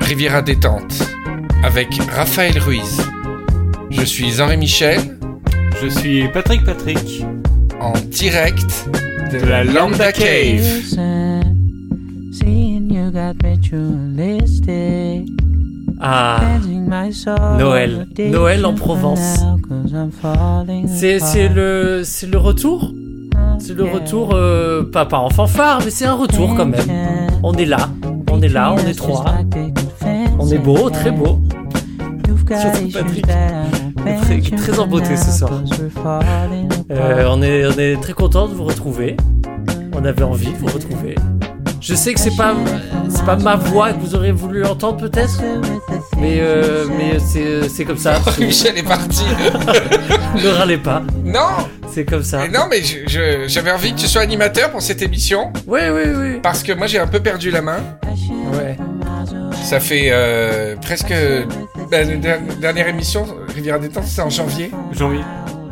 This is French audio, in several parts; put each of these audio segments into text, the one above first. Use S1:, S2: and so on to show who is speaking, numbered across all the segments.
S1: Riviera Détente avec Raphaël Ruiz. Je suis Henri Michel
S2: Je suis Patrick Patrick.
S1: en direct de,
S2: De
S1: la
S2: la
S1: Lambda
S2: Lambda
S1: Cave.
S3: Listen, Seeing you got ritualistic.
S4: Ah, Noël. Noël en Provence. c'est c'est le c'est le retour, c'est le retour euh, pas pas en fanfare, mais c'est un retour quand même. On est là, on est là, on est trois, on est beau, très beau. Surtout Patrick. Très- très en beauté ce soir. Euh, on est on est très content de vous retrouver. On avait envie de vous retrouver. Je sais que c'est pas c'est pas ma voix que vous aurez voulu entendre peut-être, mais euh, mais c'est c'est comme ça.
S1: Henri Michel est parti.
S4: Ne râlez pas,
S1: non,
S4: c'est comme ça.
S1: mais non, mais je- je- j'avais envie que tu sois animateur pour cette émission
S4: Oui oui oui.
S1: parce que moi j'ai un peu perdu la main.
S4: Ouais.
S1: Ça fait euh, presque la, la- la dernière émission Riviera Détente, c'est en janvier
S2: Janvier.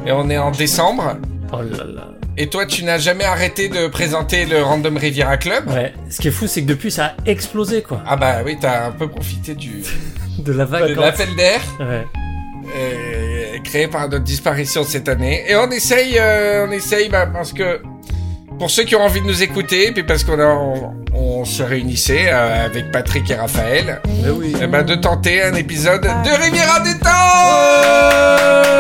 S1: et on est en décembre.
S4: Oh là là.
S1: Et toi, tu n'as jamais arrêté de présenter le Random Riviera Club
S4: Ouais, ce qui est fou, c'est que depuis, ça a explosé, quoi.
S1: Ah bah oui, t'as un peu profité du
S4: De la
S1: de
S4: vague.
S1: l'appel d'air
S4: Ouais.
S1: euh, créé par notre disparition cette année. Et on essaye, euh, on essaye bah, parce que pour ceux qui ont envie de nous écouter, puis parce qu'on a- on, on se réunissait euh, avec Patrick et Raphaël,
S4: Mais oui.
S1: eh ben, de tenter un épisode de Riviera des Temps.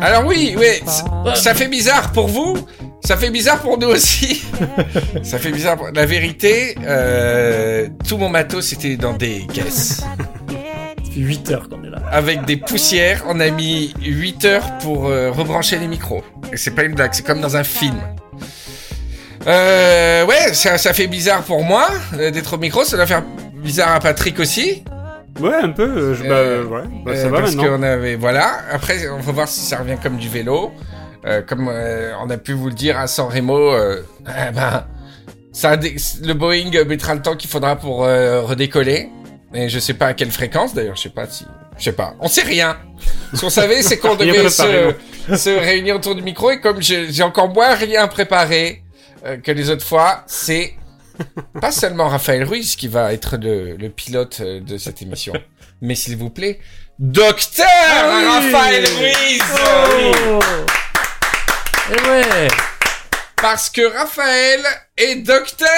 S1: Ah, Alors oui, oui, c- ça fait bizarre pour vous, ça fait bizarre pour nous aussi. ça fait bizarre. Pour... La vérité, euh, tout mon matos c'était dans des caisses.
S4: Ça fait 8 heures qu'on est là.
S1: Avec des poussières, on a mis 8 heures pour euh, rebrancher les micros. Et c'est pas une blague, c'est comme dans un film. Euh, ouais, ça, ça fait bizarre pour moi euh, d'être au micro, ça doit faire bizarre à Patrick aussi.
S2: Ouais, un peu. euh, Je, bah,
S1: Euh,
S2: euh, ouais, bah,
S1: Euh,
S2: ça va
S1: parce
S2: maintenant.
S1: qu'on avait voilà. Après, on va voir si ça revient comme du vélo, Euh, comme euh, on a pu vous le dire à San Remo. euh, eh ben, ça a dé- le Boeing mettra le temps qu'il faudra pour euh, redécoller. Et je sais pas à quelle fréquence d'ailleurs. Je sais pas si. Je sais pas. On sait rien. Ce qu'on savait, c'est qu'on
S2: Rien
S1: devait se,
S2: préparé,
S1: se réunir autour du micro et comme j'ai j'ai encore moins rien préparé euh, que les autres fois, c'est pas seulement Raphaël Ruiz qui va être le, le pilote euh, de cette émission, mais s'il vous plaît, Docteur
S4: Ah oui Oh.
S1: Raphaël Ruiz Eh
S4: Et ouais.
S1: Parce que Raphaël est docteur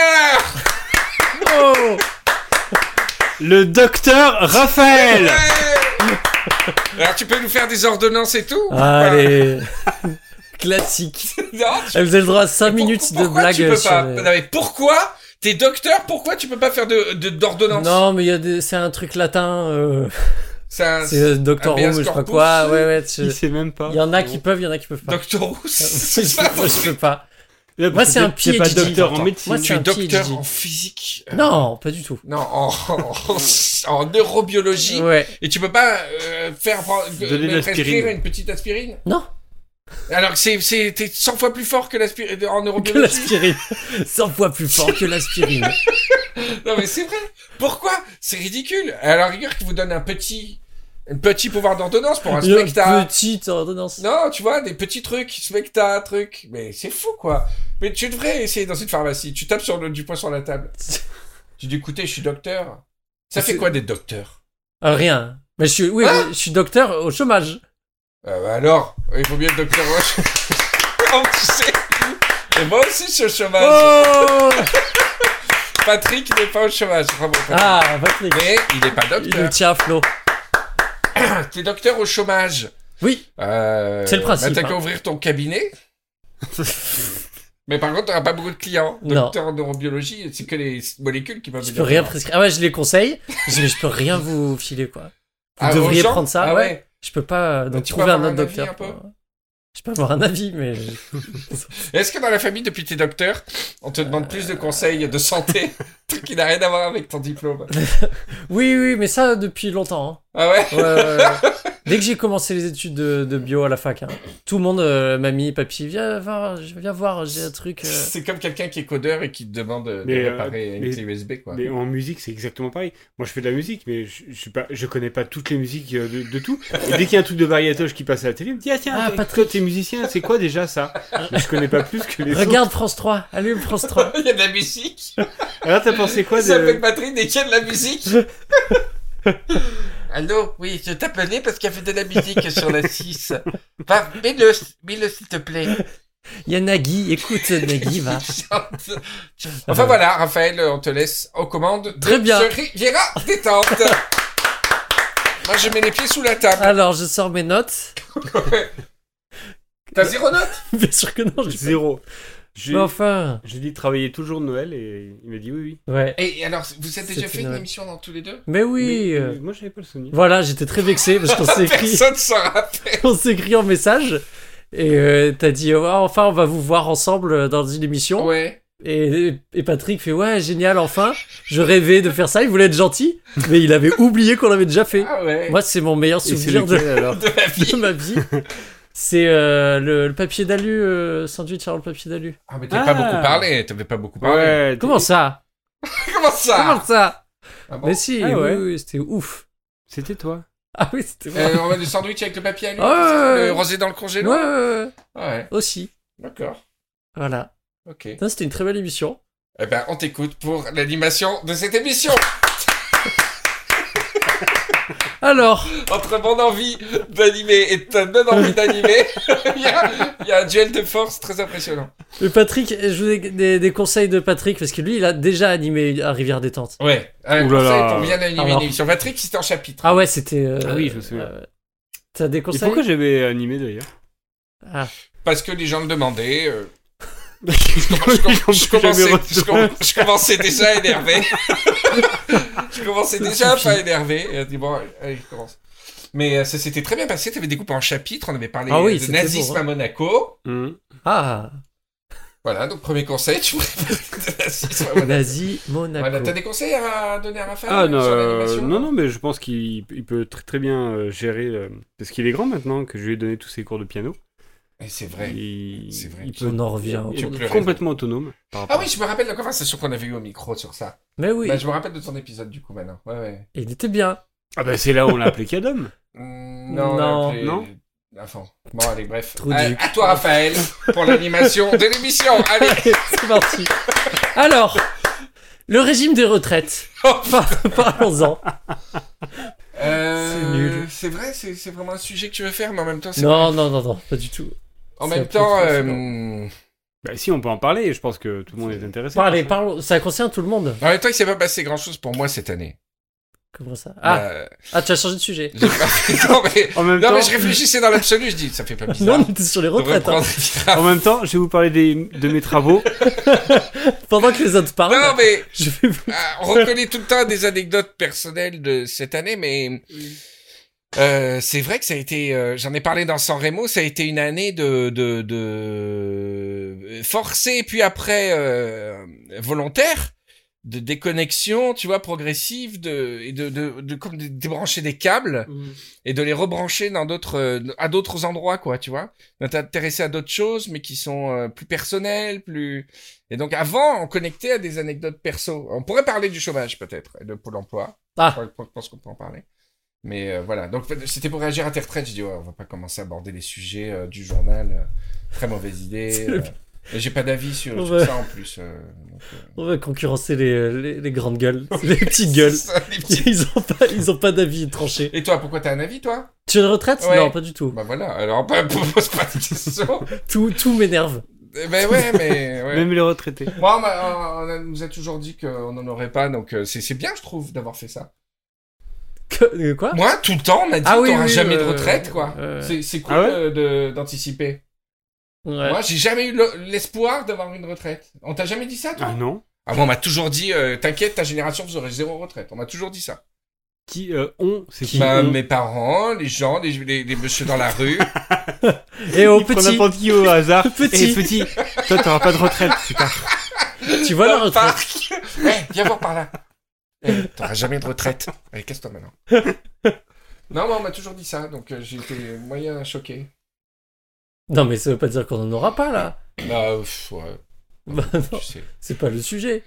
S4: Oh.
S2: Le docteur Raphaël
S1: Ouais Alors tu peux nous faire des ordonnances et tout
S4: Allez. Classique.
S1: Non, tu-
S4: Elle faisait le droit à 5
S1: pour-
S4: minutes de
S1: pourquoi
S4: blague.
S1: tu peux
S4: sur
S1: pas
S4: les-
S1: Non mais pourquoi T'es docteur, pourquoi tu peux pas faire de de- d'ordonnance
S4: Non, mais il y a des... c'est un truc latin. euh,
S1: C'est un
S4: C'est euh, Doctor
S1: habeas
S4: Who, je sais pas
S1: corpus.
S4: quoi. Ouais, ouais. tu-
S2: Il sait même pas.
S4: Il y en a qui peuvent, il y en a qui peuvent pas.
S1: Docteur Rousse
S4: Moi,
S1: C'est pas
S4: je peux pas.
S2: Là,
S4: Moi,
S2: parce
S4: c'est
S2: que
S4: un
S2: t'es pas
S4: PhD.
S2: docteur en
S4: Attends.
S2: médecine.
S4: Moi,
S1: Tu es
S4: un petit
S1: docteur
S4: Gigi.
S1: en physique euh,
S4: Non, pas du tout.
S1: Non, en, en- en neurobiologie.
S4: Ouais.
S1: Et tu peux pas euh, faire pre- euh,
S2: Donner de l'aspirine.
S1: prescrire une petite aspirine
S4: Non.
S1: Alors que c'est- c'est t'es 100 fois plus fort que l'aspirine en
S4: Que
S1: neurobiologie.
S4: l'aspirine. 100 fois plus fort que l'aspirine.
S1: Non mais c'est vrai. Pourquoi C'est ridicule. À la rigueur qui vous donne un petit un petit pouvoir d'ordonnance pour un
S4: Il y a une
S1: spectacle.
S4: Petite ordonnance.
S1: Non, tu vois, des petits trucs, spectacle, truc. Mais c'est fou, quoi. Mais tu devrais essayer dans une pharmacie. Tu tapes sur le, du poing sur la table. Tu dis, écoutez, je suis docteur. Ça fait
S4: Ah, C'est-
S1: quoi des docteurs
S4: Euh, rien. Mais je suis, oui,
S1: Hein
S4: oui, je suis docteur au chômage.
S1: Euh, bah alors, il faut bien être docteur Roche. oh, tu sais. Et moi aussi, je suis au chômage.
S4: Oh
S1: Patrick n'est pas au chômage. Bravo, Patrick.
S4: ah, Patrick.
S1: Mais il n'est pas
S4: Il nous
S1: docteur.
S4: tient à flot.
S1: T'es docteur au chômage.
S4: Oui.
S1: Euh,
S4: C'est le principe,
S1: bah, t'as qu'à
S4: hein.
S1: ouvrir ton cabinet. Mais par contre, t'auras pas beaucoup de clients.
S4: Non.
S1: Docteur en neurobiologie, c'est que les molécules qui peuvent
S4: Je
S1: venir
S4: peux rien
S1: voir.
S4: prescrire. Ah ouais, je les conseille. Je dis, mais je peux rien vous filer, quoi. Vous
S1: Ah, aux
S4: devriez
S1: gens
S4: prendre ça.
S1: Ah
S4: ouais. Je peux pas, euh,
S1: Mais
S4: donc,
S1: tu peux
S4: trouver un
S1: avoir
S4: autre
S1: un avis
S4: docteur.
S1: un peu
S4: quoi. Je peux avoir un avis, mais
S1: Est-ce que dans la famille, depuis tes docteurs, on te demande
S4: Euh.
S1: plus de conseils de santé Truc qui n'a rien à voir avec ton diplôme.
S4: oui, oui, mais ça depuis longtemps. hein.
S1: Ah ouais
S4: Ouais, ouais, ouais. Dès que j'ai commencé les études de, de bio à la fac, hein, tout le monde, euh, mamie, papy, viens voir, viens voir, j'ai un truc. euh.
S1: C'est comme quelqu'un qui est codeur et qui te demande de, de
S2: Mais, euh,
S1: réparer une
S2: mais-
S1: clé USB, quoi.
S2: Mais en musique, c'est exactement pareil. Moi, je fais de la musique, mais je, je suis pas, je connais pas toutes les musiques euh, de, de tout. Et dès qu'il y a un truc de variatoche qui passe à la télé, il me dit Ah, tiens,
S4: Ah,
S2: t'es- toi,
S4: Patrick.
S2: t'es musicien, c'est quoi déjà ça mais Je connais pas plus que les autres.
S4: Regarde France 3, allume France 3.
S1: Il y a de la musique.
S2: Alors, t'as pensé quoi
S1: Ça
S2: de.
S1: s'appelle Patrick et de la musique. Allô, oui, je t'appelais parce qu'elle fait de la musique sur la 6. Va, mets-le, mets-le s'il te plaît.
S4: Il y a Nagui, écoute Nagui, va.
S1: Enfin voilà, Raphaël, euh, on te laisse aux commandes. de
S4: Très bien.
S1: ce Riviera détente. Moi, je mets les pieds sous la table.
S4: Alors, je sors mes notes.
S1: T'as zéro note
S4: Bien sûr que non, je dis
S2: Zéro. J'ai
S4: Mais enfin,
S2: j'ai dit travailler toujours Noël et il m'a dit oui, oui.
S4: ouais.
S1: Et alors, vous êtes déjà
S4: C'était
S1: fait une
S4: Noël.
S1: émission dans tous les deux
S4: Mais oui.
S2: Mais-
S4: euh,
S2: mais moi, j'avais pas le souvenir.
S4: Voilà, j'étais très vexé parce qu'on s'est écrit.
S1: Personne s'en rappelle.
S4: on s'est écrit en message et euh, t'as dit ouais, enfin on va vous voir ensemble euh, dans une émission
S1: Ouais.
S4: et, et Patrick fait ouais génial enfin je rêvais de faire ça il voulait être gentil mais il avait oublié qu'on l'avait déjà fait
S1: Ah ouais.
S4: moi c'est mon meilleur
S2: Et c'est
S4: souvenir de,
S2: lequel, alors
S1: De ma
S4: de
S1: vie.
S4: ma vie c'est euh, le, le papier d'alu euh, sandwich sur le papier d'alu
S1: Ah, mais t'avais pas
S2: Ah.
S1: beaucoup parlé. T'avais pas beaucoup parlé.
S2: Ouais.
S4: comment ça
S1: Comment ça
S4: comment ça
S1: Ah bon
S4: mais si
S2: Ah
S4: oui,
S2: ouais.
S4: oui, oui, c'était ouf
S2: C'était toi.
S4: ah oui c'était vrai
S1: Euh, on met le sandwich avec le papier à l'huile,
S4: Ouais,
S1: tout ça,
S4: ouais,
S1: le
S4: ouais.
S1: rosé dans le
S4: ouais,
S1: congélo. Ah
S4: ouais, ouais,
S1: Ouais,
S4: aussi
S1: d'accord.
S4: voilà
S1: Ok.
S4: Non, c'était une très belle émission
S1: Eh ben, on t'écoute pour l'animation de cette émission.
S4: alors
S1: Entre mon envie d'animer et ta non-envie d'animer, il y, a- il y a un duel de force très impressionnant.
S4: Mais Patrick, je vous ai des, des conseils de Patrick parce que lui, il a déjà animé à Rivière Détente.
S1: Ouais. Un
S2: Ouh là
S1: conseil
S2: là.
S1: pour bien animer
S4: Alors.
S1: une émission. Patrick, c'était en chapitre.
S4: Ah ouais, c'était. euh,
S2: Ah oui, je me souviens.
S4: euh, T'as des
S2: Et
S4: conseils
S2: pourquoi j'avais animé d'ailleurs
S4: Ah.
S1: Parce que les gens le demandaient. euh,
S2: Je,
S1: je, com- je commençais, je com- je commençais déjà à énerver. je commençais déjà à pas énerver. Et elle dit, bon, allez, je commence. Mais euh, ça s'était très bien passé. Tu avais découpé en chapitres. On avait parlé
S4: Ah oui,
S1: euh, de
S4: c'était
S1: nazisme
S4: beau, hein.
S1: à Monaco.
S2: Mmh.
S4: Ah,
S1: Voilà, donc premier conseil, tu prépares de nazisme à Monaco.
S4: Nazi Monaco.
S1: Voilà, t'as des conseils à donner à Raphaël
S2: Ah
S1: euh,
S2: non,
S1: sur
S2: euh,
S1: l'animation
S2: non, non, mais je pense qu'il il peut très, très bien euh, gérer. euh, parce qu'il est grand maintenant, que je lui ai donné tous ses cours de piano.
S1: Et Eh, c'est vrai.
S2: Il,
S1: c'est vrai.
S2: il peut-
S4: On en revient. au
S2: il
S1: Tu
S4: cours de-
S2: est
S1: pleurais.
S2: complètement autonome. par
S1: Ah
S2: rapport-
S1: oui, je me rappelle la conversation qu'on avait eue au micro sur ça.
S4: Mais oui,
S1: Bah, je me rappelle de ton épisode du coup maintenant. Ouais, ouais.
S4: il était bien.
S2: Ah bah c'est là où on l'a appelé Cadom.
S1: Mm, Non,
S4: Non.
S1: on l'a appelé-
S2: Non.
S1: Enfin, bon, allez, bref.
S4: Trou
S1: à,
S4: du
S1: à toi, Raphaël, pour l'animation de l'émission. Allez,
S4: C'est parti. Alors, le régime des retraites.
S1: Oh,
S4: Par- Parlons-en.
S1: Euh,
S4: C'est nul.
S1: C'est vrai, c'est c'est vraiment un sujet que tu veux faire, mais en même temps, c'est-
S4: Non, non, non, non, pas du tout.
S1: en
S4: c'est
S1: même
S4: un peu
S1: temps,
S4: trop, c'est
S1: euh,
S2: Bah si, on peut en parler, et je pense que tout le monde est intéressé.
S4: Parlez, parlons. Ça concerne tout le monde.
S1: en même temps, il s'est pas passé grand chose pour moi cette année.
S4: Comment ça
S2: Bah,
S4: Ah,
S1: Euh,
S4: ah, tu as changé de sujet.
S1: j'ai pas- non, mais,
S2: En même
S1: non,
S2: temps,
S1: mais je réfléchissais dans l'absolu, je dis, ça fait pas bizarre.
S4: Non, on était sur les
S1: de
S4: retraites. hein.
S1: reprendre Vira.
S2: en même temps, je vais vous parler des- de mes travaux.
S4: Pendant que les autres parlent,
S1: Non, mais
S4: je vais vous
S1: euh, on reconnaît tout le temps des anecdotes personnelles de cette année, mais euh, c'est vrai que ça a été, euh, j'en ai parlé dans San Remo, ça a été une année de, de, de forcée, puis après euh, volontaire, de déconnexion, tu vois, progressive, de, et de, de, de- comme de débrancher des câbles
S2: Mm.
S1: et de les rebrancher dans d'autres, euh, à d'autres endroits, quoi, tu vois, de t'intéresser à d'autres choses, mais qui sont euh, plus personnelles, plus et donc avant, on connectait à des anecdotes perso. On pourrait parler du chômage peut-être, et de Pôle Emploi.
S4: Ah.
S1: Je pense- Je pense qu'on peut en parler. Mais euh, voilà, donc c'était pour réagir à tes retraites. J'ai dit ouais, on va pas commencer à aborder les sujets euh, du journal. euh, Très mauvaise idée.
S4: C'est le
S1: euh, et J'ai pas d'avis sur,
S4: On
S1: sur
S4: va-
S1: ça en plus. euh, donc, euh,
S4: On va concurrencer les, les, les grandes gueules, les petites gueules.
S1: c'est ça, les petits-
S4: Ils ont pas, ils ont pas d'avis tranché.
S1: Et toi, pourquoi t'as un avis, toi
S4: Tu veux une retraite
S1: Ouais.
S4: Non, pas du tout.
S1: Bah voilà, alors bah, pose pas de questions.
S4: Tout, tout m'énerve.
S1: Eh ben ouais, mais ouais.
S2: Même les retraités.
S1: Moi, on, m'a- on a- nous a toujours dit qu'on n'en aurait pas, donc euh, c'est c'est bien, je trouve, d'avoir fait ça.
S4: Que- euh, quoi
S1: Moi, tout le temps, on m'a dit
S4: Ah
S1: qu'on
S4: oui,
S1: t'auras
S4: oui,
S1: jamais de
S4: euh,
S1: retraite, quoi.
S4: euh,
S1: C'est- C'est cool
S2: Ah ouais
S1: euh, de- d'anticiper.
S4: Ouais.
S1: Moi, j'ai jamais eu le- l'espoir d'avoir une retraite. On t'a jamais dit ça, toi
S2: Ah non
S1: Ah bon, on m'a toujours dit, euh, t'inquiète, ta génération, vous aurez zéro retraite. On m'a toujours dit ça.
S2: Qui euh, on C'est qui
S1: Bah,
S2: on
S1: mes parents, les gens, les, les, les messieurs dans la rue.
S4: Et au
S2: Il prend
S4: petit,
S2: n'importe qui au hasard.
S4: Petit.
S2: Et petit, toi t'auras pas de retraite, putain.
S4: tu vois la
S1: dans le
S4: retraite
S1: parc. Eh, viens voir par là. Eh, t'auras jamais de retraite. Allez, casse-toi maintenant. Non, mais on m'a toujours dit ça, donc euh, j'étais moyen choqué.
S4: Non, mais ça veut pas dire qu'on en aura pas là.
S1: Bah, pff, ouais,
S4: Bah, non,
S1: tu sais.
S4: c'est pas le sujet.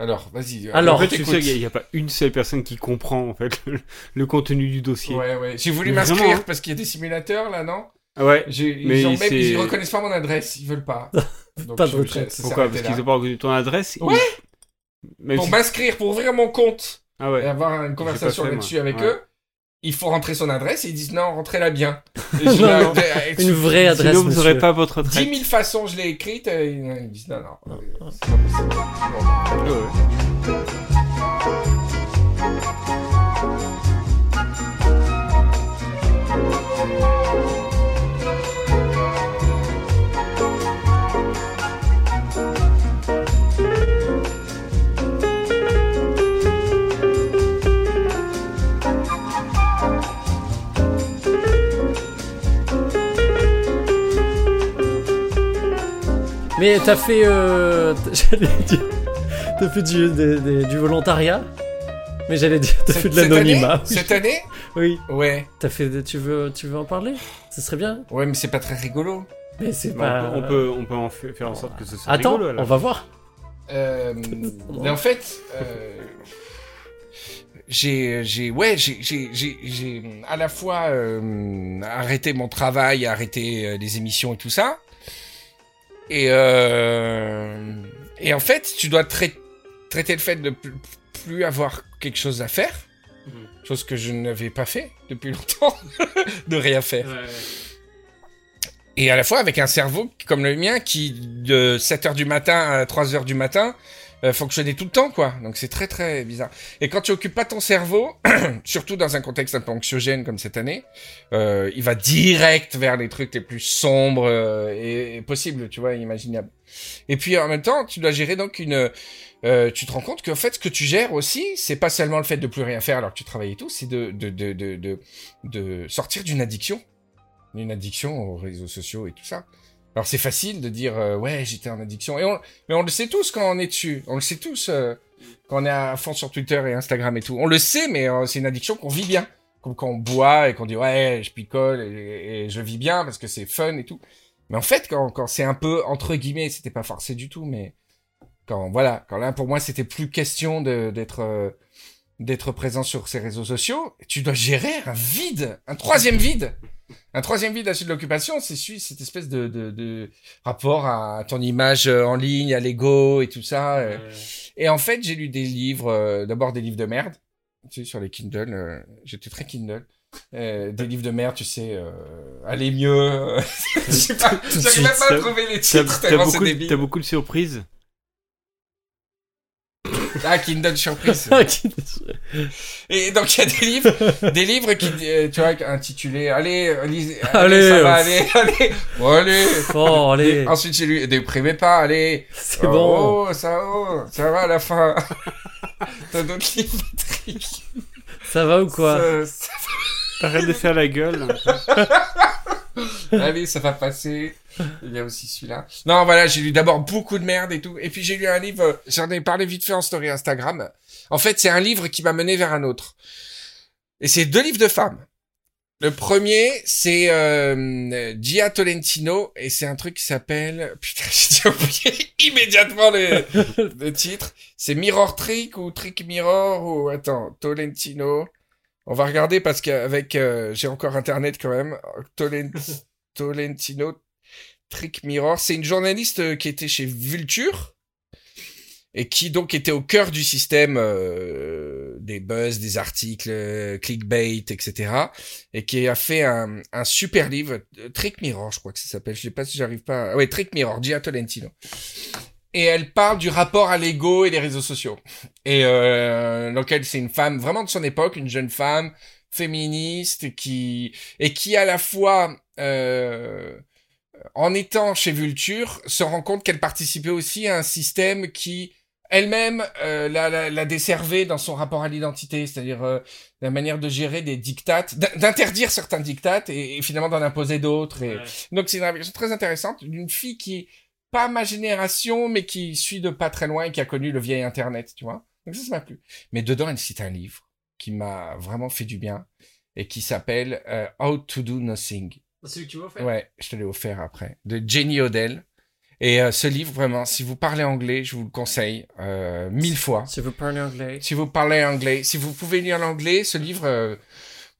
S1: Alors, vas-y. euh,
S4: Alors,
S2: en fait,
S1: je
S2: tu
S1: t'écoute.
S2: sais, il n'y a, pas une seule personne qui comprend en fait le, le contenu du dossier.
S1: Ouais, ouais. J'ai voulu
S2: Mais vraiment,
S1: m'inscrire
S2: hein.
S1: parce qu'il y a des simulateurs là, non
S2: Ah ouais.
S1: J'ai-
S2: Mais
S1: ils, ont même-
S2: c'est-
S1: ils reconnaissent pas mon adresse, ils veulent pas. Donc,
S4: Pas de
S1: je-
S4: retraite.
S1: ça s'est
S2: Pourquoi
S1: arrêté
S2: Parce qu'ils
S1: là.
S2: n'ont pas reconnu ton adresse.
S1: Ouais. bah,
S2: Ils- Même
S1: Pour
S2: si-
S1: m'inscrire, pour ouvrir mon compte
S2: Ah
S1: et
S2: ouais.
S1: avoir une conversation
S2: fait, moi.
S1: là-dessus avec
S2: Ouais.
S1: eux, il faut rentrer son adresse et ils disent non, rentrez-la bien. Et
S4: Non,
S1: là,
S4: non.
S1: euh,
S4: Une vraie adresse,
S2: Sinon, vous n'aurez
S4: monsieur.
S2: pas votre adresse.
S1: 10 000 façons, je l'ai écrite, et ils disent non, non.
S4: Non.
S1: euh, c'est pas possible. Bon.
S2: Ouais, ouais.
S4: Mais t'as fait, euh, t- j'allais dire, t'as fait du, des- des- du volontariat. Mais j'allais dire, t'as fait
S1: Cette-
S4: de
S1: cette année-
S4: l'anonymat. Oui.
S1: Cette année
S4: Oui.
S1: Ouais.
S4: T'as fait, de- tu veux, tu veux en parler Ce serait bien.
S1: Ouais, mais c'est pas très rigolo.
S4: Mais c'est
S2: Bah,
S4: pas.
S2: on, peut, on peut- on peut en fa- faire en sorte que ce soit
S4: Attends,
S2: rigolo. alors.
S4: on va voir.
S1: Euh, mais en fait, euh, j'ai, j'ai, ouais, j'ai, j'ai, j'ai, j'ai à la fois euh, arrêté mon travail, arrêté euh, les émissions et tout ça. Et euh, et en fait, tu dois trai- traiter le fait de pl- plus avoir quelque chose à faire,
S2: Mhm.
S1: chose que je n'avais pas fait depuis longtemps, de rien faire. Et à la fois avec un cerveau comme le mien qui, de 7h du matin à 3h du matin, euh, fonctionnait tout le temps, quoi. Donc c'est très très bizarre. Et quand tu occupes pas ton cerveau, surtout dans un contexte un peu anxiogène comme cette année, euh, il va direct vers les trucs les plus sombres euh, et, et possibles, tu vois, imaginables. Et puis en même temps, tu dois gérer donc une... euh, tu te rends compte qu'en fait, ce que tu gères aussi, c'est pas seulement le fait de plus rien faire alors que tu travailles et tout, c'est de, de, de, de, de, de sortir d'une addiction une addiction aux réseaux sociaux et tout ça. Alors c'est facile de dire euh, ouais j'étais en addiction et on mais on le sait tous quand on est dessus, on le sait tous euh, quand on est à fond sur Twitter et Instagram et tout. On le sait mais euh, c'est une addiction qu'on vit bien, comme quand on boit et qu'on dit ouais je picole et, et je vis bien parce que c'est fun et tout. Mais en fait quand quand c'est un peu entre guillemets c'était pas forcé du tout mais quand voilà quand là pour moi c'était plus question de d'être euh, d'être présent sur ces réseaux sociaux, tu dois gérer un vide, un troisième vide. Un troisième vide à celui de l'occupation, c'est celui, cette espèce de, de, de rapport à ton image euh, en ligne, à l'ego et tout ça. euh. Et en fait, j'ai lu des livres, euh, d'abord des livres de merde, tu sais, sur les Kindle, euh, j'étais très Kindle. Euh, des livres de merde, tu sais, euh, aller mieux. euh, Je sais pas,
S4: de
S1: j'arrive même
S4: suite,
S1: pas
S2: ça-
S1: à trouver les
S2: T'as
S1: titres
S2: t'as
S1: tellement c'est
S2: beaucoup,
S1: débile.
S2: t'as beaucoup de surprises.
S1: Ah, Kindle surprise. Et donc il y a des livres, des livres qui, euh, tu vois, intitulés Allez, lisez, allez,
S4: Allez,
S1: ça va,
S4: euh,
S1: allez, allez, bon, allez.
S4: bon, allez,
S2: Ah,
S1: Ensuite j'ai lu Déprimez pas, allez.
S4: c'est
S1: Oh,
S4: bon.
S1: Oh, ça, oh, ça va à la fin. T'as d'autres livres, Patrick
S4: Ça va ou
S1: Ça-
S4: quoi
S1: ça-
S2: Arrête de faire la gueule.
S1: Allez, Ah ça va passer. Il y a aussi celui-là. Non, voilà, j'ai lu d'abord beaucoup de merde et tout. Et puis j'ai lu un livre, euh, j'en ai parlé vite fait en story Instagram. En fait, c'est un livre qui m'a mené vers un autre. Et c'est deux livres de femmes. Le premier, c'est euh, euh, Gia Tolentino, et c'est un truc qui s'appelle... Putain, j'ai déjà oublié immédiatement le, le titre. C'est Mirror Trick ou Trick Mirror ou... Attends, Tolentino. On va regarder parce qu'avec... euh, j'ai encore Internet quand même. Tolentino. Tolentino Trick Mirror. C'est une journaliste euh, qui était chez Vulture et qui donc était au cœur du système euh, des buzz, des articles, euh, clickbait, etc. Et qui a fait un, un super livre, euh, Trick Mirror, je crois que ça s'appelle. Je sais pas si j'arrive pas. à- Ouais, Trick Mirror, Gia Tolentino. Et elle parle du rapport à l'ego et les réseaux sociaux. Et euh, donc elle, c'est une femme vraiment de son époque, une jeune femme féministe qui et qui à la fois euh, en étant chez Vulture se rend compte qu'elle participait aussi à un système qui elle-même euh, la, la, la desservait dans son rapport à l'identité, c'est-à-dire euh, la manière de gérer des dictates, d'in- d'interdire certains dictates et, et finalement d'en imposer d'autres. Et... Donc c'est une réflexion très intéressante d'une fille qui est pas ma génération mais qui suit de pas très loin et qui a connu le vieil Internet, tu vois. Donc ça, ça m'a plu. Mais dedans, elle cite un livre qui m'a vraiment fait du bien. et qui s'appelle euh, How to Do Nothing.
S4: Celui que tu m'as offert
S1: Ouais, je te l'ai offert après, de Jenny Odell. Et euh, ce livre, vraiment, si vous parlez anglais, je vous le conseille euh, mille fois.
S4: Si vous parlez anglais.
S1: Si vous parlez anglais, si vous pouvez lire l'anglais, ce livre, euh,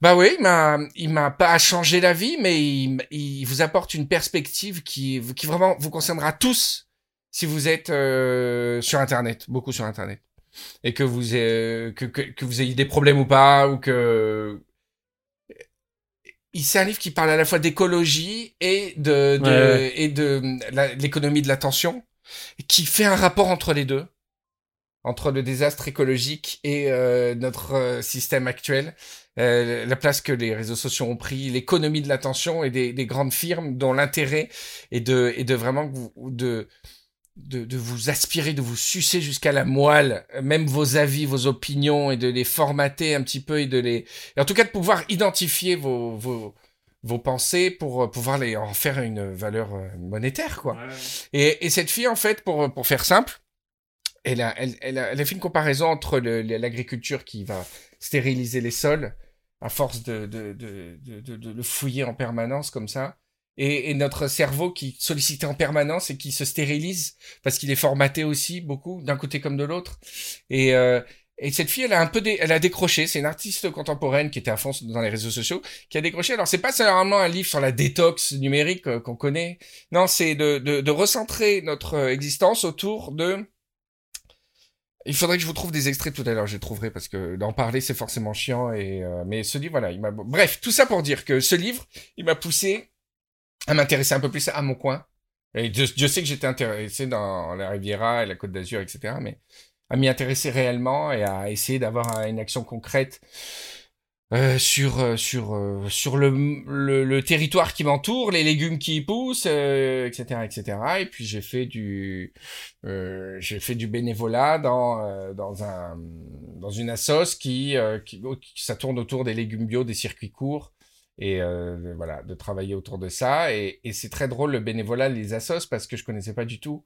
S1: bah oui, il m'a, il m'a pas changé la vie, mais il, il vous apporte une perspective qui, qui vraiment vous concernera tous si vous êtes euh, sur Internet, beaucoup sur Internet, et que vous, euh, que, que, que vous ayez des problèmes ou pas, ou que il- c'est un livre qui parle à la fois d'écologie et de, de-
S4: Ouais, ouais.
S1: et de la- l'économie de l'attention, qui fait un rapport entre les deux, entre le désastre écologique et euh, notre euh, système actuel, euh, la place que les réseaux sociaux ont pris, l'économie de l'attention et des, des grandes firmes dont l'intérêt est de, est de vraiment que vous- de, de, de vous aspirer, de vous sucer jusqu'à la moelle, euh, même vos avis, vos opinions, et de les formater un petit peu, et de les... et en tout cas, de pouvoir identifier vos, vos, vos pensées pour euh, pouvoir les, en faire une valeur euh, monétaire, quoi.
S2: Ouais.
S1: Et, et cette fille, en fait, pour, pour faire simple, elle a, elle, elle a, elle a fait une comparaison entre le- le- l'agriculture qui va stériliser les sols à force de, de, de, de, de- de le fouiller en permanence comme ça, et, et notre cerveau qui sollicite en permanence et qui se stérilise parce qu'il est formaté aussi beaucoup d'un côté comme de l'autre. Et, euh, et cette fille, elle a un peu, dé- elle a décroché. C'est une artiste contemporaine qui était à fond dans les réseaux sociaux, qui a décroché. Alors c'est pas seulement un livre sur la détox numérique euh, qu'on connaît, non, c'est de, de, de recentrer notre euh, existence autour de. Il faudrait que je vous trouve des extraits tout à l'heure, je les trouverai parce que d'en parler c'est forcément chiant et euh, mais ce livre voilà, il m'a bref, tout ça pour dire que ce livre, il m'a poussé à m'intéresser un peu plus à mon coin. Et Dieu, Dieu sait que j'étais intéressé dans la Riviera et la Côte d'Azur, etc. Mais à m'y intéresser réellement et à essayer d'avoir euh, une action concrète euh, sur euh, sur euh, sur le, le le territoire qui m'entoure, les légumes qui y poussent, euh, etc., etc. Et puis j'ai fait du euh, j'ai fait du bénévolat dans euh, dans un dans une assoce qui, euh, qui qui- ça tourne autour des légumes bio, des circuits courts et euh, voilà de travailler autour de ça. Et, et c'est très drôle le bénévolat les assos parce que je connaissais pas du tout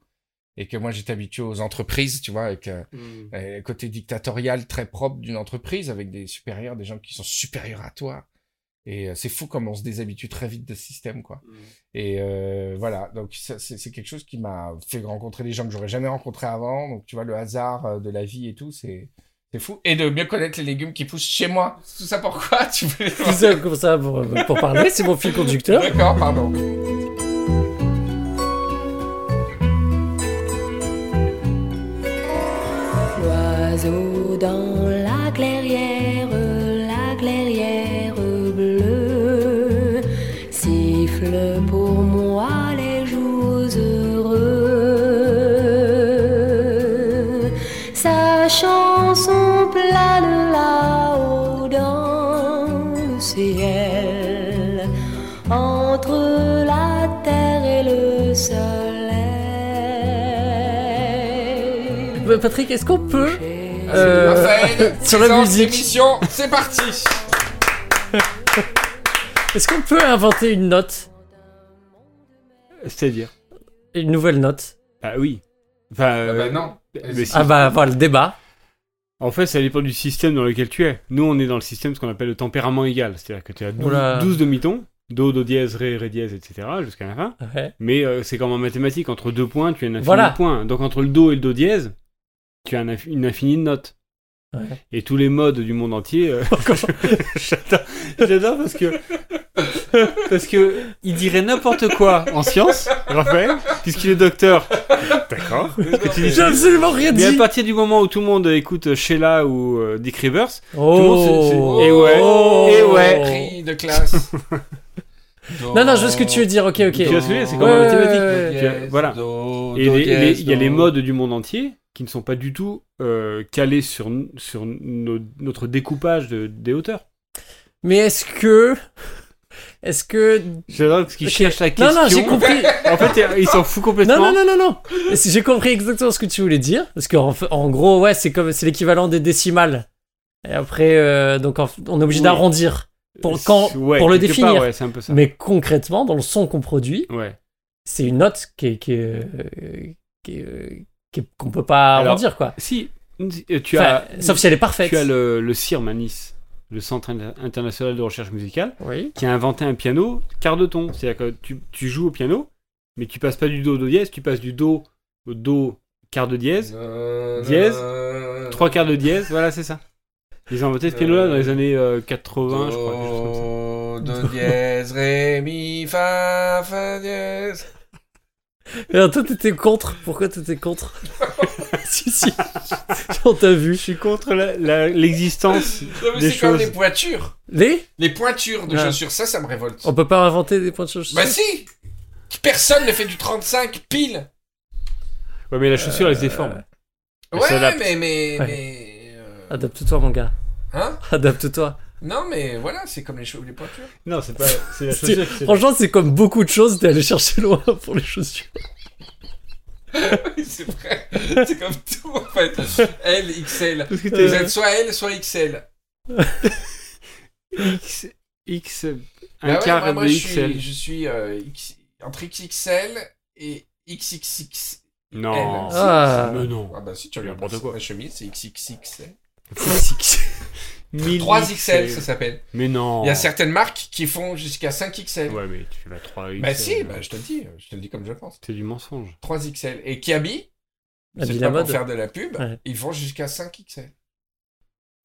S1: et que moi j'étais habitué aux entreprises, tu vois, avec euh,
S2: Mm.
S1: euh, côté dictatorial très propre d'une entreprise avec des supérieurs, des gens qui sont supérieurs à toi. Et euh, c'est fou comme on se déshabitue très vite de ce système, quoi.
S2: Mm.
S1: Et euh, voilà, donc ça, c'est c'est quelque chose qui m'a fait rencontrer des gens que j'aurais jamais rencontrés avant. Donc tu vois, le hasard euh, de la vie et tout, c'est c'est fou. Et de mieux connaître les légumes qui poussent chez moi. Tout ça pourquoi tu veux
S4: Tout ça comme ça pour, pour parler, c'est mon fil conducteur.
S1: D'accord, pardon.
S5: L'oiseau dans la clairière, la clairière bleue, siffle pour moi les jours heureux. Sa chanson plane là-haut dans le ciel, entre la terre et le soleil.
S4: Bah, Patrick, est-ce qu'on peut Euh,
S1: Raphaël,
S4: sur la
S1: présente
S4: musique.
S1: l'émission, c'est parti.
S4: est-ce qu'on peut inventer une note,
S2: C'est-à-dire
S4: une nouvelle note
S2: Bah oui. Enfin,
S1: Ah bah
S2: euh,
S1: non.
S2: mais si.
S4: Ah bah voilà le débat.
S2: En fait, ça dépend du système dans lequel tu es. Nous, on est dans le système ce qu'on appelle le tempérament égal. C'est-à-dire que tu as 12,
S4: Oula.
S2: 12 demi-tons, do, do dièse, ré, ré dièse, etc. jusqu'à la fin.
S4: Ouais.
S2: Mais euh, c'est comme en mathématiques, entre deux points, tu as une infinie
S4: Voilà.
S2: de points. Donc entre le do et le do dièse, tu as un inf- une infinie de notes.
S4: Ouais.
S2: Et tous les modes du monde entier, euh,
S4: Encore.
S2: j'adore, j'adore parce que parce que il dirait n'importe quoi en science, Raphaël, puisqu'il est docteur. D'accord. que tu dis-
S4: J'ai absolument rien
S2: Mais à
S4: dit.
S2: partir du moment où tout le monde écoute Sheila ou euh, Dick Rivers, le
S4: Oh.
S2: monde, c'est- c'est- Eh ouais. Eh ouais.
S1: Prix de classe.
S4: Non non, je vois ce que tu veux dire. Ok ok.
S2: Tu vois ce que je veux dire, c'est
S4: comme en mathématiques.
S2: Tu vois, voilà. Et les- les- il y a les modes du monde entier qui ne sont pas du tout euh, calés sur, sur nos- notre découpage de- des hauteurs.
S4: Mais est-ce que est-ce que
S2: J'adore parce qu'ils
S4: Ok.
S2: cherchent la
S4: non
S2: question.
S4: non j'ai compris.
S2: En fait, ils s'en foutent complètement.
S4: Non, non, non, non, non. Si J'ai compris exactement ce que tu voulais dire. Parce qu'en fa- en gros, ouais, c'est comme c'est l'équivalent des décimales. Et après, euh, donc en- on est obligé
S2: Oui.
S4: d'arrondir. Pour, quand,
S2: Ouais,
S4: pour le
S2: quelque
S4: définir.
S2: part, ouais, c'est un peu ça.
S4: Mais concrètement, dans le son qu'on produit,
S2: Ouais.
S4: c'est une note qui est- qui est, euh, qui est, euh, qui est- qu'on peut pas
S2: Alors,
S4: arrondir, quoi.
S2: Si, euh, tu
S4: Enfin,
S2: as,
S4: sauf si elle est parfaite.
S2: tu as le, le cire manis. le Centre Inter- International de Recherche Musicale,
S4: Oui.
S2: qui a inventé un piano quart de ton. C'est-à-dire que tu, tu joues au piano, mais tu passes pas du Do au Do dièse, tu passes du Do au Do quart de dièse, Dièse. trois quarts de dièse, voilà, c'est ça. Ils ont inventé ce piano-là dans les années euh, 80, je crois. quelque chose comme ça.
S1: Do, do dièse, ré, mi, fa, fa dièse.
S4: Et alors, toi, t'étais contre. Pourquoi t'étais contre Si, si. On t'a
S2: Je
S4: vu.
S2: suis Euh, contre la- la- l'existence.
S1: Non, mais
S2: Des
S1: c'est comme
S2: choses.
S1: les pointures.
S4: Les
S1: Les pointures de
S4: Ah.
S1: chaussures, ça, ça me révolte.
S2: Oh,
S4: On peut pas inventer des points de chaussures.
S1: Bah si Personne ne fait du 35 pile.
S2: Ouais, mais la chaussure, elle se déforme. Elle
S1: Ouais,
S2: s'adapte.
S1: mais mais
S4: Ouais.
S1: mais. euh,
S4: Adapte-toi, mon gars.
S1: Hein
S4: Adapte-toi.
S1: Non, mais voilà, c'est comme les, cheveux, les pointures.
S2: Non, c'est pas. C'est la
S4: C'est-
S2: chaussure qui s'adapte.
S4: Franchement, c'est comme beaucoup de choses, t'es allé chercher loin pour les chaussures.
S1: Oui, c'est vrai. C'est comme tout en fait. L, XL.
S2: Parce que
S1: Vous
S2: t'es-
S1: êtes soit L, soit XL.
S2: X, X, Ah un
S1: Bah ouais,
S2: quart
S1: moi, moi,
S2: de
S1: je
S2: XL.
S1: suis, je suis euh, X- entre XXL et XXX.
S2: Non.
S1: Elle.
S4: Ah.
S2: Mais non.
S1: Ah bah si tu regardes
S2: N'importe
S1: ma-
S2: quoi.
S1: ma chemise, c'est XXXL.
S2: Mille
S1: 3XL, ça s'appelle.
S2: Mais non.
S1: Il y a certaines marques qui font jusqu'à 5XL.
S2: Oh. Ouais, mais tu fais la 3XL.
S1: Bah si, bah, je te le dis, je te le dis comme je pense.
S2: C'est du mensonge.
S1: 3XL. Et Kiabi,
S4: Habille
S1: c'est
S4: la
S1: pas pour
S4: mode.
S1: faire de la pub,
S4: Ouais.
S1: ils vont jusqu'à 5XL.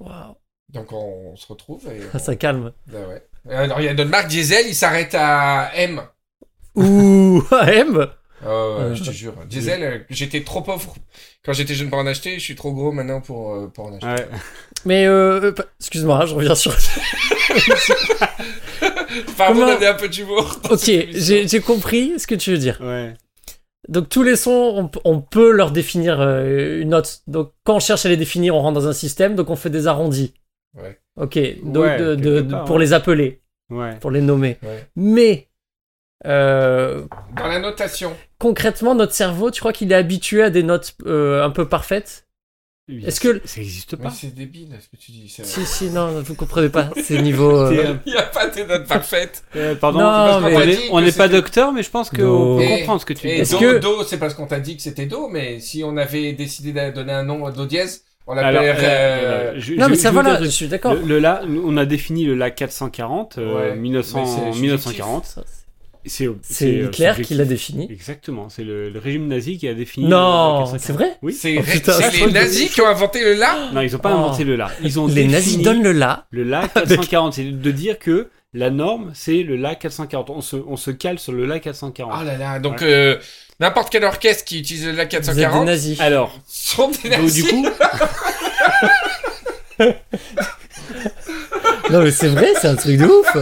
S4: Waouh.
S1: Donc on, on se retrouve et...
S4: Ah, ça calme.
S1: Bah ouais. Alors il y a d'autres marques, Diesel, ils s'arrêtent à M.
S4: Ouh, AM
S1: Ah ouais,
S4: Euh,
S1: je te jure. Diesel, euh, j'étais trop pauvre quand j'étais jeune pour en acheter. Je suis trop gros maintenant pour, euh, pour en acheter.
S2: Ouais.
S4: Mais euh, euh, pa- excuse-moi, je reviens sur.
S1: Pardon
S4: Comment-
S1: d'amener un peu d'humour. dans
S4: Ok,
S1: cette émission.
S4: j'ai j'ai compris ce que tu veux dire.
S2: Ouais.
S4: Donc tous les sons, on, p- on peut leur définir euh, une note. Donc quand on cherche à les définir, on rentre dans un système, donc on fait des arrondis.
S1: Ouais. hein.
S4: Ok, donc
S2: Ouais,
S4: de- de-
S2: quelque
S4: de-
S2: part,
S4: pour
S2: ouais.
S4: les appeler,
S2: Ouais.
S4: pour les nommer.
S1: Ouais.
S4: Mais euh,
S1: Dans la notation.
S4: concrètement, notre cerveau, tu crois qu'il est habitué à des notes euh, un peu parfaites Est-ce que le-
S2: Ça existe
S1: Mais
S2: pas
S1: c'est débile ce que tu dis. c'est-
S4: Si, si, non, vous comprenez pas, c'est niveau... euh,
S2: T'es, euh,
S1: Il n'y a pas de notes parfaites.
S2: euh, Pardon,
S4: Non,
S2: on
S1: mais-
S2: est- on n'est pas docteur, mais je pense qu'on
S4: Non.
S2: peut
S1: Et-
S2: comprendre ce que tu
S1: Et
S2: dis.
S4: Est-ce
S1: do,
S4: que-
S1: do, c'est parce qu'on t'a dit que c'était do, mais si on avait décidé de donner un nom à do dièse, on
S2: Alors,
S1: l'appellerait.
S2: euh,
S1: euh,
S2: je-
S4: Non,
S2: je-
S4: mais
S2: je
S4: ça,
S2: veux
S4: voilà,
S2: dire,
S4: je
S2: je-
S4: suis d'accord.
S2: Le, le la, on a défini le la 440 euh,
S1: Ouais.
S2: 1900
S1: Mais c'est subjectif.
S2: 1940.
S4: Ça,
S2: C'est
S4: C'est
S2: euh,
S4: Hitler
S2: subjectif.
S4: qui l'a défini.
S2: Exactement, c'est le, le régime nazi qui a défini. le la
S4: Non,
S2: 440.
S4: c'est vrai
S2: Oui.
S1: C'est
S4: Oh,
S1: ré-
S4: putain,
S1: c'est
S4: ça,
S1: les
S4: je-
S1: nazis qui ont inventé le la.
S2: Non, ils n'ont pas
S4: Oh.
S2: inventé le la. Ils ont
S4: Les
S2: défini
S4: nazis donnent le la.
S2: le la 440. C'est de dire que la norme, c'est le la 440. On se, on se cale sur le la 440.
S1: Oh là là. Donc euh, n'importe quel orchestre qui utilise le la
S4: Vous êtes des
S1: 440
S4: nazis.
S2: Alors,
S1: sont des
S2: donc,
S1: nazis.
S2: du coup,
S4: Non, mais c'est vrai, c'est un truc de ouf.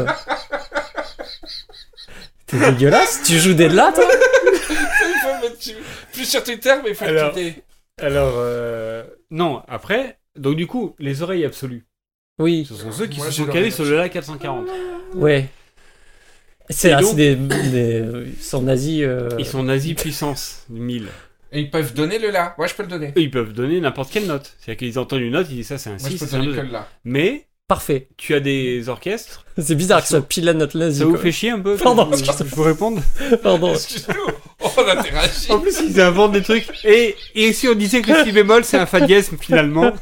S4: T'es dégueulasse, tu joues des la, toi
S1: Il faut mettre tu- plus sur Twitter, mais il faut
S2: Alors,
S1: le quitter.
S2: alors euh, non, après, donc du coup, les oreilles absolues,
S4: Oui,
S2: ce sont ceux qui
S1: Moi,
S2: se
S1: j'ai
S2: sont calés
S1: l'oreille
S2: sur le la 440.
S4: ouais. C'est
S2: Et
S4: ah,
S2: donc-
S4: c'est des, des- Ils sont nazis... euh,
S2: Ils sont nazis puissance 1000.
S1: Et ils peuvent donner le là. Moi, je peux le donner.
S2: Eux, ils peuvent donner n'importe quelle note. C'est-à-dire qu'ils entendent une note, ils disent ça, c'est un
S1: Moi,
S2: 6,
S1: je peux
S2: c'est un
S1: donner que
S2: 2.
S1: le là.
S2: Mais
S4: Parfait.
S2: tu as des orchestres,
S4: C'est bizarre que ça pile la note nazie.
S2: ça vous
S4: quoi.
S2: fait chier un peu
S4: Pardon.
S2: que- que Je peux répondre
S4: Pardon.
S1: Excuse-nous, on interagit.
S2: En plus, ils inventent des trucs. Et, et si on disait que le si bémol, c'est un fa dièse finalement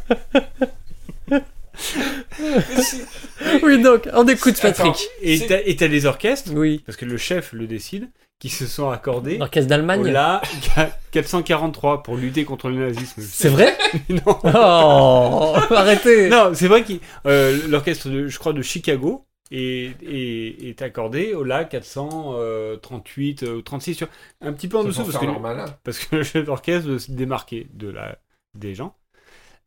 S1: Mais si-
S4: Oui, donc, on écoute Patrick.
S1: Attends,
S2: Et
S1: C'est-
S2: t'as, et t'as des orchestres,
S4: Oui.
S2: parce que le chef le décide, qui se sont accordés
S4: L'orchestre
S2: au
S4: d'Allemagne.
S2: la 443 pour lutter contre le nazisme.
S4: C'est vrai
S2: non.
S4: Oh Arrêtez
S2: Non, c'est vrai que l'orchestre, de, je crois, de Chicago est, est, est accordé au la 438 euh, ou 36, sur, un petit peu en
S1: c'est
S2: dessous,
S1: pour
S2: parce
S1: faire
S2: que,
S1: leur malin.
S2: parce que le chef d'orchestre veut se démarquer de la, des gens.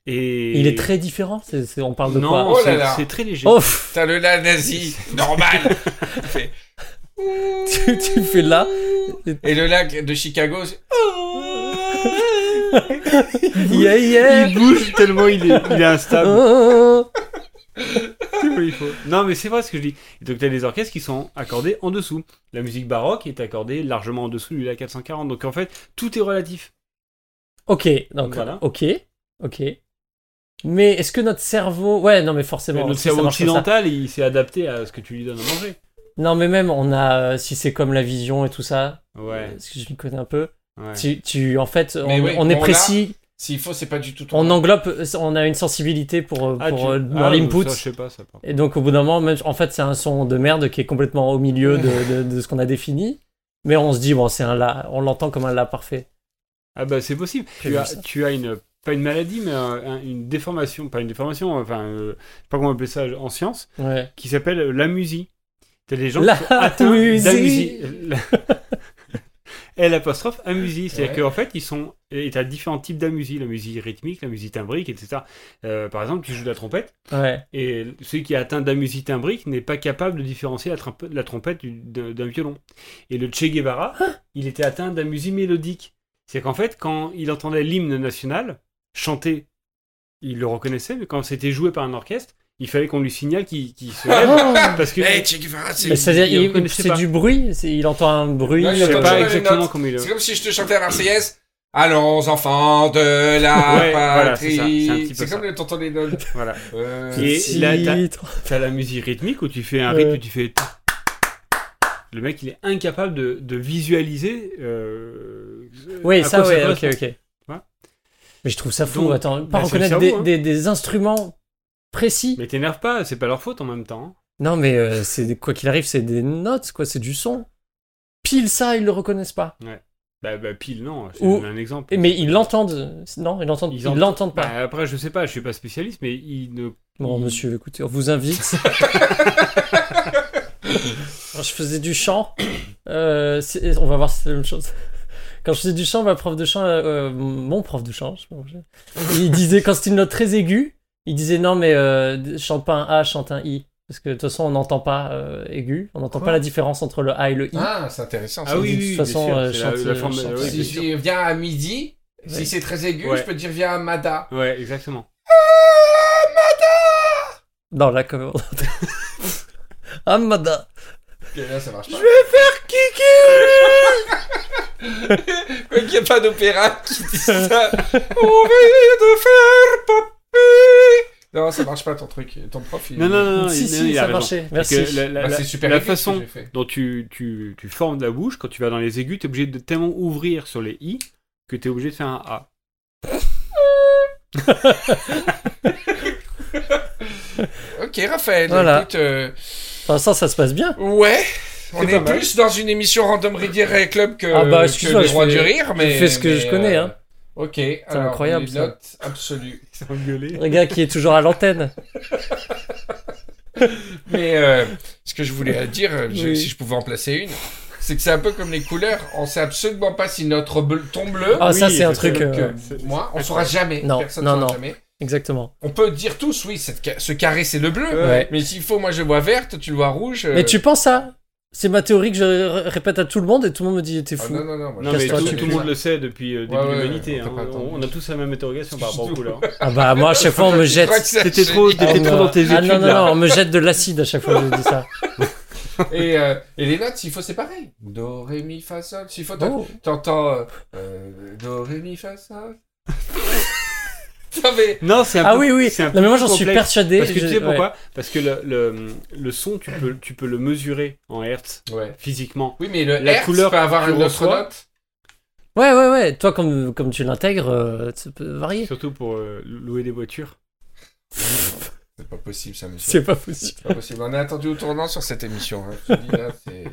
S2: Et
S4: Il est très différent, c'est- c'est- on parle de
S2: non,
S4: quoi
S1: Oh là
S2: c'est-
S1: là.
S2: c'est très léger.
S4: Oh, pff,
S1: T'as le là nazi, normal. Il fait-
S4: tu, tu fais là.
S1: Et le lac de Chicago, c'est-
S4: Yeah, yeah.
S2: Il bouge tellement il est, il est instable.
S4: Oh.
S2: Il faut- Non, mais c'est vrai ce que je dis. Donc, tu as des orchestres qui sont accordés en dessous. La musique baroque est accordée largement en dessous du La 440. Donc, en fait, tout est relatif.
S4: Ok, donc
S2: Voilà.
S4: ok, ok. Mais est-ce que notre cerveau, ouais, non, mais forcément,
S2: Notre
S4: si ça
S2: cerveau
S4: marche comme ça.
S2: occidental, il s'est adapté à ce que tu lui donnes à manger.
S4: Non, mais même on a, euh, si c'est comme la vision et tout ça,
S2: Ouais.
S4: parce que je m'y connais un peu.
S2: ouais.
S4: Tu, tu, en fait, on,
S1: Mais oui,
S4: on est
S1: bon, là-
S4: précis
S1: S'il faut, c'est pas du tout ton
S4: On englobe, on a une sensibilité pour, euh,
S2: Ah,
S4: pour
S2: tu-
S4: euh,
S2: Ah,
S4: dans l'input.
S2: ça, Je sais pas, ça. par contre.
S4: Et donc au bout d'un moment, même, en fait, c'est un son de merde qui est complètement au milieu de, de- de ce qu'on a défini. Mais on se dit, bon, c'est un la, on l'entend comme un la parfait.
S2: Ah bah c'est possible. Tu
S4: J'ai vu
S2: as,
S4: ça.
S2: tu as une pas une maladie, mais euh, un- une déformation, pas une déformation, enfin, euh, je sais pas comment appeler ça en science,
S4: Ouais.
S2: qui s'appelle euh, l'amusie. T'as des gens
S4: La
S2: qui sont atteints
S4: musie.
S2: d'amusie. L apostrophe amusie, c'est-à-dire
S1: Ouais.
S2: qu'en fait ils sont, et t'as différents types d'amusie, la musique rythmique, la musique timbrique, etc. Euh, par exemple, tu joues de la trompette.
S4: Ouais.
S2: Et celui qui est atteint d'amusie timbrique n'est pas capable de différencier la, trimpe- la trompette du- d'un d'un violon. Et le Che Guevara, il était atteint d'amusie mélodique. C'est qu'en fait, quand il entendait l'hymne national chanter, il le reconnaissait, mais quand c'était joué par un orchestre, il fallait qu'on lui signale qu'il qu'il se lève.
S4: Ah.
S2: parce que
S1: Eh, hey, Che Guevara, c'est.
S4: Mais c'est-à-dire,
S2: il
S4: il-
S2: reconnaissait
S4: c'est
S2: pas.
S4: du bruit. c'est- Il entend un bruit.
S1: Non, il
S2: je sais
S1: entend
S2: pas
S1: jamais les
S2: exactement
S1: notes.
S2: comment il
S1: C'est comme si je te chantais la Marseillaise. Allons, enfants de la
S2: Ouais, voilà, c'est
S1: patrie.
S2: ça, c'est un petit peu
S1: c'est comme
S2: ça.
S1: le tonton des notes.
S2: Voilà.
S1: Euh,
S2: Et là, t'as-
S4: Titre.
S2: T'as la musique rythmique où tu fais un
S4: Ouais.
S2: rythme, tu fais. Le mec, il est incapable de, de visualiser. euh,
S4: Oui,
S2: à
S4: ça,
S2: quoi
S4: ouais, ok,
S2: correspond.
S4: ok.
S2: Ouais.
S4: Mais je trouve ça fou,
S2: Donc,
S4: attends,
S2: bah, c'est
S4: pas
S2: le
S4: reconnaître
S2: cerveau,
S4: des,
S2: hein.
S4: des- des instruments précis.
S2: Mais t'énerve pas, c'est pas leur faute en même temps. hein.
S4: Non, mais euh, c'est quoi qu'il arrive, c'est des notes, quoi, c'est du son. Pile ça, ils le reconnaissent pas.
S2: Bah, bah, pile, non, je te
S4: Ou-
S2: donne un exemple.
S4: Et- Mais ils l'entendent. Non, ils l'entendent.
S2: Ils
S4: Ils
S2: entendent-
S4: l'entendent pas.
S2: Bah, après, je sais pas, je suis pas spécialiste, mais il ne.
S4: Bon,
S2: il-
S4: monsieur, écoutez, on vous invite. Quand je faisais du chant, euh, c'est- on va voir si c'est la même chose. Quand je faisais du chant, ma prof de chant, euh, euh, mon prof de chant, je sais pas pourquoi je- il disait, quand c'était une note très aiguë, il disait non, mais euh, chante pas un A, chante un I. Parce que de toute façon, on n'entend pas euh, aigu, on n'entend
S1: Quoi
S4: pas la différence entre le A et le I.
S1: Ah, c'est intéressant. ça.
S2: Ah oui,
S4: de
S2: oui,
S4: toute
S2: oui,
S4: façon,
S2: bien
S4: euh,
S2: sûr, c'est la-
S4: chantier-
S2: la forme-
S4: chantier-
S2: ouais,
S1: si
S2: bien sûr.
S1: je viens à midi,
S4: Ouais.
S1: si c'est très aigu,
S2: Ouais.
S1: je peux dire viens à Mada.
S2: Ouais, exactement.
S4: Non, là, comme on Amada.
S1: Et là, ça marche pas. Quoi qu'il n'y a pas d'opéra qui dit ça. On veut de faire popper. Non, ça marche pas ton truc. Ton prof, il.
S2: Non, non, non, non,
S4: si,
S2: il-
S4: si,
S2: non, il a
S4: ça
S2: raison.
S4: marchait.
S2: Parce que
S4: Merci.
S2: la, la-
S1: Bah,
S2: la-
S1: c'est super
S2: la
S1: aigu, ce que
S2: façon
S1: j'ai fait.
S2: dont tu, tu, tu formes la bouche, quand tu vas dans les aigus, t'es obligé de tellement ouvrir sur les i que t'es obligé de faire un a.
S1: Ok, Raphaël,
S4: Voilà.
S1: écoute. euh,
S4: Pour l'instant, ça se passe bien.
S1: Ouais. On
S2: pas
S1: est
S2: mal.
S1: plus dans une émission Random Reader Club que,
S4: Ah bah,
S1: que
S4: excuse-moi,
S1: le
S4: je
S1: roi
S4: fais-
S1: du rire, mais.
S4: fais ce que
S1: mais,
S4: je connais, hein.
S1: euh, Ok, c'est
S4: incroyable,
S1: incroyable.
S4: ça.
S1: Note absolue.
S2: Ils ont gueulé.
S4: Un gars qui est toujours à l'antenne.
S1: Mais euh, ce que je voulais dire, euh, je-
S4: Oui.
S1: si je pouvais en placer une, c'est que c'est un peu comme les couleurs. On sait absolument pas si notre bleu, ton bleu,
S4: Ah, ça,
S2: Oui,
S4: c'est un
S2: c'est
S4: truc.
S1: que
S4: euh,
S1: moi, on saura jamais.
S4: Non,
S1: Personne
S4: non,
S1: saura
S4: non.
S1: jamais.
S4: Exactement.
S1: On peut dire tous, oui, cette ca- ce carré c'est le bleu.
S4: Ouais.
S1: Mais s'il faut, moi je vois verte, tu le vois rouge. euh,
S4: Mais tu penses à. C'est ma théorie que je r- répète à tout le monde et tout le monde me dit T'es
S1: Ah,
S4: fou.
S1: non, non, non. moi,
S2: Non,
S1: je-
S2: mais
S4: Casse-toi,
S2: tout,
S4: tu
S2: tout le
S4: fais
S2: monde le sait depuis euh, début
S1: Ouais, ouais,
S2: de l'humanité.
S1: on peut
S2: hein.
S1: pas attendre.
S2: On, on a tous la même interrogation par rapport aux couleurs.
S4: Ah bah, moi, à chaque fois, on me jette.
S1: Je crois que ça
S2: T'étais
S1: gêne.
S2: trop- t'étais
S4: Ah,
S2: trop dans tes
S4: Ah non,
S2: études,
S4: non,
S2: là.
S4: non, on me jette de l'acide à chaque fois que je dis ça.
S1: Et, euh, et les notes, s'il faut, c'est pareil. Do, ré, mi, fa, sol. S'il faut, t'en-
S4: Oh.
S1: t'entends euh, euh, do, ré, mi, fa, sol. non, mais
S2: Non, c'est un
S4: Ah
S2: peu-
S4: oui, oui.
S2: c'est un
S4: Non,
S2: peu
S4: mais moi, j'en
S2: plus
S4: suis
S2: complexe.
S4: persuadé.
S2: Parce que tu
S4: Je-
S2: sais pourquoi
S4: ouais.
S2: Parce que le, le, le son, tu peux, tu peux le mesurer en hertz
S1: ouais.
S2: physiquement.
S1: Oui, mais le
S2: La
S1: hertz
S2: couleur
S1: peut avoir
S2: que tu
S1: une autre
S2: reçois.
S1: note.
S4: Ouais, ouais, ouais. Toi, comme, comme tu l'intègres, euh, ça peut varier.
S2: Surtout pour euh, louer des voitures.
S1: C'est pas possible, ça, monsieur.
S4: C'est pas possible.
S1: C'est pas possible. On est attendu au tournant sur cette émission. hein. Je te dis, là, c'est-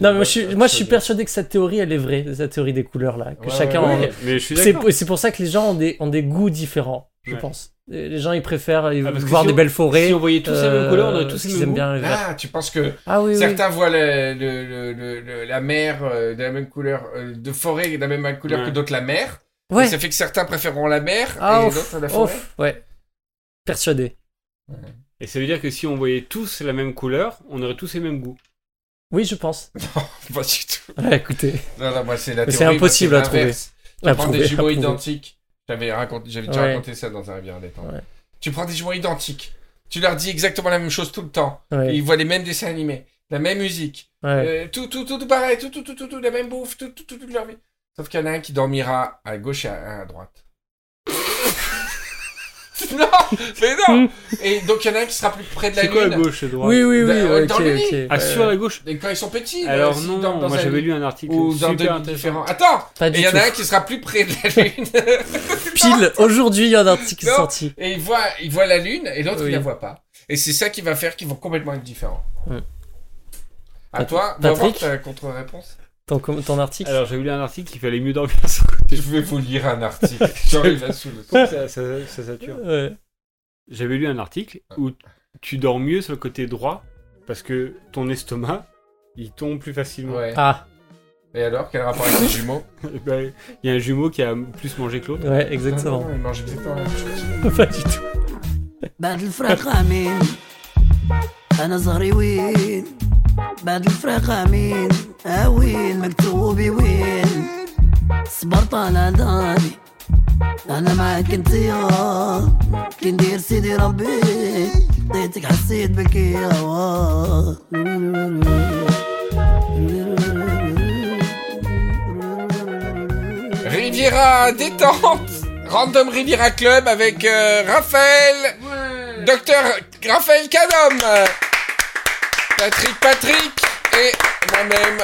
S4: Non, mais moi, je suis, moi, je suis
S1: Absolument.
S4: persuadé que cette théorie, elle est vraie, cette théorie des couleurs, là. Que
S1: Ouais,
S4: chacun.
S1: ouais,
S4: en-
S1: ouais.
S2: Mais je suis
S4: C'est
S2: d'accord.
S4: pour- c'est pour ça que les gens ont des, ont des goûts différents, je
S2: Ouais.
S4: pense. Et Les gens, ils préfèrent ils
S2: Ah, parce que
S4: voir
S2: si
S4: des
S2: on-
S4: belles forêts.
S2: Si on voyait tous les mêmes couleurs, on aurait tous les mêmes
S4: ils euh, aiment
S2: goûts.
S4: bien le vert.
S1: Ah, tu penses que
S4: Ah oui, oui.
S1: certains voient le- le- le- le- le- la mer euh, de la même couleur, euh, de forêt de la même couleur
S2: Ouais.
S1: que d'autres la mer.
S4: Ouais.
S1: Et ça fait que certains préféreront la mer
S4: Ah,
S1: et
S4: ouf,
S1: d'autres la forêt.
S4: ouf, ouais. Persuadé.
S2: Et ça veut dire que si on voyait tous la même couleur, on aurait tous les mêmes goûts.
S4: Oui, je pense.
S1: Pas du tout.
S4: Ouais, écoutez,
S1: Non, non, moi, c'est la
S4: Mais c'est
S1: théorie, moi,
S4: impossible à trouver.
S1: l'inverse. Tu prends
S4: approuvé,
S1: des jumeaux
S4: approuvé.
S1: identiques. J'avais raconté, j'avais déjà
S4: Ouais.
S1: raconté ça dans un rivière des temps.
S4: Ouais.
S1: Tu prends des jumeaux identiques. Tu leur dis exactement la même chose tout le temps.
S4: Ouais,
S1: Et ils voient les mêmes dessins animés, la même musique.
S4: ouais.
S1: Euh, tout, tout, tout, tout pareil, tout, tout, tout, tout, tout, la même bouffe, tout, tout, tout, toute leur vie. Sauf qu'il y en a un qui dormira à gauche et à, à droite. Non, mais
S4: Hmm.
S1: non Et donc, il y en a un qui sera plus près de la Euh,
S2: C'est quoi à
S1: lune.
S2: gauche, à droite
S4: Oui, oui, oui,
S1: Dans-
S4: ok,
S1: bah, dans le lit.
S4: ok.
S2: Ah, sur la gauche
S1: Et quand ils sont petits.
S2: Alors
S1: euh, s'ils
S2: non,
S1: dorment dans
S2: moi
S1: un
S2: j'avais
S1: lit
S2: lu un article
S1: Ou dans deux
S2: super
S1: lits
S2: intéressant.
S1: différents. Attends
S4: Pas
S1: Et
S4: du
S1: il y en a un
S4: tout.
S1: qui sera plus près de la lune.
S4: Pile, aujourd'hui, il y en a un petit qui est
S1: Non.
S4: sorti.
S1: Et il voit, il voit la lune et l'autre
S4: Oui.
S1: il la voit pas. Et c'est ça qui va faire qu'ils vont complètement être différents.
S4: Ouais.
S1: À
S4: Pat-
S1: toi,
S4: Patrick
S1: Patrick, ta contre-réponse.
S4: Ton, com- ton article
S2: Alors j'avais lu un article qu'il fallait mieux dormir sans côté.
S1: Je vais vous lire un article. J'arrive à sous le
S2: Ça, ça, ça, ça sature.
S4: Ouais.
S2: J'avais lu un article où tu dors mieux sur le côté droit parce que ton estomac il tombe plus facilement.
S1: Ouais.
S4: Ah,
S1: Et alors, quel rapport avec les jumeaux
S2: Eh ben, Il y a un jumeau qui a plus mangé que l'autre.
S4: ouais, exactement.
S1: Ah, Ils mangent exactement la même chose.
S4: Pas du tout.
S6: بعد الفراق امين انا ظهري وين بعد الفراق امين ها وين مكتوبي وين صبرت على داري انا معاك انت يا كي ندير سيدي ربي عطيتك حسيت بك يا وا.
S1: Riviera détente Random Riviera Club avec euh, Raphaël Docteur Raphaël Cadom euh, Patrick Patrick et moi-même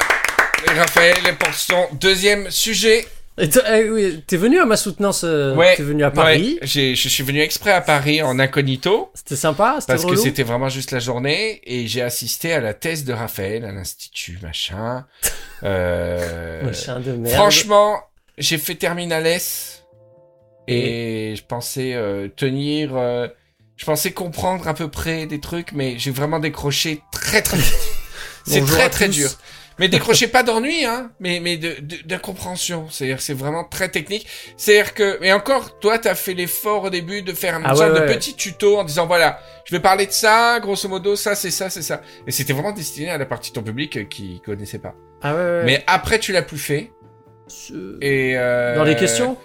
S1: et Raphaël pour son deuxième sujet.
S4: Et toi, eh oui, T'es venu à ma soutenance euh,
S1: Ouais.
S4: T'es venu à Paris
S1: Ouais, j'ai- je suis venu exprès à Paris en incognito
S4: C'était sympa Ah, C'était
S1: parce que
S4: relou
S1: c'était vraiment juste la journée et j'ai assisté à la thèse de Raphaël à l'institut machin. Euh,
S4: Machin de merde.
S1: Franchement, j'ai fait Terminal S et je pensais euh, tenir. euh, je pensais comprendre à peu près des trucs, mais j'ai vraiment décroché très très vite. c'est
S4: Bonjour
S1: très
S4: à
S1: très
S4: tous.
S1: dur. Mais décroché pas d'ennui, hein, mais mais de de- d'incompréhension. C'est-à-dire que c'est vraiment très technique. C'est-à-dire que mais encore, toi, t'as fait l'effort au début de faire un
S4: Ah
S1: sorte
S4: ouais,
S1: de
S4: ouais.
S1: petit tuto en disant voilà, je vais parler de ça, grosso modo, ça c'est ça c'est ça. Et c'était vraiment destiné à la partie de ton public euh, qui connaissait pas.
S4: Ah ouais, ouais.
S1: Mais après, tu l'as plus fait. Et euh,
S4: Dans les questions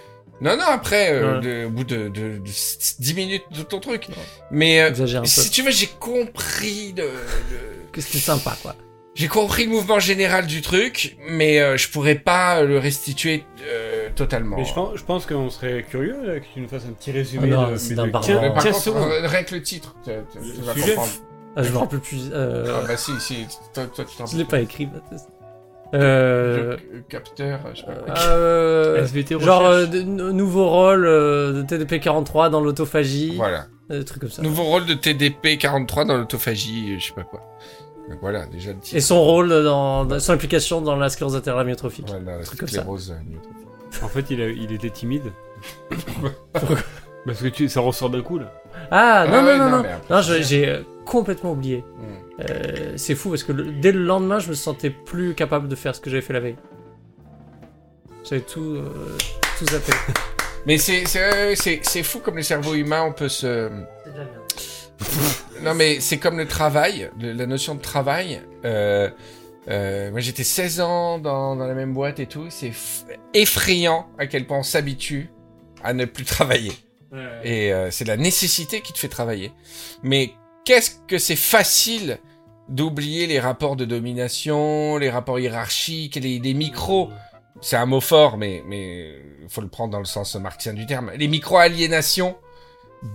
S1: Non, non, après, euh,
S4: Ouais.
S1: de- au bout de, de, de s- 10 minutes de ton truc. Mais euh,
S4: Exagère un peu.
S1: si tu veux, j'ai compris le- le-
S4: Que c'était sympa quoi.
S1: J'ai compris le mouvement général du truc, mais euh, je pourrais pas le restituer euh, totalement.
S2: Mais je pense, je pense qu'on serait curieux là, que tu nous fasses un petit résumé.
S4: Ah non,
S2: de-
S4: c'est
S2: mais
S4: d'un
S2: de-
S4: barbare.
S1: Mais
S2: Tiens,
S1: par
S2: tiens,
S1: contre,
S2: seconde.
S1: euh, rien que le titre, tu, tu- tu
S2: Le
S1: vas
S2: sujet.
S1: comprendre.
S4: Ah, je me rappelle plus.
S1: Ah
S4: Euh,
S1: bah si, si, toi, toi, tu t'en
S4: je l'ai pas écrit. ma thèse. Euh,
S1: Le c- capteur, je sais pas. quoi.
S4: euh,
S2: SVT
S4: genre
S2: recherche.
S4: euh, de- nou- nouveau rôle euh, de TDP 43 dans l'autophagie,
S1: Voilà.
S4: euh, des trucs comme ça.
S1: Nouveau rôle de TDP 43 dans l'autophagie, je sais pas quoi. Donc voilà, déjà le titre.
S4: Et son rôle dans, dans- son implication dans la sclérose latérale amyotrophique.
S1: Voilà,
S4: truc comme ça.
S1: sclérose, euh,
S2: En fait, il, a- il était timide. Parce que tu, ça ressort d'un coup là.
S4: Ah non
S1: Ah
S4: non
S1: ouais,
S4: non
S1: non,
S4: non,
S1: mais après-
S4: Non, je- j'ai euh, complètement oublié.
S1: Hmm.
S4: Euh, c'est fou parce que le- dès le lendemain, je me sentais plus capable de faire ce que j'avais fait la veille. J'avais tout euh, tout zappé.
S1: Mais c'est c'est- c'est c'est fou comme le cerveau humain, on peut se. Non mais c'est comme le travail, le- la notion de travail. Euh, euh, moi j'étais 16 ans dans, dans la même boîte et tout, c'est f- effrayant à quel point on s'habitue à ne plus travailler. Et euh, c'est la nécessité qui te fait travailler. Mais qu'est-ce que c'est facile d'oublier les rapports de domination, les rapports hiérarchiques, les, les micros. C'est un mot fort, mais mais faut le prendre dans le sens marxien du terme. Les micro-aliénations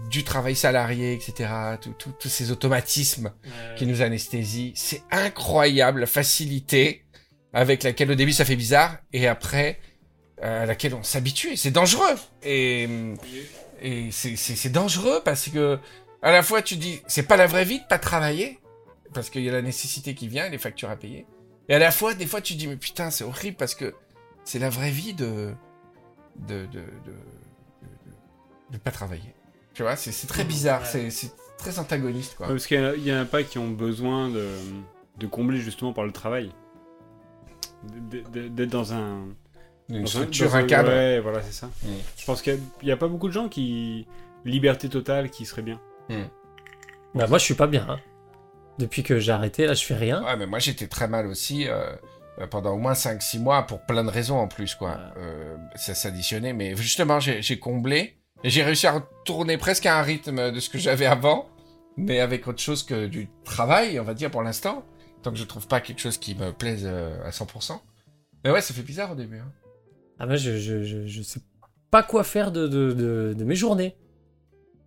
S1: du travail salarié, etc. tout- tout- tous ces automatismes qui nous anesthésient. C'est incroyable la facilité avec laquelle au début ça fait bizarre et après euh, à laquelle on s'habitue. Et C'est dangereux. Et, et c'est- c'est c'est dangereux parce que à la fois tu dis c'est pas la vraie vie de pas travailler parce qu'il y a la nécessité qui vient, les factures à payer. Et à la fois des fois tu dis mais putain c'est horrible parce que c'est la vraie vie de de de de, de- de pas travailler. Tu vois c'est c'est très bizarre, c'est c'est très antagoniste quoi.
S2: Ouais, parce qu'il y en a- il y en a pas qui ont besoin de, de combler justement par le travail. D- d- D'être dans un.
S1: Une
S2: dans
S1: structure,
S2: dans
S1: un cadre.
S2: Ouais, voilà, c'est ça.
S1: Mm.
S2: Je pense qu'il n'y a, pas beaucoup de gens qui. Liberté totale qui serait bien.
S4: Bah moi je suis pas bien. hein. Depuis que j'ai arrêté, là je fais rien.
S1: Ouais, mais moi j'étais très mal aussi euh, euh, pendant au moins 5-6 mois pour plein de raisons en plus, quoi. Euh, ça s'additionnait, mais justement j'ai j'ai comblé et j'ai réussi à retourner presque à un rythme de ce que j'avais avant, mais avec autre chose que du travail, on va dire pour l'instant, tant que je trouve pas quelque chose qui me plaise euh, à 100%. Mais ouais, ça fait bizarre au début. hein.
S4: ben, Ah bah je, je, je, je sais pas quoi faire de, de, de, de mes journées.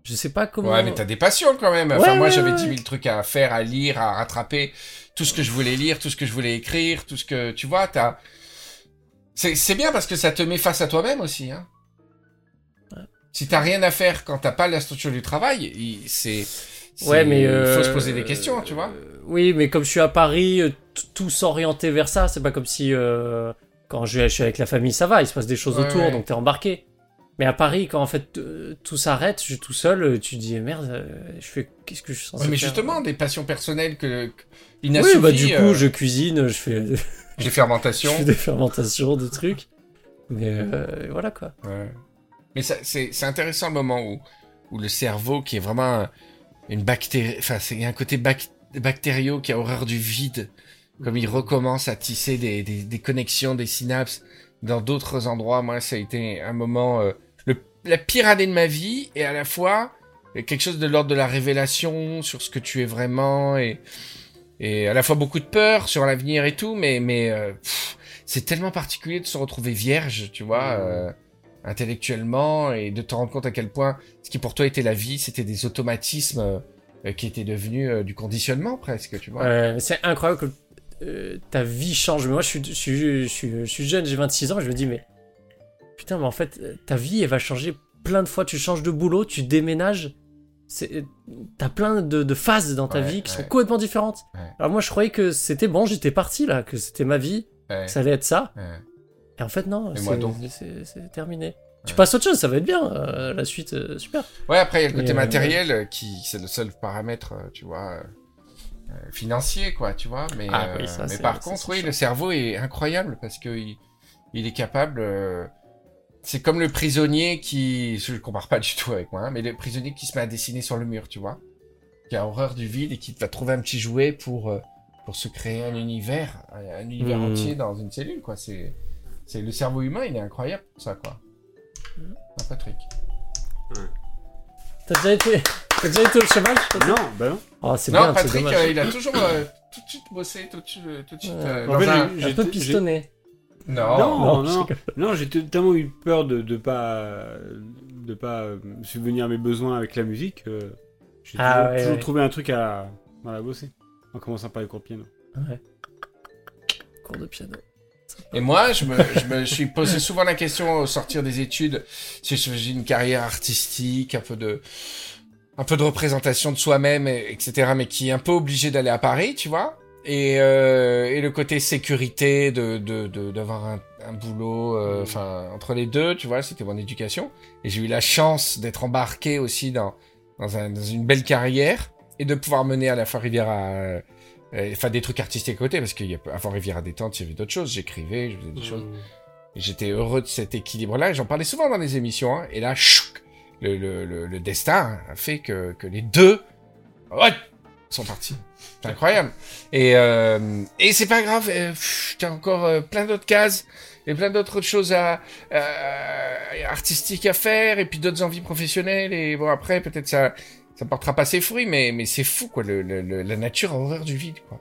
S4: Je sais pas comment.
S1: Ouais, mais t'as des passions quand même. Enfin,
S4: Ouais,
S1: moi,
S4: ouais,
S1: j'avais
S4: ouais.
S1: 10 000 trucs à faire, à lire, à rattraper. Tout ce que je voulais lire, tout ce que je voulais écrire, tout ce que. Tu vois, t'as. C'est c'est bien parce que ça te met face à toi-même aussi. Hein. Si t'as rien à faire quand t'as pas la structure du travail, il- c'est. c'est-
S4: Ouais, mais. euh,
S1: faut se poser des questions, tu vois.
S4: euh, Oui, mais comme je suis à Paris, euh, t- tout s'orienter vers ça. C'est pas comme si. euh, quand je, je suis avec la famille, ça va, il se passe des choses
S1: Ouais,
S4: autour,
S1: ouais.
S4: donc t'es embarqué. Mais à Paris, quand en fait euh, tout s'arrête, je suis tout seul, euh, tu te dis eh merde, euh, je fais qu'est-ce que je suis censé
S1: Ouais, mais
S4: faire
S1: justement, des passions personnelles que. que-
S4: Oui,
S1: inassouvies,
S4: bah du coup,
S1: euh,
S4: je cuisine, je fais, je
S1: J'ai fermentation.
S4: fais des fermentations, des trucs. Mais euh, voilà quoi.
S1: Ouais. Mais ça, c'est c'est intéressant le moment où, où le cerveau, qui est vraiment un- une bactérie, enfin, c'est- il y a un côté bac- bactériaux qui a horreur du vide, comme il recommence à tisser des, des, des connexions, des synapses dans d'autres endroits. Moi, ça a été un moment, euh, le, la pire année de ma vie, et à la fois euh, quelque chose de l'ordre de la révélation sur ce que tu es vraiment, et, et à la fois beaucoup de peur sur l'avenir et tout, mais, mais euh, pff, c'est tellement particulier de se retrouver vierge, tu vois.
S4: Mmh.
S1: euh, intellectuellement et de te rendre compte à quel point ce qui pour toi était la vie, c'était des automatismes euh, qui étaient devenus euh, du conditionnement presque, tu vois.
S4: Ouais, mais Euh, c'est incroyable que euh, ta vie change. Mais moi, je suis, je suis, je suis, je suis jeune, j'ai 26 ans, je me dis, mais putain, mais en fait, euh, ta vie, elle va changer plein de fois. Tu changes de boulot, tu déménages. C'est- euh, T'as plein de, de phases dans ta
S1: Ouais,
S4: vie qui sont
S1: ouais.
S4: complètement différentes.
S1: Ouais.
S4: Alors moi, je croyais que c'était bon, j'étais parti là, que c'était ma vie,
S1: Ouais,
S4: que ça allait être ça.
S1: ouais.
S4: Et en fait, non,
S1: Et moi donc.
S4: c'est- c'est c'est terminé. Tu
S1: Ouais.
S4: passes à autre chose, ça va être bien. euh, la suite, euh, super.
S1: Ouais, après il y a le côté
S4: Et, euh,
S1: matériel euh, qui c'est le seul paramètre, euh, tu vois, euh, euh, financier quoi, tu vois. Mais,
S4: Ah
S1: euh,
S4: oui, ça,
S1: mais
S4: c'est-
S1: par
S4: ça,
S1: contre,
S4: c'est
S1: oui,
S4: sûr.
S1: le cerveau est incroyable parce que il, il est capable. euh, c'est comme le prisonnier qui, je le compare pas du tout avec moi, hein, mais le prisonnier qui se met à dessiner sur le mur, tu vois. qui a horreur du vide et qui va trouver un petit jouet pour, euh, pour se créer un univers, un un univers
S4: Mmh.
S2: Mm.
S1: entier dans une cellule, quoi. C'est, c'est le cerveau humain, il est incroyable pour ça, quoi.
S4: Mmh.
S1: Un Patrick.
S4: T'as déjà été, t'as déjà été au chômage toi
S2: Non, bah non.
S4: Oh, c'est
S1: Non,
S4: bien, c'est
S1: Patrick,
S4: dommage.
S1: euh, il a toujours euh, tout de suite bossé, tout de suite. euh, tout de suite, euh,
S2: En
S1: dans
S2: fait,
S1: un-
S2: j'ai-
S4: J'ai un peu pistonné.
S1: Non.
S2: Non,
S4: Non,
S2: non,
S4: je
S2: non.
S4: rigole.
S2: Non, j'ai t- tellement eu peur de de pas de pas euh, subvenir à mes besoins avec la musique. euh, J'ai
S4: Ah,
S2: toujours,
S4: ouais,
S2: toujours
S4: ouais.
S2: trouvé un truc à voilà, bosser. En commençant par les cours de piano.
S4: cours de piano.
S1: Et moi, je me, je me suis posé souvent la question au sortir des études, si je faisais une carrière artistique, un peu de, un peu de représentation de soi-même, et- etc., mais qui est un peu obligé d'aller à Paris, tu vois. Et, euh, et le côté sécurité de de- de- d'avoir un, un boulot, euh, enfin entre les deux, tu vois, c'était mon éducation. Et j'ai eu la chance d'être embarqué aussi dans dans, un- dans une belle carrière et de pouvoir mener à la fois Riviera, euh, euh, enfin des trucs artistiques à côté, parce qu'avant Riviera détente, il y avait d'autres choses. J'écrivais, je faisais
S2: Mmh.
S1: des choses. Et J'étais heureux de cet équilibre-là. et J'en parlais souvent dans les émissions. hein. Et là, chouc, le, le, le, le destin a fait que, que les deux ouais, sont partis. C'est incroyable. Et, euh, et c'est pas grave. Euh, pff, T'as encore euh, plein d'autres cases et plein d'autres choses à, euh, artistiques à faire et puis d'autres envies professionnelles. Et bon, après, peut-être ça ça portera pas ses fruits, mais, mais c'est fou, quoi. Le, le- le- la nature a horreur du vide, quoi.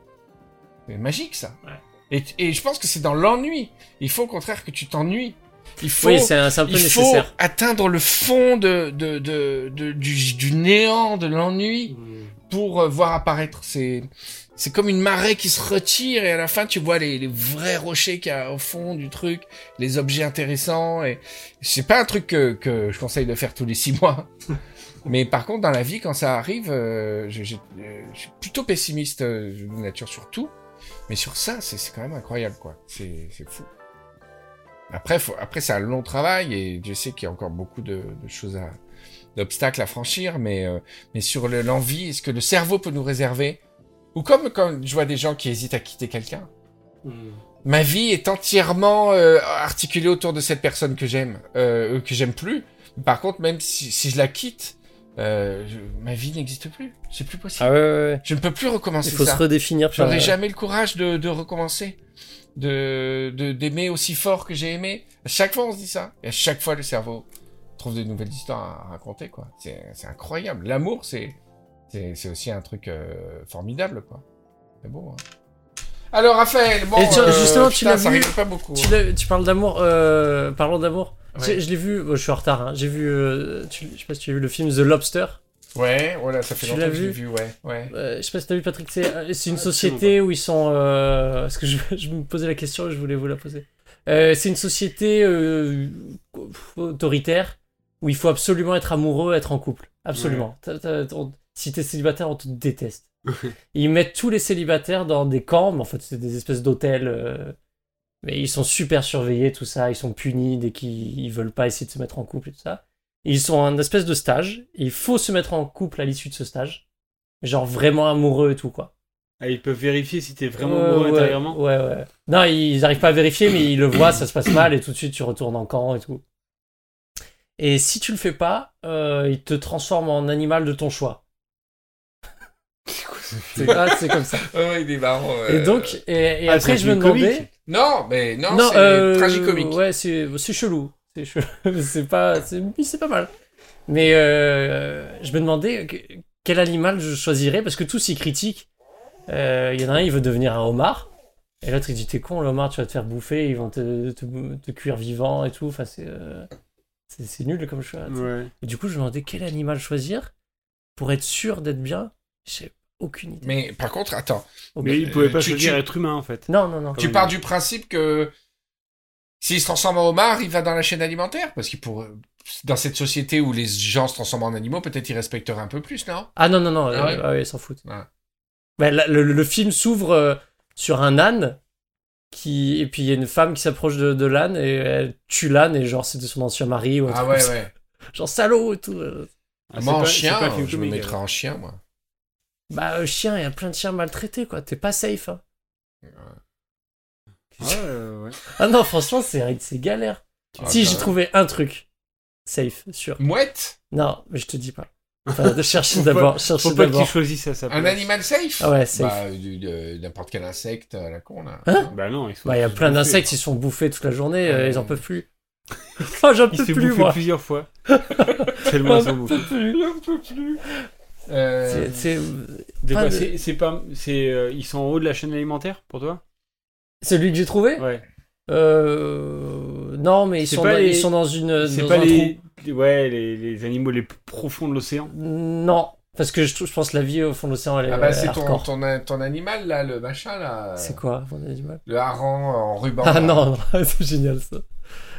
S1: C'est magique, ça. Et, et je pense que c'est dans l'ennui. Il faut au contraire que tu t'ennuies. Il faut,
S4: Oui, c'est un, c'est un peu
S1: il faut
S4: nécessaire.
S1: atteindre le fond de, de, de, de- du, du néant, de l'ennui, pour euh, voir apparaître. C'est, c'est comme une marée qui se retire et à la fin tu vois les, les vrais rochers qu'il y a au fond du truc, les objets intéressants. Et c'est pas un truc que, que je conseille de faire tous les six mois. Mais par contre, dans la vie, quand ça arrive, euh, je, je- euh, je suis plutôt pessimiste euh, de nature sur tout. Mais sur ça, c'est c'est quand même incroyable, quoi. C'est c'est fou. Après, faut- après c'est un long travail et je sais qu'il y a encore beaucoup de, de choses à d'obstacles à franchir, mais euh, mais sur le- l'envie, est-ce que le cerveau peut nous réserver Ou comme quand je vois des gens qui hésitent à quitter quelqu'un.
S2: Mmh.
S1: Ma vie est entièrement euh, articulée autour de cette personne que j'aime, euh, que j'aime plus. Par contre, même si, si je la quitte, euh, je- ma vie n'existe plus. C'est plus possible.
S4: Ah ouais, ouais, ouais.
S1: Je ne peux plus recommencer
S4: Il faut
S1: ça.
S4: se redéfinir. par-
S1: J'aurais jamais le courage de, de recommencer, de de- d'aimer aussi fort que j'ai aimé. À chaque fois, on se dit ça. Et à chaque fois, le cerveau trouve de nouvelles histoires à raconter, quoi. C'est c'est incroyable. L'amour, c'est c'est c'est aussi un truc euh, formidable, quoi. C'est beau. hein. Alors, Raphaël, bon,
S4: Et tu-
S1: euh,
S4: justement, tu
S1: putain,
S4: l'as
S1: ça
S4: vu-
S1: rigole pas beaucoup.
S4: Tu, l'as- tu parles d'amour, euh, parlons d'amour.
S1: Ouais.
S4: J'ai- Je l'ai vu, oh, je suis en retard, hein. j'ai vu, euh, tu- je sais pas si tu as vu le film The Lobster.
S1: Ouais, voilà, ça fait
S4: Tu
S1: longtemps
S4: l'as
S1: que je l'ai
S4: vu
S1: vu, ouais. ouais.
S4: Euh, je sais pas si t'as vu Patrick, c'est euh, c'est une société où ils sont... euh, parce que je, je me posais la question et je voulais vous la poser. Euh, c'est une société euh, autoritaire où il faut absolument être amoureux, être en couple. Absolument. T'as- t'as- on- si t'es célibataire, on te déteste. Et ils mettent tous les célibataires dans des camps, mais en fait c'est des espèces d'hôtels. euh, mais ils sont super surveillés, tout ça. Ils sont punis dès qu'ils ils veulent pas essayer de se mettre en couple et tout ça. Et ils sont en espèce de stage. Et il faut se mettre en couple à l'issue de ce stage. Genre vraiment amoureux et tout, quoi.
S2: Ah, ils peuvent vérifier si t'es vraiment
S4: Ouais,
S2: amoureux
S4: Euh, ouais,
S2: intérieurement.
S4: Ouais, ouais. Non, ils arrivent pas à vérifier, mais ils le voient, ça se passe mal, et tout de suite, tu retournes en camp et tout. Et si tu le fais pas, euh, ils te transforment en animal de ton choix. C'est quoi, c'est comme ça.
S1: Ouais, il est marrant.
S4: Et
S1: euh,
S4: donc, et, et
S2: Ah,
S4: après,
S2: c'est
S4: je me
S2: du comique.
S4: demandais.
S1: Non, mais non, c'est
S4: euh,
S1: tragicomique.
S4: Ouais, c'est c'est chelou. C'est chelou. Mais c'est pas, c'est mais c'est pas mal. Mais euh, je me demandais que- quel animal je choisirais parce que tous ils critiquent. Euh, Il y en a un, il veut devenir un homard. Et l'autre, il dit T'es con, le homard, tu vas te faire bouffer, ils vont te, te- te cuire vivant et tout. Enfin, c'est euh, c'est- Ah, c'est nul comme choix.
S2: Ouais.
S4: Et du coup, je me demandais quel animal choisir pour être sûr d'être bien. J'ai aucune idée.
S1: Mais par contre, attends,
S4: Aucune-
S2: Mais ils pouvaient pas
S1: Euh, tu-
S2: choisir
S1: tu-
S2: être humain en fait.
S4: Non, non, non.
S1: tu
S2: Comment
S1: pars
S2: il
S1: du principe que s'il se transforme en homard, il va dans la chaîne alimentaire Parce qu'il pourrait. Dans cette société où les gens se transforment en animaux, peut-être il respecterait un peu plus, non
S4: Ah non, non, non,
S1: Ah
S4: euh,
S1: ouais
S4: ah ouais, ils s'en foutent.
S1: Ouais.
S4: Bah, la- le, le film s'ouvre euh, sur un âne, qui, et puis il y a une femme qui s'approche de, de l'âne et elle tue l'âne, et genre c'était son ancien mari ou un
S1: Ah
S4: truc
S1: ouais,
S4: comme ça.
S1: ouais.
S4: Genre salaud et tout. euh.
S2: Ah, c'est
S1: Moi, en
S2: pas- c'est
S1: chien,
S2: pas un film
S1: je me
S2: comique, hein.
S1: mettrais en chien, moi.
S4: Bah, euh, chien, il y a plein de chiens maltraités, quoi. T'es pas safe. hein.
S2: Ouais, ouais, ouais.
S4: Ah non, franchement, c'est c'est galère.
S1: Ah,
S4: si,
S1: quand
S4: j'ai
S1: même.
S4: trouvé un truc safe, sûr.
S1: Mouette
S4: Non, mais je te dis pas. Enfin, de- cherche
S2: Faut
S4: d'abord.
S2: pas-
S4: Cherche
S2: Faut pas que tu
S4: d'abord.
S2: choisisses à sa place.
S1: Un animal safe
S4: Ah ouais, safe. Bah,
S1: Bah, du- de- n'importe quel insecte à la con, là.
S4: Hein
S2: Bah non, ils
S4: il y a plein d'insectes, ils sont bouffés toute la journée, euh,
S1: Ah Ouais.
S4: ils en peuvent plus. oh, j'en
S2: Ils
S4: peux
S2: se
S4: plus,
S2: bouffent
S4: moi.
S2: plusieurs fois. Tellement ils sont bouffés.
S1: Euh,
S4: C'est- c'est-
S2: De
S4: Pas
S2: quoi,
S4: de-
S2: c'est- C'est pas, c'est, euh, ils sont en haut de la chaîne alimentaire pour toi
S4: Celui que j'ai trouvé
S2: Ouais.
S4: Euh, Non, mais ils
S2: C'est
S4: sont,
S2: pas
S4: dans,
S2: les-
S4: ils sont dans une.
S2: C'est
S4: Euh, dans
S2: pas
S4: un
S2: les,
S4: trou.
S2: les- ouais, les, les animaux les plus profonds de l'océan.
S4: Non, parce que je, trouve- je pense que la vie au fond de l'océan, elle est
S1: Ah bah, c'est ton,
S4: euh, hardcore.
S1: ton, ton animal, là, le machin, là.
S2: euh,
S4: C'est quoi on a du mal.
S1: Le hareng en ruban.
S4: Ah
S1: là.
S4: non, non, c'est génial ça.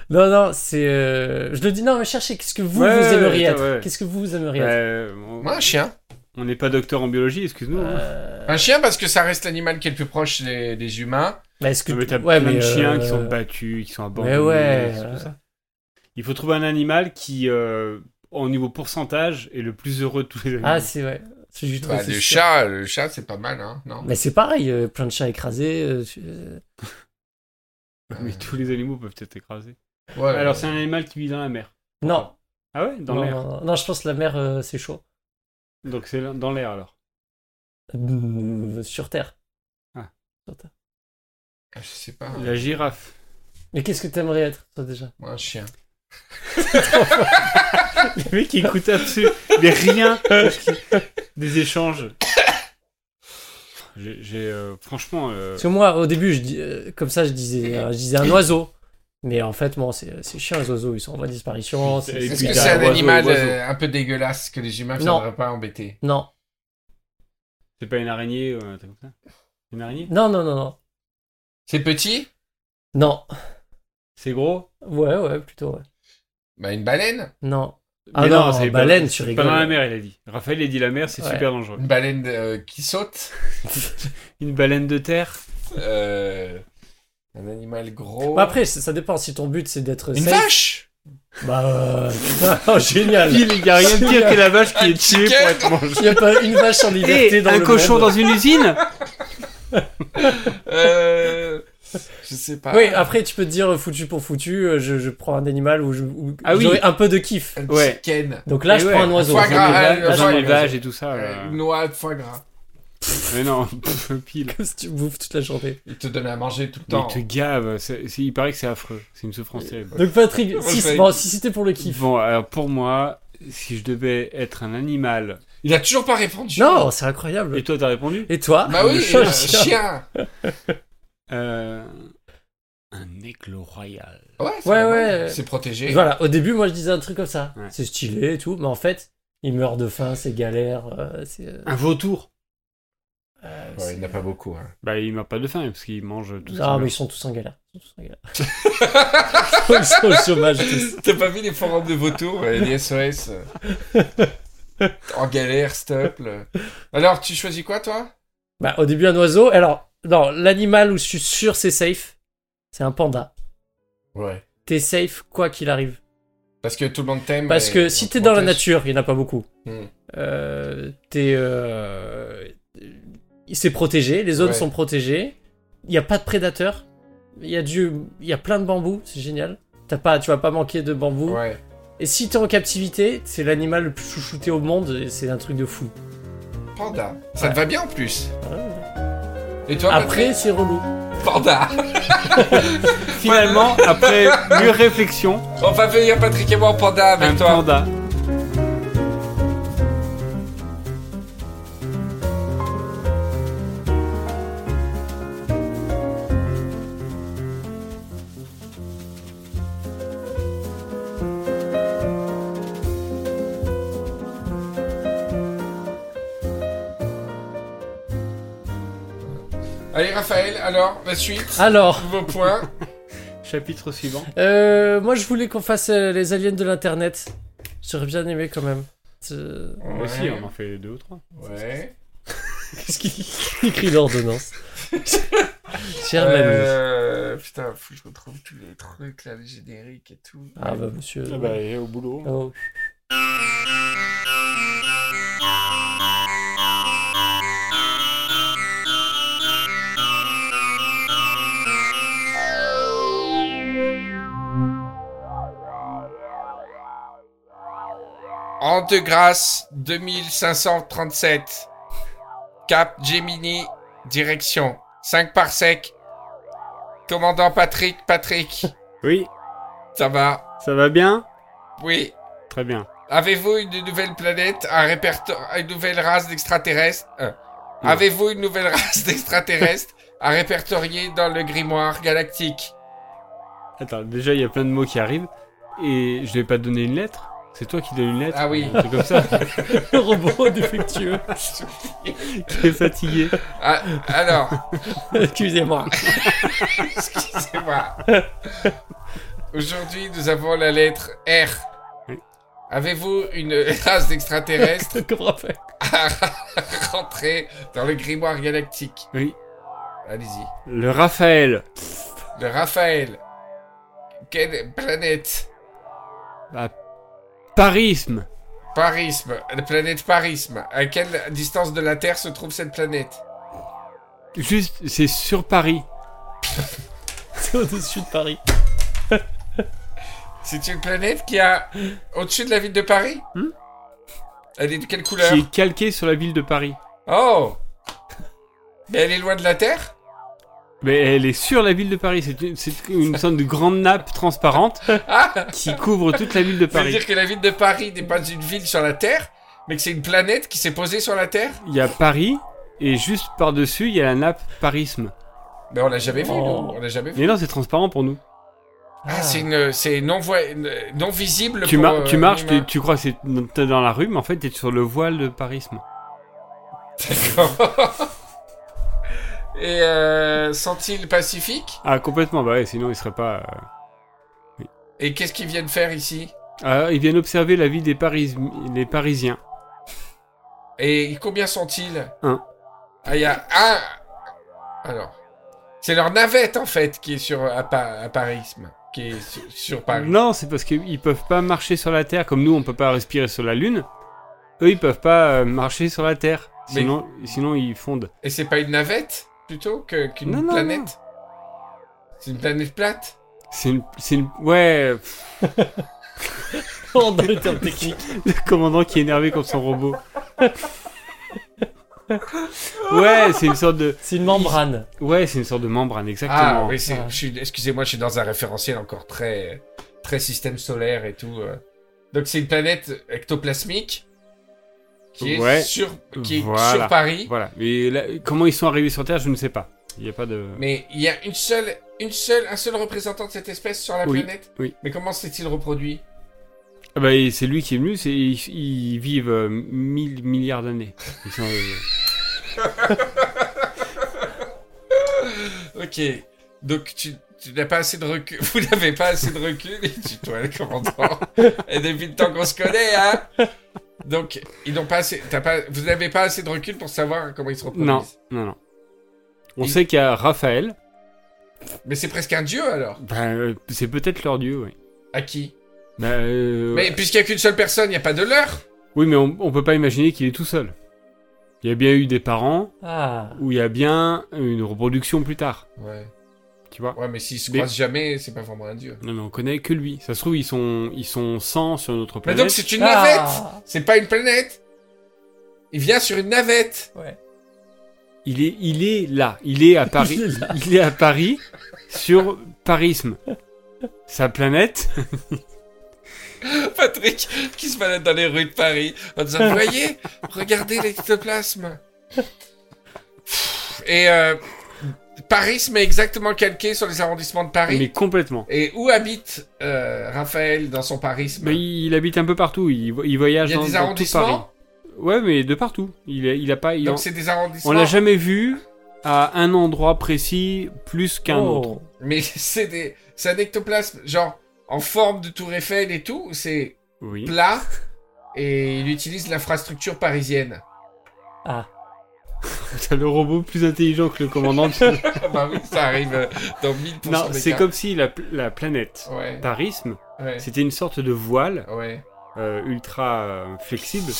S4: Non, non, c'est. euh, Je le dis, non, mais cherchez, qu'est-ce que vous,
S2: Ouais,
S4: vous
S2: ouais,
S4: aimeriez
S2: ouais,
S4: être
S2: ouais.
S4: Qu'est-ce que vous aimeriez être
S2: Euh, on-
S1: Moi, un chien.
S2: on n'est pas docteur en biologie, excuse-nous. hein.
S4: Euh,
S1: Un chien parce que ça reste l'animal qui est le plus proche des, des humains.
S4: bah, est-ce que
S2: Non, Ah, mais
S4: tu-
S2: t'as
S4: ouais,
S2: plein
S4: mais,
S2: de chiens
S4: euh,
S2: qui sont battus, qui sont abandonnés. euh,
S4: mais ouais, euh,
S2: c'est tout ça. Il faut trouver un animal qui, euh, au niveau pourcentage, est le plus heureux de tous les animaux.
S4: Ah, c'est ouais. Celui que j'ai trouvé,
S1: Bah,
S4: c'est
S1: le
S4: sûr.
S1: chat, le chat, c'est pas mal, hein, non
S4: Mais c'est pareil, euh, plein de chiens écrasés. euh, tu- euh,
S2: Mais tous les animaux peuvent être écrasés.
S1: Ouais,
S2: Alors,
S1: ouais.
S2: c'est un animal qui vit dans la mer.
S4: Non,
S2: Ah ouais, dans
S4: non,
S2: l'air.
S4: non, non. Non, je pense que la mer, euh, c'est chaud.
S2: Donc, c'est là- dans l'air alors.
S4: Euh, Sur Terre.
S2: Ah.
S4: Sur Terre.
S1: Ah, Je sais pas.
S2: La girafe.
S4: Mais qu'est-ce que t'aimerais être, toi, déjà
S1: Moi, un chien.
S2: Le mec qui écoute absolument mais rien des échanges. J'ai j'ai, euh, franchement euh,
S4: Parce que moi, au début, je dis, euh, comme ça, je disais, euh, je disais un oiseau. Mais en fait, moi, c'est c'est chiant, les oiseaux, ils sont en voie de disparition. c'est-
S2: Et
S1: Est-ce
S2: puis,
S1: que
S2: t'as
S1: c'est un
S2: oiseau,
S1: animal
S2: oiseau.
S1: euh, un peu dégueulasse que les humains ne
S4: Non.
S1: viendraient pas embêter
S4: Non,
S2: c'est pas une araignée ou un truc comme ça. Une araignée
S4: non, non, non, non.
S1: C'est petit
S4: Non.
S2: C'est gros
S4: Ouais, ouais, plutôt, ouais.
S1: Bah, une baleine
S4: Non. Ah non,
S2: c'est
S4: baleine,
S2: pas,
S4: tu
S2: c'est
S4: rigoles.
S2: Pas dans la mer, il a dit. Raphaël, il a dit la mer, c'est
S4: Ouais.
S2: super dangereux.
S1: Une baleine euh, qui saute
S2: Une baleine de terre.
S1: Euh, Un animal gros
S4: Bon, Bah, après, ça ça dépend. Si ton but, c'est d'être
S1: Une
S4: safe,
S1: vache
S4: Bah, euh, génial.
S2: Il y a rien de pire que la vache qui
S1: Un
S2: est tuée
S1: chicken.
S2: pour être mangée.
S4: Il n'y a pas une vache
S1: Eh,
S4: en liberté
S2: Et
S4: dans
S2: un
S4: le
S2: cochon
S4: monde.
S2: dans une usine
S1: euh... Je sais pas.
S4: Oui, après tu peux te dire foutu pour foutu, euh, je, je prends un animal où je- où
S2: Ah oui.
S4: j'aurai un peu de kiff.
S1: Un
S2: Ouais.
S1: chicken.
S4: Donc là,
S2: Et
S4: je
S2: ouais,
S4: prends un oiseau.
S1: foie
S2: Dans
S1: gras,
S2: un
S1: euh,
S2: élevage- dans
S1: foie
S2: un
S1: gras.
S2: élevage et tout ça. là.
S1: Euh, Une noix de foie gras.
S2: Mais non, pff, pile.
S4: Comme si tu bouffes toute la journée.
S1: Il te donne à manger tout le
S2: Mais
S1: temps.
S2: il te gave. c'est- c'est- il paraît que c'est affreux. C'est une souffrance
S1: Euh,
S2: terrible.
S4: Donc Patrick,
S1: Moi,
S4: si,
S1: je fais-
S2: euh,
S4: bon, si c'était pour le kiff,
S2: Bon, alors pour moi, si je devais être un animal
S1: Il a toujours pas répondu.
S4: Non, c'est incroyable.
S2: Et toi, t'as répondu
S4: Et toi
S1: Bah oui,
S4: Chien.
S1: euh, chien.
S2: Euh, Un éclos royal.
S1: Ouais, c'est
S4: Ouais,
S1: pas mal.
S4: ouais.
S1: C'est protégé.
S4: Voilà, au début, moi je disais un truc comme ça.
S2: Ouais.
S4: C'est stylé et tout, mais en fait, il meurt de faim, c'est galère. euh, c'est, euh,
S2: Un vautour.
S4: euh,
S1: Ouais,
S4: c'est-
S1: il n'a pas beaucoup. hein.
S2: Bah, il meurt pas de faim parce qu'il mange tout ce
S4: Ah,
S2: qu'il
S4: mais ils
S2: veut.
S4: sont tous en galère. Ils sont tous en galère. ils sont au chômage tous.
S1: T'as pas vu les forums de vautours, euh, les SOS euh, En galère, stop. là. Alors, tu choisis quoi, toi
S4: Bah, au début, un oiseau. Alors, non, l'animal où je suis sûr c'est safe, c'est un panda.
S1: Ouais.
S4: T'es safe quoi qu'il arrive.
S1: Parce que tout le monde t'aime.
S4: Parce
S1: et
S4: que
S1: on
S4: si
S1: te
S4: t'es dans la
S1: protège.
S4: nature, il n'y en a pas beaucoup.
S1: Hmm.
S4: Euh, t'es. euh, Il s'est protégé, les zones
S1: Ouais.
S4: sont protégées. Il n'y a pas de prédateurs. Il y, a du... il y a plein de bambous, c'est génial. T'as pas, tu vas pas manquer de bambous.
S1: Ouais.
S4: Et si t'es en captivité, c'est l'animal le plus chouchouté au monde et c'est un truc de fou.
S1: Panda. Ça
S4: Ouais.
S1: te va bien en plus.
S4: Voilà.
S1: Et toi,
S4: Après, c'est relou.
S1: Patrick Panda.
S2: Finalement, après mûre réflexion,
S1: On va venir Patrick et moi en panda avec
S2: un
S1: toi.
S2: panda.
S1: Allez, Raphaël, alors, la suite.
S4: Alors,
S1: Nouveau point.
S2: Chapitre suivant.
S4: euh, moi je voulais qu'on fasse euh, les aliens de l'internet. J'aurais bien aimé quand même. Euh,
S2: Bah si, on en fait deux ou trois.
S1: Ouais.
S4: Qu'est-ce qu'il il crie l'ordonnance Cher Manu.
S1: Euh, putain, faut que je retrouve tous les trucs, là, les génériques et tout.
S4: Ah bah monsieur.
S2: au boulot.
S4: Oh.
S1: En de grâce 2537. Cap Gemini, direction 5 par sec. Commandant Patrick, Patrick,
S2: Oui,
S1: ça va
S2: ça va bien
S1: Oui.
S2: Très bien.
S1: Avez-vous une nouvelle planète, un répertoire, une nouvelle race d'extraterrestres Euh,
S2: Non.
S1: Avez-vous une nouvelle race d'extraterrestres à répertorier dans le grimoire galactique
S2: Attends, déjà il y a plein de mots qui arrivent et je vais pas donner une lettre. C'est toi qui donnes une lettre.
S1: Ah oui.
S2: C'est comme ça.
S4: Le robot défectueux.
S2: T'es fatigué.
S1: Ah, Alors,
S4: Excusez-moi.
S1: Excusez-moi. Aujourd'hui, nous avons la lettre R.
S2: Oui.
S1: Avez-vous une race d'extraterrestres
S4: Comme Raphaël.
S1: à rentrer dans le grimoire galactique
S2: Oui.
S1: Allez-y.
S2: Le Raphaël.
S1: Le Raphaël. Quelle planète
S2: Ah, Parisme.
S1: Parisme. La planète Parisme. À quelle distance de la Terre se trouve cette planète
S2: Juste, c'est sur Paris.
S4: C'est au-dessus de Paris.
S1: C'est une planète qui a au-dessus de la ville de Paris
S2: Hmm
S1: Elle est de quelle couleur
S2: Qui est calqué sur la ville de Paris.
S1: Oh Mais elle est loin de la Terre
S2: Mais elle est sur la ville de Paris. C'est une, c'est une sorte de grande nappe transparente
S1: Ah!
S2: qui couvre toute la ville de
S1: Ça veut
S2: Paris.
S1: dire que la ville de Paris n'est pas une ville sur la Terre, mais que c'est une planète qui s'est posée sur la Terre
S2: Il y a Paris et juste par-dessus il y a la nappe Parisme.
S1: Mais Ben, on l'a jamais vu,
S4: Oh.
S1: nous. On l'a jamais vu.
S2: Mais non, c'est transparent pour nous.
S1: Ah, c'est une, c'est non, voi- une- non visible
S2: Tu,
S1: pour,
S2: mar-
S1: euh,
S2: tu marches,
S1: l'humain.
S2: tu, tu crois que c'est- t'es dans la rue, mais en fait t'es sur le voile de Parisme.
S1: Et euh, sent-il pacifique
S2: Ah, complètement, bah ouais, sinon ils seraient pas. euh,
S1: Et qu'est-ce qu'ils viennent faire ici
S2: Ah, ils viennent observer la vie des, Paris... les Parisiens.
S1: Et combien sont-ils
S2: Un.
S1: Ah, il y a un. Alors. C'est leur navette, en fait, qui est sur à, Pa- à Parisme. Qui est sur, sur Paris.
S2: Non, c'est parce qu'ils peuvent pas marcher sur la Terre, comme nous on peut pas respirer sur la Lune. Eux ils peuvent pas euh, marcher sur la Terre,
S1: Mais-
S2: sinon, sinon ils fondent.
S1: Et c'est pas une navette, plutôt, que- qu'une
S2: Non, non,
S1: planète
S2: non.
S1: C'est une planète plate
S2: C'est une, c'est une. Ouais, pff,
S4: Oh, dans les termes techniques.
S2: le commandant qui est énervé comme son robot. ouais, c'est une sorte de.
S4: C'est une membrane.
S2: Ouais, c'est une sorte de membrane, exactement.
S1: Ah oui, c'est-
S4: Ah.
S1: je suis- excusez-moi, je suis dans un référentiel encore très, très système solaire et tout. euh. Donc c'est une planète ectoplasmique qui est,
S2: Ouais.
S1: sur, qui est
S2: Voilà.
S1: sur Paris.
S2: Voilà. Mais là, comment ils sont arrivés sur Terre, je ne sais pas. Il n'y a pas de.
S1: Mais il y a une seule, une seule, un seul représentant de cette espèce sur la
S2: Oui,
S1: planète.
S2: oui.
S1: Mais comment s'est-il reproduit
S2: Ah bah, et c'est lui qui est venu, c'est, ils, ils vivent euh, mille milliards d'années. Ils sont, euh,
S1: Ok. Donc tu, tu n'as pas assez de recul. Vous n'avez pas assez de recul. Et tu toi le commandant. Et depuis le temps qu'on se connaît, hein. Donc ils n'ont pas assez. t'as pas, vous n'avez pas assez de recul pour savoir comment ils se reproduisent.
S2: Non, non, non. On
S1: Il-
S2: sait qu'il y a Raphaël.
S1: Mais c'est presque un dieu alors.
S2: Ben, euh, c'est peut-être leur dieu, oui.
S1: À qui
S2: Ben, euh,
S1: Mais puisqu'il n'y a qu'une seule personne, il n'y a pas de leur.
S2: Oui, mais on, on peut pas imaginer qu'il est tout seul. Il y a bien eu des parents
S4: Ah.
S2: où il y a bien une reproduction plus tard,
S1: Ouais.
S2: tu vois.
S1: Ouais, mais s'ils se
S2: Mais-
S1: croisent jamais, c'est pas vraiment un dieu.
S2: Non, mais on connaît que lui. Ça se trouve, ils sont, ils sont 100 sur notre
S1: Mais
S2: planète.
S1: donc c'est une navette.
S4: Ah.
S1: C'est pas une planète. Il vient sur une navette.
S2: Il est, il est là. Il est à Paris.
S4: Il est là.
S2: il est à Paris sur Parisme. Sa planète.
S1: Patrick qui se balade dans les rues de Paris en disant Vous voyez, regardez l'ectoplasme. Et euh, Paris se met exactement calqué sur les arrondissements de Paris.
S2: Mais complètement.
S1: Et où habite euh, Raphaël dans son parisme
S2: Mais il, il habite un peu partout. Il, vo- il voyage
S1: Il y a
S2: dans,
S1: des
S2: dans tout Paris.
S1: arrondissements
S2: Ouais, mais de partout. Il, est- il a pas. il-
S1: Donc c'est des arrondissements.
S2: on l'a jamais vu à un endroit précis plus qu'un
S4: Oh.
S2: autre.
S1: Mais c'est des... c'est un ectoplasme, genre en forme de tour Eiffel et tout. C'est
S2: Oui.
S1: plat et il utilise l'infrastructure parisienne.
S4: Ah.
S2: T'as le robot plus intelligent que le commandant.
S1: Ah bah oui, ça arrive euh, dans 1000%
S2: non,
S1: des
S2: c'est
S1: cas.
S2: comme si la, pl- la planète
S1: Ouais,
S2: Parisme,
S1: ouais,
S2: c'était une sorte de voile
S1: ouais,
S2: euh, ultra euh, flexible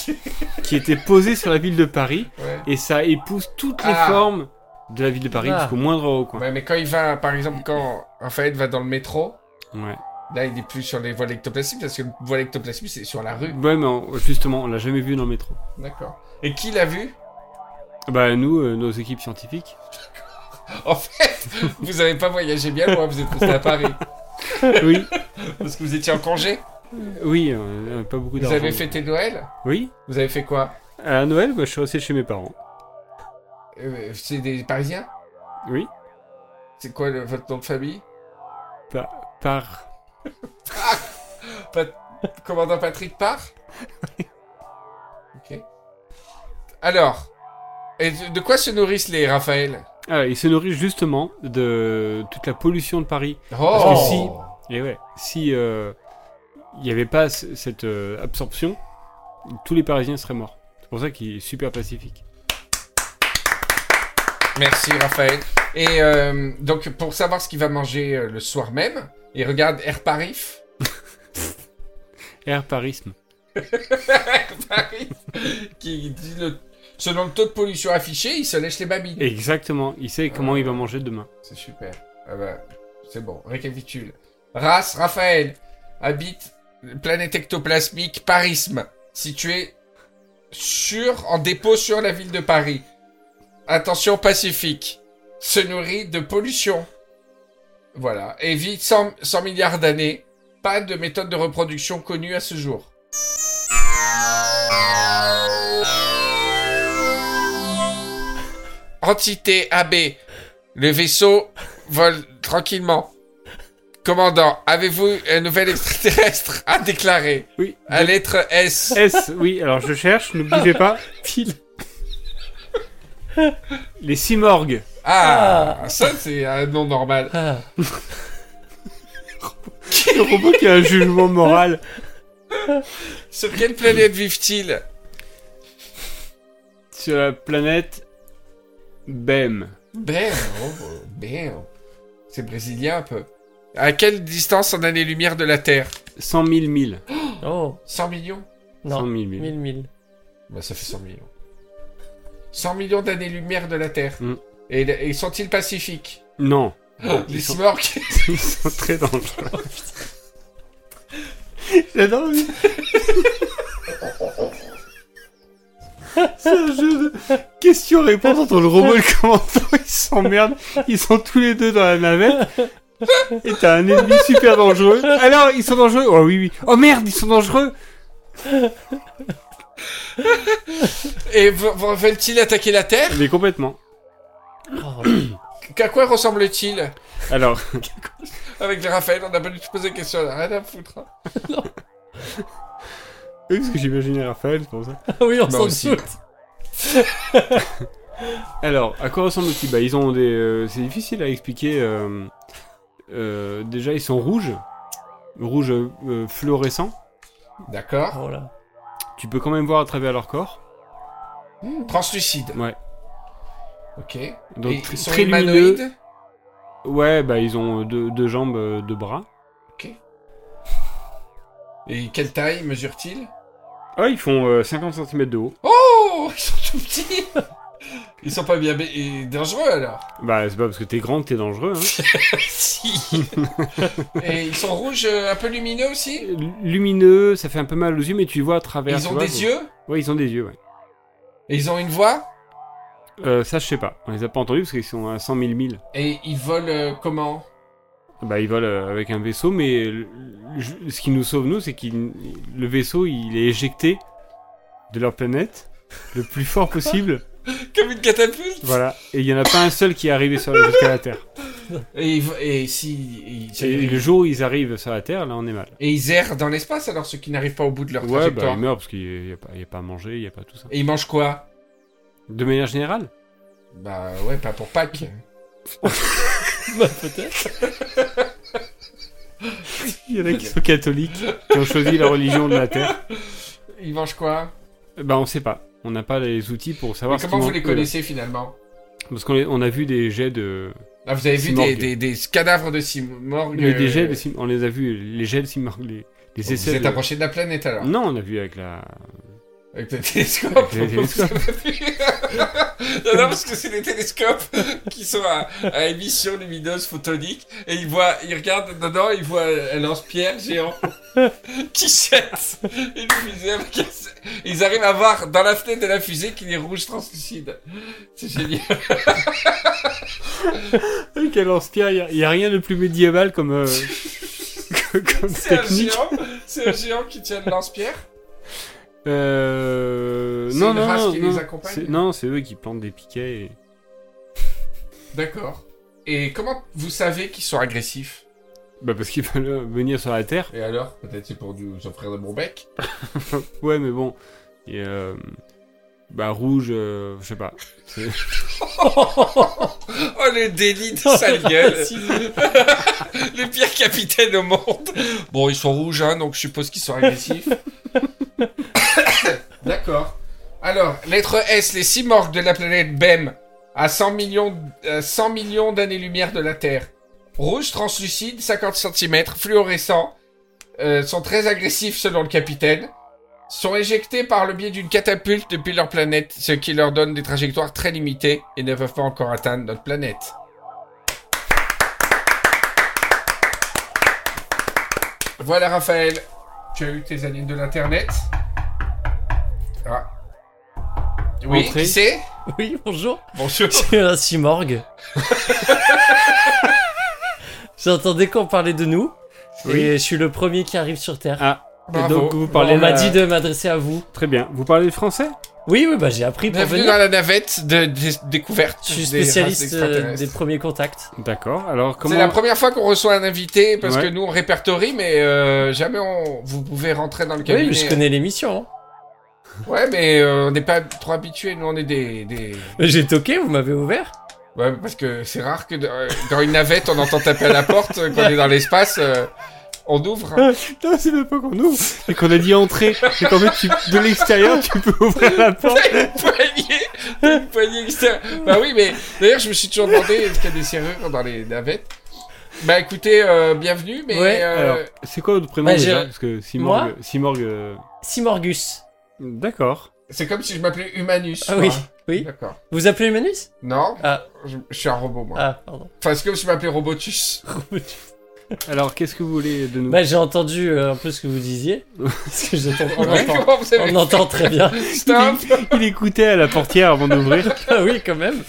S2: qui était posée sur la ville de Paris
S1: ouais.
S2: et ça épouse toutes les
S1: Ah.
S2: formes de la ville de Paris
S4: Ah.
S2: jusqu'au moindre recoin.
S1: Ouais, mais quand il va, par exemple, quand Raphaël va dans le métro,
S2: Ouais.
S1: là, il est plus sur les voies ectoplasmiques, parce que le voile ectoplasmique, c'est sur la rue.
S2: Ouais, mais on- justement, on l'a jamais vu dans le métro.
S1: D'accord. Et qui l'a vu
S2: Bah nous, euh, nos équipes scientifiques.
S1: En fait, vous avez pas voyagé bien loin, vous êtes resté à Paris.
S2: Oui,
S1: Parce que vous étiez en congé,
S2: oui, on n'a pas beaucoup
S1: vous
S2: d'argent.
S1: avez fêté Noël,
S2: Oui.
S1: vous avez fait quoi
S2: À Noël, bah, je suis resté chez mes parents.
S1: Euh, C'est des Parisiens
S2: Oui.
S1: C'est quoi le- votre nom de famille
S2: Par.
S1: Commandant Patrick part Ok. Alors, et de de quoi se nourrissent les Raphaël
S2: Ah, ils se nourrissent justement de toute la pollution de Paris.
S1: Oh
S2: que si- Et ouais, si euh, il n'y avait pas c- cette euh, absorption, tous les Parisiens seraient morts. C'est pour ça qu'il est super pacifique.
S1: Merci Raphaël. Et euh, donc pour savoir ce qu'il va manger euh, le soir même, il regarde Air Paris.
S2: Air Parisme.
S1: Air Paris qui dit le... selon le taux de pollution affiché, il se lèche les babines.
S2: Exactement, il sait comment il va manger demain.
S1: C'est super. Ah bah, c'est bon, récapitule. Race Raphaël habite planète ectoplasmique Parisme, situé sur en dépôt sur la ville de Paris. Attention pacifique. Se nourrit de pollution. Voilà, et vit 100, 100 milliards d'années. Pas de méthode de reproduction connue à ce jour. Entité AB le vaisseau vole tranquillement. Commandant, avez-vous un nouvel extraterrestre à déclarer
S2: Oui.
S1: À lettre S.
S2: S, oui, alors je cherche, ne bougez pas. Pile. Les Simorgues.
S1: Ah, ça c'est un nom normal.
S4: Ah.
S2: Le robot qui a un jugement moral.
S1: Sur quelle planète vivent-ils
S2: Sur la planète E Bem.
S1: Bam, Ben, oh, C'est brésilien un peu. À quelle distance en année-lumière de la Terre
S2: 100 000 milles.
S4: Oh.
S1: 100 millions
S4: Non.
S2: 100 000 milles.
S4: 1000 000.
S1: Bah ça fait 100 millions. 100 millions d'années-lumière de la Terre.
S2: Mm.
S1: Et, et sont-ils pacifiques
S2: Non.
S1: Les
S2: ils sont-
S1: Simorques
S2: Ils sont très dangereux. J'adore. lui. C'est un jeu de questions-réponses entre le robot et le commandant. Ils s'emmerdent. Ils sont tous les deux dans la navette. Et t'as un ennemi super dangereux. Alors, ils sont dangereux Oh oui, oui. Oh merde, ils sont dangereux
S1: Et v- v- veulent-ils attaquer la Terre
S2: Mais complètement.
S4: Oh,
S1: Qu'à quoi ressemble-t-il
S2: Alors,
S1: Avec Raphaël, on n'a pas du tout posé la question, on a rien à foutre. hein.
S2: parce que j'imaginais Raphaël, c'est pour ça.
S4: Ah oui, on
S1: Bah aussi.
S4: s'en doute.
S2: Alors, à quoi ressemble-t-il Bah, ils ont des. euh, c'est difficile à expliquer. euh, euh, déjà, ils sont rouges. Rouges euh, euh, fluorescents.
S1: D'accord.
S4: Oh là.
S2: Tu peux quand même voir à travers leur corps.
S1: Translucide.
S2: Ouais.
S1: Ok.
S2: Donc,
S1: Et
S2: tr-
S1: ils sont
S2: très
S1: humanoïdes.
S2: lumineux. Ouais, bah, ils ont euh, deux, deux jambes, euh, deux bras.
S1: Et quelle taille mesurent-ils
S2: Ah, ils font euh, 50 cm de haut.
S1: Oh Ils sont tout petits Ils sont pas bien ba- et dangereux alors
S2: Bah, c'est pas parce que t'es grand que t'es dangereux. Hein.
S1: Si Et ils sont rouges, euh, un peu lumineux aussi
S2: L- Lumineux, ça fait un peu mal aux yeux, mais tu vois à travers.
S1: Ils
S2: tu
S1: ont
S2: vois,
S1: des
S2: donc-
S1: yeux
S2: Ouais, ils ont des yeux, ouais.
S1: Et ils ont une voix
S2: Euh, ça, je sais pas. On les a pas entendus parce qu'ils sont à 100 000 milles.
S1: Et ils volent euh, comment
S2: Bah, ils volent euh, avec un vaisseau, mais le- le- ce qui nous sauve, nous, c'est que le vaisseau, il est éjecté de leur planète le plus fort possible.
S1: Comme une catapulte
S2: voilà. Et il y en a pas un seul qui est arrivé sur, jusqu'à la Terre.
S1: Et, ils, vo- et si... et ils-
S2: Et le jour où ils arrivent sur la Terre, là, on est mal.
S1: et ils errent dans l'espace alors ceux qui n'arrivent pas au bout de leur
S2: Ouais, bah,
S1: trajectoire
S2: ils meurent parce qu'il n'y a, pas- il y a pas à manger, il n'y a pas tout ça.
S1: Et ils mangent quoi
S2: De manière générale
S1: Bah ouais, pas pour Pâques
S4: Bah, peut-être.
S2: Il y en a qui sont catholiques, qui ont choisi la religion de la Terre.
S1: Ils mangent quoi
S2: Bah, on sait pas. On n'a pas les outils pour
S1: Mais
S2: savoir ce euh,
S1: Comment
S2: qu'ils
S1: vous
S2: mangent,
S1: les
S2: eux, là.
S1: connaissez finalement
S2: Parce qu'on les- on a vu des jets de.
S1: Là, vous avez vu des,
S2: Simorgue.
S1: des, des cadavres de Simorgue
S2: Mais des jets
S1: euh,
S2: de sim- On les a vus, les jets de sim- Les, les
S1: Vous
S2: essais.
S1: êtes
S2: de-
S1: approché de la planète alors
S2: Non, on a vu avec la.
S1: Avec le télescope.
S2: Mm. Avec le télescope.
S1: vous avez vu non, non, parce que c'est des télescopes qui sont à, à émission lumineuse photonique et ils voient, ils regardent dedans, ils voient un lance-pierre géant qui jette une fusée. avec un- Ils arrivent à voir dans la fenêtre de la fusée qu'il est rouge translucide. C'est génial.
S2: Avec la lance-pierre, il n'y a, rien de plus médiéval comme. euh, comme
S1: C'est un
S2: technique.
S1: géant, c'est un géant qui tient le lance-pierre.
S2: Euh,
S1: C'est
S2: non,
S1: une
S2: non,
S1: race
S2: non,
S1: qui
S2: non.
S1: les accompagne
S2: C'est- Non, c'est eux qui plantent des piquets. et-
S1: D'accord. Et comment vous savez qu'ils sont agressifs
S2: Bah, parce qu'ils veulent euh, venir sur la Terre.
S1: Et alors Peut-être c'est pour nous offrir de bon bec
S2: Ouais, mais bon. Et, euh, Bah, rouge, euh, je sais pas.
S1: Oh le délit de sale gueule Le pire capitaine au monde Bon, ils sont rouges, hein, donc je suppose qu'ils sont agressifs. D'accord. Alors, lettre S, les six morgues de la planète BEM, à 100 millions, euh, 100 millions d'années-lumière de la Terre. Rouge translucide, 50 cm, fluorescent, euh, sont très agressifs selon le capitaine, sont éjectés par le biais d'une catapulte depuis leur planète, ce qui leur donne des trajectoires très limitées et ne peuvent pas encore atteindre notre planète. Voilà Raphaël, tu as eu tes aliens de l'internet. Ah. Oui,
S2: Entrez.
S1: qui c'est
S4: Oui, bonjour.
S1: Bonjour.
S4: C'est un simorgue. J'entendais qu'on parlait de nous.
S2: Oui.
S4: Et je suis le premier qui arrive sur Terre.
S2: Ah, et
S1: Bravo.
S2: donc vous
S4: On
S2: parlez.
S4: m'a
S2: euh,
S1: bah,
S4: dit de m'adresser à vous.
S2: Très bien. Vous parlez français
S4: Oui, oui, bah j'ai appris pour
S1: Bienvenue
S4: venir.
S1: dans la navette de, de- découverte.
S4: Je suis
S1: des races
S4: spécialiste euh,
S1: extraterrestres.
S4: des premiers contacts.
S2: D'accord. Alors, comment.
S1: C'est la première fois qu'on reçoit un invité parce
S2: Ouais.
S1: que nous on répertorie, mais euh, jamais on. Vous pouvez rentrer dans le
S4: Oui,
S1: cabinet.
S4: mais je connais l'émission. hein.
S1: Ouais, mais euh, on n'est pas trop habitués. Nous on est des. des...
S4: J'ai toqué, vous m'avez ouvert.
S1: Ouais, parce que c'est rare que euh, dans une navette on entend taper à la porte euh, quand on est dans l'espace. euh, On ouvre.
S2: Non, c'est même pas qu'on ouvre. C'est qu'on a dit entrer. C'est qu'en fait, tu- de l'extérieur, tu peux ouvrir la porte.
S1: T'as une poignée, t'as une poignée externe. Bah oui, mais d'ailleurs, je me suis toujours demandé est-ce qu'il y a des serrures dans les navettes. Bah écoutez, euh, bienvenue, mais
S4: Ouais,
S1: euh,
S2: Alors, c'est quoi votre prénom
S4: bah,
S2: déjà
S4: j'ai-
S2: Parce que Simorgue. Simorgue. euh,
S4: Simorgus.
S2: D'accord.
S1: c'est comme si je m'appelais Humanus.
S4: Ah
S1: quoi.
S4: oui, oui.
S1: D'accord.
S4: Vous appelez Manus
S1: Non,
S4: Ah,
S1: je, je suis un robot, moi.
S4: ah, pardon.
S1: Enfin, c'est comme si je m'appelais Robotus.
S2: Alors, qu'est-ce que vous voulez de nous
S4: Bah j'ai entendu euh, un peu ce que vous disiez. Parce que j'entends, on
S1: Ouais,
S4: entend,
S1: comment vous avez
S4: on entend très bien.
S1: Stop
S2: Il écoutait à la portière avant d'ouvrir.
S4: Ah oui, quand même.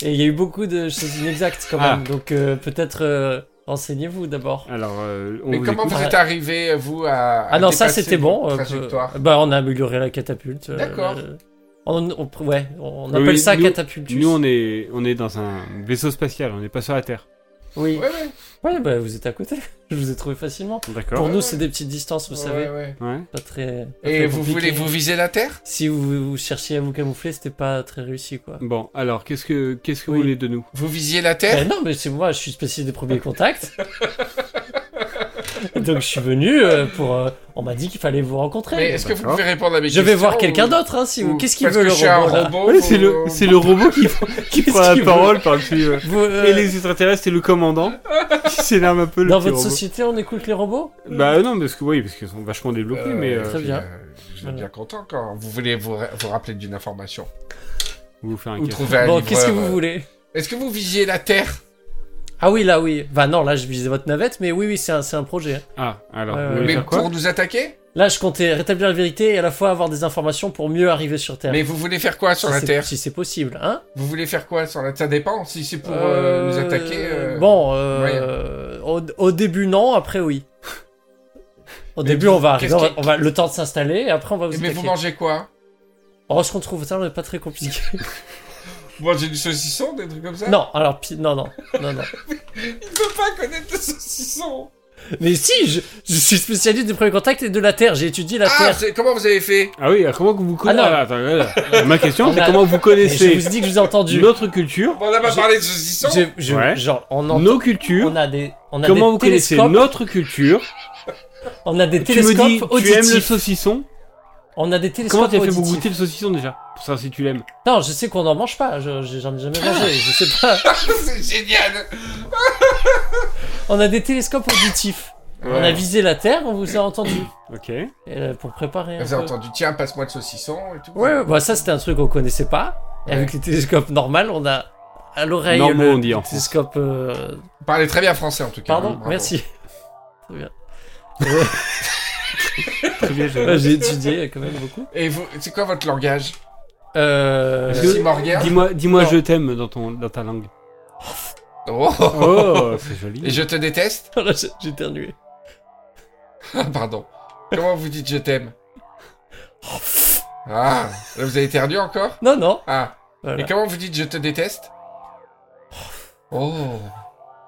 S4: Et il y a eu beaucoup de choses inexactes quand
S2: Ah.
S4: même. Donc euh, peut-être euh, Enseignez-vous d'abord.
S2: Alors, euh, on
S1: Mais
S2: vous
S1: comment
S2: écoute.
S1: vous êtes arrivé, vous, à. à
S4: Ah non, ça
S1: dépasser
S4: c'était bon.
S1: votre
S4: euh,
S1: Trajectoire.
S4: peu- bah, on a amélioré la catapulte. euh,
S1: D'accord.
S4: euh, on, on- ouais, on
S2: Oui,
S4: appelle
S2: oui,
S4: ça
S2: nous-
S4: catapultus.
S2: Nous, on est, on est dans un vaisseau spatial, on n'est pas sur la Terre.
S4: Oui,
S1: Ouais, ouais.
S4: ouais, bah, vous êtes à côté. Je vous ai trouvé facilement. Pour
S2: D'accord.
S4: nous, c'est des petites distances, vous
S1: ouais,
S4: savez.
S1: ouais.
S2: Ouais.
S4: Pas très. pas
S1: Et
S4: très
S1: vous
S4: compliqué.
S1: voulez vous viser la Terre
S4: Si vous, vous cherchiez à vous camoufler, c'était pas très réussi, quoi.
S2: Bon, alors, qu'est-ce que, qu'est-ce que
S4: Oui.
S2: vous voulez de nous
S1: Vous visiez la
S4: Ben
S1: Terre
S4: non, mais c'est moi, je suis spécialiste des premiers contacts. Donc je suis venu euh, pour. euh, on m'a dit qu'il fallait vous rencontrer.
S1: Mais est-ce que vous
S2: D'accord.
S1: pouvez répondre à mes
S4: Ben, Je
S1: questions
S4: vais voir
S1: ou-
S4: quelqu'un d'autre, hein, si vous.
S1: ou-
S4: Qu'est-ce qu'il
S1: parce
S4: veut
S1: que
S4: le
S1: je suis un
S4: robot là
S1: robot,
S2: Ouais, c'est
S1: vous-
S2: le, c'est le robot qui, prend- qui
S4: Oh. Qu'est-ce
S2: prend la
S4: qu'il veut
S2: parole par-dessus. euh,
S4: Vous, euh,
S2: Et les extraterrestres, c'est le commandant qui s'énerve un peu le
S4: Dans
S2: petit
S4: votre
S2: robot.
S4: société, on écoute les robots
S2: Bah non, parce que oui, parce qu'ils sont vachement développés,
S1: Euh,
S2: mais euh,
S4: Très
S1: je-
S4: bien.
S1: Je suis
S4: Voilà.
S1: bien content quand vous voulez vous, ra- vous rappeler d'une information.
S2: vous vous faire un
S1: Ou
S2: café.
S1: trouver un
S4: Bon,
S1: livreur,
S4: qu'est-ce que vous
S1: euh,
S4: voulez
S1: Est-ce que vous visiez la Terre
S4: Ah oui, là, oui. Bah non, là, je visais votre navette, mais oui, oui, c'est un, c'est un projet.
S2: Ah, alors,
S4: Ouais,
S2: vous
S4: ouais.
S2: voulez
S1: Mais
S2: faire quoi
S1: pour nous attaquer
S4: Là, je comptais rétablir la vérité et à la fois avoir des informations pour mieux arriver sur Terre.
S1: Mais vous voulez faire quoi sur
S4: si
S1: la
S4: c'est-
S1: Terre
S4: Si c'est possible, hein
S1: Vous voulez faire quoi sur la Terre Ça dépend. Si c'est pour euh, nous
S4: Euh,
S1: attaquer. euh,
S4: Bon, euh, au, au début, non, après, oui. Au
S1: Mais
S4: début,
S1: vous-
S4: on va arriver,
S1: qu'est-ce
S4: on va,
S1: qui-
S4: on va- le temps de s'installer, et après, on va vous
S1: Mais vous
S4: attaquer.
S1: mangez quoi
S4: Oh, ce qu'on trouve, ça, on est pas très compliqué.
S1: Vous mangez du saucisson, des trucs comme ça
S4: non, alors, pi- non, non, non, non.
S1: Il peut pas connaître le saucisson
S4: Mais si, je, je suis spécialiste des premiers contacts et de la Terre, j'ai étudié la
S1: Ah
S4: Terre.
S1: c'est- Comment vous avez fait
S2: Ah oui, alors comment que vous
S4: Ah
S2: connaissez
S4: non.
S2: Ma question, c'est
S4: On a-
S2: comment vous
S4: Et je
S2: connaissez
S4: vous dis que je vous ai entendu.
S2: notre culture,
S1: On n'a pas
S4: J'ai-
S1: parlé de saucisson
S4: Je- je-
S2: Ouais.
S4: Genre, on entend-
S2: nos cultures,
S4: on a des, on a
S2: comment
S4: des
S2: vous connaissez
S4: télescopes,
S2: notre culture
S4: on a des
S2: Tu me
S4: télescopes
S2: dis, tu aimes le
S4: auditifs.
S2: saucisson
S4: On a des
S2: Comment tu as
S4: télescopes
S2: fait
S4: auditifs.
S2: pour goûter le saucisson déjà Pour savoir si tu l'aimes.
S4: Non, je sais qu'on n'en mange pas. je- je- J'en ai jamais mangé. Je sais pas.
S1: C'est génial
S4: On a des télescopes auditifs. On a visé la Terre, on vous a entendu.
S2: Ok.
S4: Et, euh, pour préparer. un
S1: Vous
S4: peu.
S1: avez entendu Tiens, passe-moi le saucisson et tout
S4: Ouais, ouais, bah ça c'était un truc qu'on connaissait pas. Et
S1: Ouais.
S4: avec les télescopes normaux, on a à l'oreille
S2: Normaux,
S4: le
S2: on dit en France.
S4: télescope. euh,
S1: Vous parlez très bien français en tout cas. hein,
S4: Pardon,
S1: bravo.
S4: merci. Très bien.
S2: Très bien, je-
S4: Ouais, J'ai étudié euh, quand même beaucoup.
S1: Et vous, c'est quoi votre langage
S4: Euh...
S2: Est-ce que-
S1: Morgan
S2: Dis-moi, dis-moi,
S4: Non.
S2: je t'aime dans ton, dans ta langue.
S1: Oh
S2: Oh, c'est joli.
S1: Et je te déteste
S4: là, j'ai- j'ai éternué.
S1: Ah, Pardon. Comment vous dites je t'aime
S4: Oh,
S1: Ah, là, vous avez perdu encore
S4: Non, non.
S1: Ah,
S4: voilà.
S1: et comment vous dites je te déteste Oh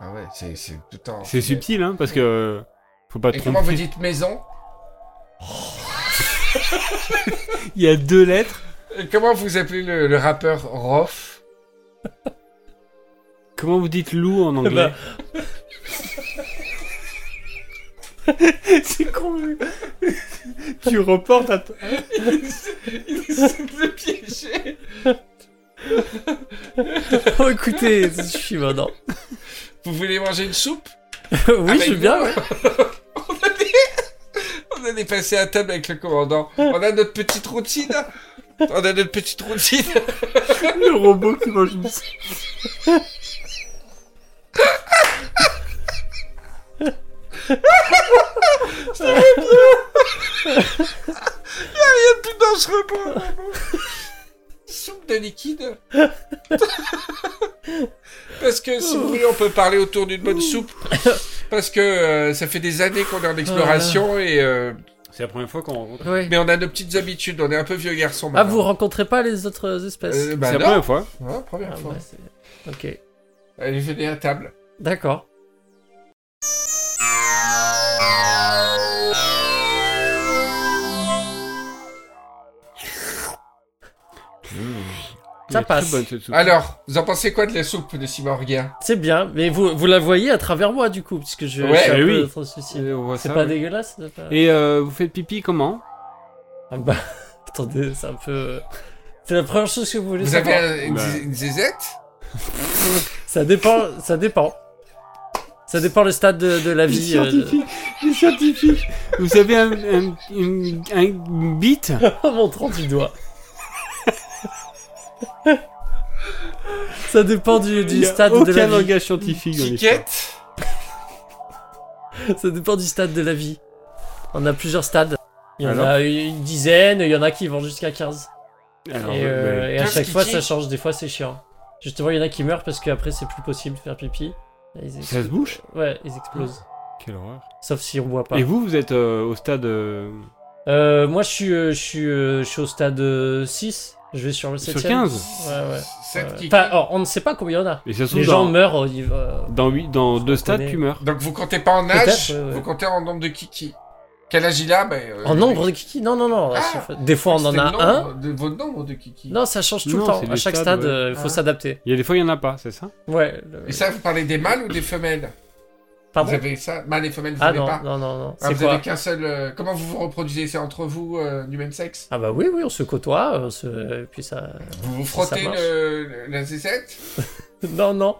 S1: Ah ouais, c'est c'est tout le temps.
S2: C'est subtil, hein, parce que euh, faut pas te
S1: Et comment vous
S2: tromper.
S1: dites maison
S2: Il y a deux lettres.
S1: Et Comment vous appelez le, le rappeur Rof
S2: Comment vous dites loup
S4: Bah.
S2: en anglais
S4: C'est con. lui.
S2: Tu reportes à
S1: Il essaie de le piéger
S4: Oh, écoutez, je suis maintenant.
S1: Vous voulez manger une soupe
S4: oui,
S1: Avec
S4: je suis
S1: nous.
S4: bien. Ouais.
S1: on a, des... on a dépassé à table avec le commandant. On a notre petite routine On a notre petite routine
S2: le robot qui mange une soupe.
S1: plus dangereux pour le robot. Soupe de liquide. Parce que si vous voulez, on peut parler autour d'une bonne soupe. Parce que euh, ça fait des années qu'on est en exploration et euh,
S2: C'est la première fois qu'on rencontre.
S4: Ouais.
S1: mais on a nos petites habitudes. On est un peu vieux garçon
S4: Ah,
S1: maintenant.
S4: vous rencontrez pas les autres espèces
S1: Euh, bah
S2: c'est la
S1: non.
S2: première fois.
S1: Ouais, première
S4: Ah,
S1: fois.
S4: bah, c'est- Ok,
S1: Allez, venez à table.
S4: d'accord. Ça
S2: Elle est
S4: passe.
S2: Très bonne, cette soupe.
S1: Alors, vous en pensez quoi de la soupe de Simorgien
S4: C'est bien, mais vous, vous la voyez à travers moi du coup, puisque je, je
S1: Ouais,
S4: suis un
S2: eh
S4: peu
S2: oui.
S4: dans ce souci.
S2: Euh, on voit
S4: C'est
S2: ça,
S4: pas
S2: ouais.
S4: dégueulasse de faire-
S2: Et euh, vous faites pipi comment
S4: Ah bah, attendez, c'est un peu... euh, C'est la première chose que vous voulez
S1: Vous
S4: savoir.
S1: avez un- une,
S2: Bah.
S1: zé- une zézette
S4: Ça dépend, ça dépend. Ça dépend le stade de, de la
S2: Les
S4: vie. euh, de-
S2: scientifiques, les scientifiques. Vous avez un, un, une- un, bite
S4: en montrant du doigt. ça dépend du,
S2: Il
S4: du
S2: y a
S4: stade de
S2: aucun
S4: la vie.
S2: langage scientifique dans l'histoire.
S1: Tiquette
S4: Ça dépend du stade de la vie. On a plusieurs stades. Il y en
S2: Alors
S4: a une dizaine, il y en a qui vont jusqu'à 15.
S2: Alors,
S4: et, euh,
S2: ouais.
S4: et à
S1: Qu'est-ce
S4: chaque
S1: qui
S4: fois
S1: dit
S4: ça change, des fois c'est chiant. Justement, il y en a qui meurent parce qu'après c'est plus possible de faire pipi. Ils
S2: Ça se
S4: explosent.
S2: bouche
S4: Ouais, ils explosent.
S2: Quelle horreur.
S4: Sauf si on voit pas.
S2: Et vous, vous êtes euh, au stade. euh,
S4: Euh, moi, je suis, euh, je, suis, euh, je suis au stade euh, 6. Je vais sur le
S2: Sur
S4: 7
S2: 15.
S4: Ouais, ouais.
S1: Sept
S4: Ouais.
S1: qui-
S4: Enfin, or, on ne sait pas combien il y en a.
S2: Et ça se
S4: Les
S2: trouve,
S4: gens
S2: dans,
S4: meurent. euh, ils- euh,
S2: dans, huit- dans deux stades,
S4: connaît.
S2: tu meurs.
S1: Donc vous comptez pas en
S4: Peut-être,
S1: âge,
S4: ouais, ouais.
S1: vous comptez en nombre de kiki. Quel âge il a bah, euh,
S4: En nombre de kiki Non, non, non.
S1: Ah.
S4: sauf- Des fois, on en
S1: c'était
S4: a
S1: le
S4: un.
S1: nombre De vos nombres de kiki.
S4: Non, ça change tout
S2: Non,
S4: le temps.
S2: c'est
S4: À
S2: les
S4: chaque
S2: stades,
S4: stade,
S2: ouais.
S4: euh, il faut
S1: Ah.
S4: s'adapter.
S2: Il y a des fois, il y en a pas, c'est ça
S4: Ouais. le-
S1: Et ça, vous parlez des mâles ou des femelles Vous
S4: Pardon
S1: avez ça Mâles et femelles, vous
S4: Ah
S1: n'avez
S4: non,
S1: pas
S4: non, non, non.
S1: Ah,
S4: C'est
S1: Vous
S4: quoi
S1: avez qu'un seul. euh, Comment vous vous reproduisez C'est entre vous euh, du même sexe
S4: Ah bah oui, oui, on se côtoie. euh, On se... Et puis ça...
S1: Vous vous
S4: Euh, Ça, ça
S1: frottez
S4: marche.
S1: le, le- la zézette
S4: Non, non.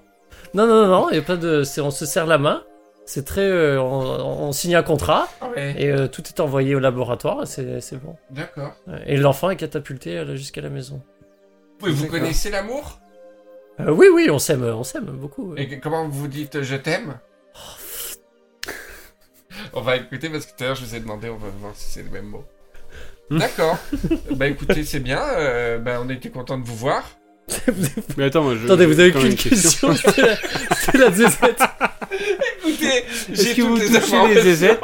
S4: Non, non, non, il y a pas de. c'est- On se serre la main. C'est très. euh, on, on signe un contrat
S1: Ah ouais.
S4: et euh, tout est envoyé au laboratoire. C'est c'est bon.
S1: D'accord.
S4: Et l'enfant est catapulté euh, jusqu'à la maison.
S1: Et vous
S4: D'accord.
S1: connaissez l'amour
S4: Euh, oui, oui, on s'aime, on s'aime beaucoup.
S1: Et que- comment vous dites je t'aime Oh, On va écouter parce que tout à l'heure je vous ai demandé, on va voir si c'est le même mot. D'accord. bah écoutez, c'est bien. euh, bah, on était content de vous voir.
S2: Mais attends, moi, je.
S4: Attendez, vous avez
S2: quand même
S4: qu'une
S2: une question.
S4: question. c'est la- C'est la zézette.
S1: Écoutez,
S2: Est-ce
S1: j'ai
S2: que
S1: toutes
S2: vous
S1: les
S2: touchez les zézettes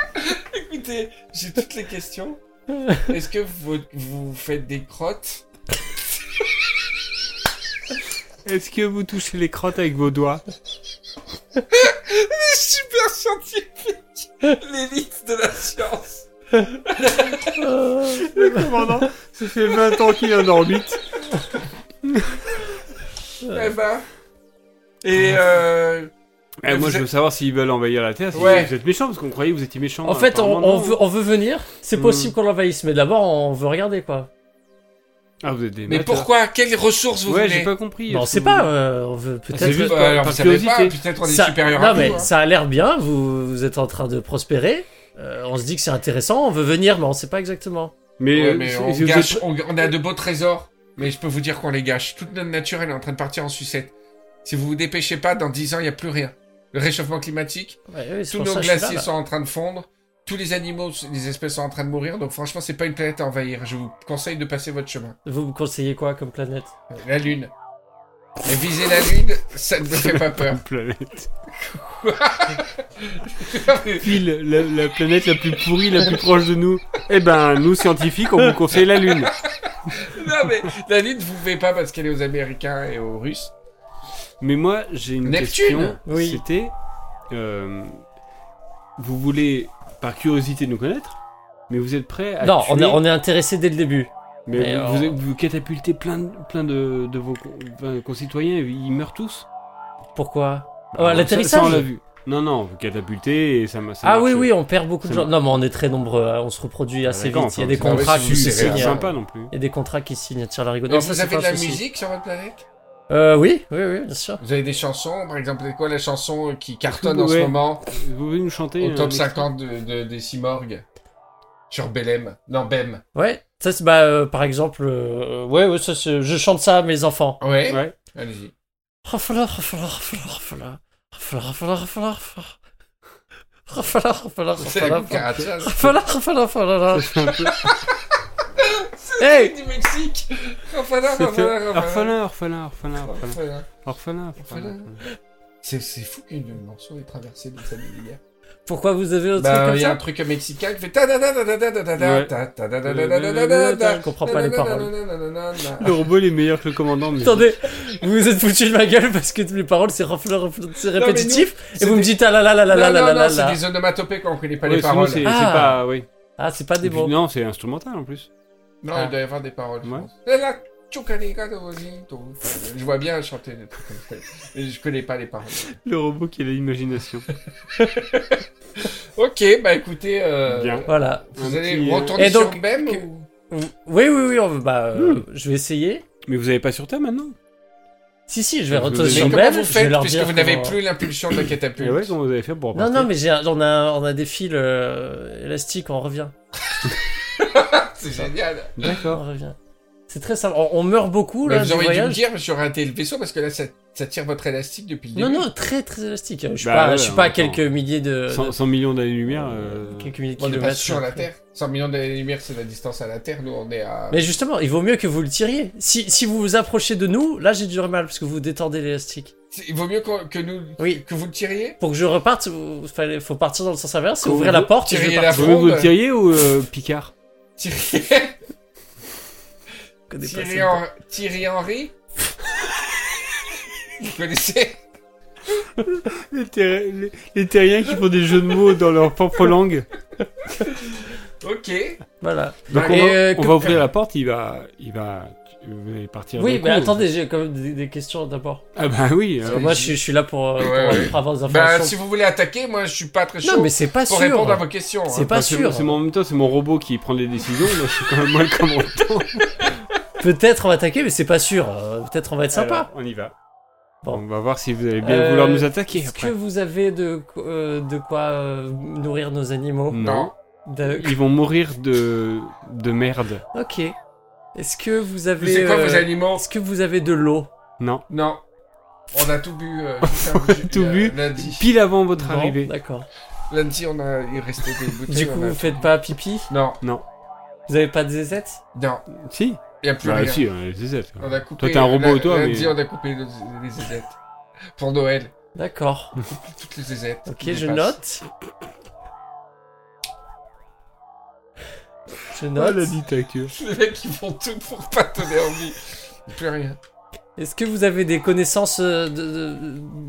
S1: Écoutez, j'ai toutes les questions. Est-ce que vous, vous faites des crottes
S2: Est-ce que vous touchez les crottes avec vos doigts
S1: Super scientifique L'élite de la science Ah,
S2: Le commandant, ça fait 20 ans qu'il est en orbite.
S1: Eh ben. Et euh.
S2: Eh,
S1: Et
S2: moi,
S1: vous
S2: je
S1: êtes-
S2: veux savoir s'ils veulent envahir la Terre. Si
S1: Ouais.
S2: Vous êtes méchants, parce qu'on croyait que vous étiez méchants.
S4: En fait, on,
S2: Apparemment,
S4: on
S2: non.
S4: veut, on veut venir. C'est
S2: Hmm.
S4: possible qu'on l'envahisse, mais d'abord, on veut regarder quoi.
S2: Ah, vous êtes des
S1: Mais
S2: mateurs.
S1: pourquoi Quelles ressources vous
S2: Ouais,
S1: voulez
S2: j'ai pas compris.
S4: Non, on
S2: Est-ce
S4: sait
S2: que
S4: pas.
S2: vous-
S4: euh, on veut
S1: Ah, C'est
S4: peut-être.
S1: juste,
S2: par-
S1: bah, alors,
S2: par
S1: vous savez pas,
S2: curiosité.
S1: peut-être on est
S4: Ça-
S1: supérieur
S4: non,
S1: à vous.
S4: mais
S1: hein.
S4: ça a l'air bien, vous, vous êtes en train de prospérer. Euh, on se dit que c'est intéressant, on veut venir, mais on sait pas exactement.
S2: Mais,
S1: Ouais,
S2: euh,
S1: mais
S2: si-
S1: on,
S2: si vous
S1: gâche,
S2: êtes-
S1: on, on a de beaux trésors, mais je peux vous dire qu'on les gâche. Toute notre nature, elle est en train de partir en sucette. Si vous vous dépêchez pas, dans 10 ans, il n'y a plus rien. Le réchauffement climatique,
S4: Ouais, ouais, c'est
S1: tous
S4: pour
S1: nos
S4: ça que je suis là,
S1: glaciers
S4: là.
S1: sont en train de fondre, tous les animaux, les espèces sont en train de mourir, donc franchement, c'est pas une planète à envahir. Je vous conseille de passer votre chemin.
S4: Vous me conseillez quoi comme planète
S1: La Lune. Et viser la Lune, ça ne me fait pas peur.
S2: planète. Puis le- la, la planète la plus pourrie, la plus proche de nous. Eh ben, nous scientifiques, on vous conseille la Lune.
S1: non, mais la Lune, vous pouvez pas parce qu'elle est aux Américains et aux Russes.
S2: Mais moi, j'ai une
S1: Neptune
S2: question.
S4: Oui.
S2: C'était, euh, vous voulez, par curiosité, nous connaître, mais vous êtes prêts
S1: Ah,
S2: à
S4: Non,
S2: tuer-
S4: on, est- on est intéressé dès le début.
S2: mais
S4: mais
S2: vous, vous-
S4: on-
S2: vous catapultez plein, de- plein de, de vos con- enfin, concitoyens, ils meurent tous.
S4: Pourquoi
S1: Ah,
S2: Alors,
S4: à
S2: ça-
S4: Oh, l'atterrissage
S2: Ça, on l'a vu. Non, non, vous catapultez et ça m'a.
S4: Ah oui, oui, on perd beaucoup de
S2: Ça
S4: gens. Non, mais on est très nombreux, hein, on se reproduit assez
S2: Ah, d'accord,
S4: vite. Il y a
S2: enfin,
S4: des
S2: hein, c'est-
S4: contrats
S1: ah ouais,
S4: qui
S1: c'est- c'est
S4: signent. hein.
S2: C'est
S1: rien.
S2: sympa non plus.
S4: Il y a des contrats qui signent, tire la rigole.
S1: Donc,
S4: Non,
S1: vous
S4: ça, c'est
S1: avez
S4: pas
S1: de la
S4: un souci.
S1: musique sur votre planète
S4: Euh, Oui, oui, oui, bien sûr.
S1: Vous avez des chansons, par exemple, c'est quoi la chanson qui cartonne
S2: Ouais.
S1: en ce moment
S2: Vous pouvez nous chanter euh,
S1: au
S2: un
S1: top
S2: extrait
S1: 50 de, de- des Simorgues Sur Belém. Non, Bem.
S4: Ouais, ça, c'est, bah, euh, par exemple, euh, ouais, ouais, ça, c'est- je chante ça à mes enfants.
S1: Ouais,
S2: Ouais.
S1: allez-y.
S4: Rafala, rafala, rafala, rafala. Rafala, rafala, rafala, rafala. Rafala, rafala,
S1: C'est la
S4: rafala, rafala.
S1: cucaracha.
S4: Rafala, rafala, rafala.
S1: C'est
S4: Hey
S1: du Mexique Rafala,
S2: Ça
S1: rafala,
S2: fait-
S1: rafala.
S2: Orphelin, orphelin, orphelin, orphelin,
S1: Rafala.
S2: orphelin,
S1: Orphelin.
S2: orphelin.
S1: C'est c'est fou que le morceau ait traversé le sable d'hier.
S4: Pourquoi vous avez un truc
S1: Bah,
S4: comme
S1: il y a un
S4: ça
S1: truc mexicain qui fait ta da da da da da da da da
S2: Ouais.
S1: ta ta da da da da da da da
S4: Je comprends pas les paroles.
S2: Le robot il est meilleur que le commandant. Mais...
S4: Attendez, vous vous êtes foutu de ma gueule parce que les paroles c'est rafala, rafala, c'est
S1: mais
S4: répétitif
S1: c'est
S4: et vous me
S1: des-
S4: dites ah là là là là là
S1: Non,
S4: là
S1: non,
S4: là
S1: non, c'est
S4: là.
S1: des onomatopées quand on connaît pas
S2: Ouais,
S1: les
S2: sinon,
S1: paroles.
S2: c'est c'est
S4: Ah.
S2: pas, oui.
S4: Ah, c'est pas des
S2: Et puis,
S4: mots.
S2: Non, c'est instrumental en plus.
S1: Non,
S4: Ah.
S1: il doit y avoir des paroles. je
S2: Ouais.
S1: pense. Et là, Tchoukanéka de Rosito. Je vois bien chanter des trucs comme ça. Mais je connais pas les paroles.
S2: Le robot qui a l'imagination.
S1: Ok, bah écoutez. Euh,
S2: Bien.
S4: Voilà.
S1: Vous
S2: Un
S1: allez
S2: petit, euh,
S1: retourner
S4: Et donc,
S1: sur BEM
S4: que-
S1: ou...
S4: Oui, oui, oui, on, bah, euh,
S1: Hmm.
S4: je vais essayer.
S2: Mais vous avez pas sur terre maintenant
S4: Si, si, je vais
S2: Vous
S4: retourner
S2: avez-
S1: Mais
S4: Euh, sur
S1: comment
S4: Belle.
S1: vous
S4: je vais
S1: faites
S4: leur
S1: puisque
S4: dire Eh
S1: vous n'avez
S4: comment-
S1: plus l'impulsion de la
S2: Et
S1: catapulte
S2: Eh ouais, comment vous avez fait pour
S4: Non,
S2: partir
S4: non, mais j'ai, un- on, a, on a des fils euh, élastiques, on revient.
S1: Ah, C'est génial.
S2: D'accord.
S4: On revient. C'est très simple. On, on meurt beaucoup
S1: Mais
S4: là
S1: Bah, vous
S4: du
S1: auriez
S4: voyage.
S1: dû me dire, j'aurais raté le vaisseau parce que là, ça, ça tire votre élastique depuis le
S4: Non,
S1: début.
S4: non, très très élastique. Je suis
S2: Bah
S4: pas,
S2: ouais,
S4: je suis pas à
S2: attends.
S4: quelques milliers de,
S2: 100,
S4: de-
S2: 100 millions d'années-lumière. euh,
S4: quelques milliers de
S1: On est
S4: kilomètres.
S1: pas
S4: hein.
S1: sur la Terre. 100 millions d'années-lumière, c'est la distance à la Terre. Nous, on est à.
S4: Ah. Mais justement, il vaut mieux que vous le tiriez. Si, si vous vous approchez de nous, là j'ai du mal parce que vous détendez l'élastique.
S1: Il vaut mieux qu'on- que, nous,
S4: Oui.
S1: que vous le tiriez
S4: Pour que je reparte, il fallait- faut partir dans le sens inverse, c'est
S1: Faut
S4: ouvrir la
S1: vous-
S4: porte et je
S1: tirer
S4: vais
S1: la
S4: partir.
S2: Vaut mieux
S1: fronde.
S2: vous le tiriez ou euh, Picard
S1: Thierry,
S4: Je connais pas
S1: Thierry,
S4: cette-
S1: Hen- Thierry Henry Vous connaissez
S2: les, terriens qui font des jeux de mots dans leur propre langue.
S1: Ok.
S4: Voilà.
S2: Donc
S1: Ouais.
S2: on,
S4: Et,
S2: va,
S4: euh,
S2: on
S4: que-
S2: va ouvrir la porte, il va, il va, tu- vous allez partir.
S4: Oui,
S2: d'un
S4: mais
S2: coup.
S4: attendez, j'ai quand même des, des questions d'abord.
S2: Ah bah oui.
S4: Parce
S2: euh,
S4: que moi, je, suis- je suis là pour, euh, pour
S1: Ouais, ouais.
S4: avoir des
S1: Bah,
S4: informations.
S1: si vous voulez attaquer, moi je suis pas très chaud
S4: non, mais c'est pas
S1: pour
S4: sûr.
S1: répondre à vos questions.
S4: C'est
S1: hein.
S4: pas
S2: parce que
S4: sûr.
S2: C'est mon, en même temps, c'est mon robot qui prend les décisions. Moi, je suis quand même moi le commandant.
S4: Peut-être on va attaquer, mais c'est pas sûr. Euh, Peut-être on va être
S2: Alors,
S4: sympa.
S2: on y va.
S4: Bon.
S2: On va voir si vous allez bien
S4: Euh,
S2: vouloir nous attaquer
S4: Est-ce que
S2: après.
S4: vous avez de, quoi- euh, de quoi euh, nourrir nos animaux
S1: Non.
S4: De-
S2: Ils vont mourir de de merde.
S4: Ok. Est-ce que vous avez.
S1: C'est quoi
S4: euh,
S1: vos aliments
S4: Est-ce que vous avez de l'eau
S2: Non.
S1: Non. On a tout bu. euh,
S2: Tout bu.
S1: Lundi.
S2: Pile avant votre
S4: Bon,
S2: arrivée.
S4: D'accord.
S1: Lundi, on a... il restait des bouteilles.
S4: Du
S1: on
S4: coup,
S1: a
S4: vous
S1: tout
S4: faites
S1: bu.
S4: pas pipi
S1: Non,
S4: Vous avez pas de zézettes
S1: non.
S2: Si.
S1: Il a plus
S2: Bah
S1: rien.
S2: si, euh, c'est ça.
S1: On a coupé.
S2: Toi, t'es un robot,
S1: la-
S2: toi,
S1: Lundi,
S2: mais-
S1: on a coupé les, les zézettes. Pour Noël.
S4: D'accord.
S1: Toutes les zézettes.
S4: Ok,
S1: Les
S4: je
S1: passes.
S4: note. Je
S2: Ah,
S4: note.
S2: la dictature.
S1: Les mecs, ils font tout pour pas te donner envie. Plus rien.
S4: Est-ce que vous avez des connaissances euh, de- de-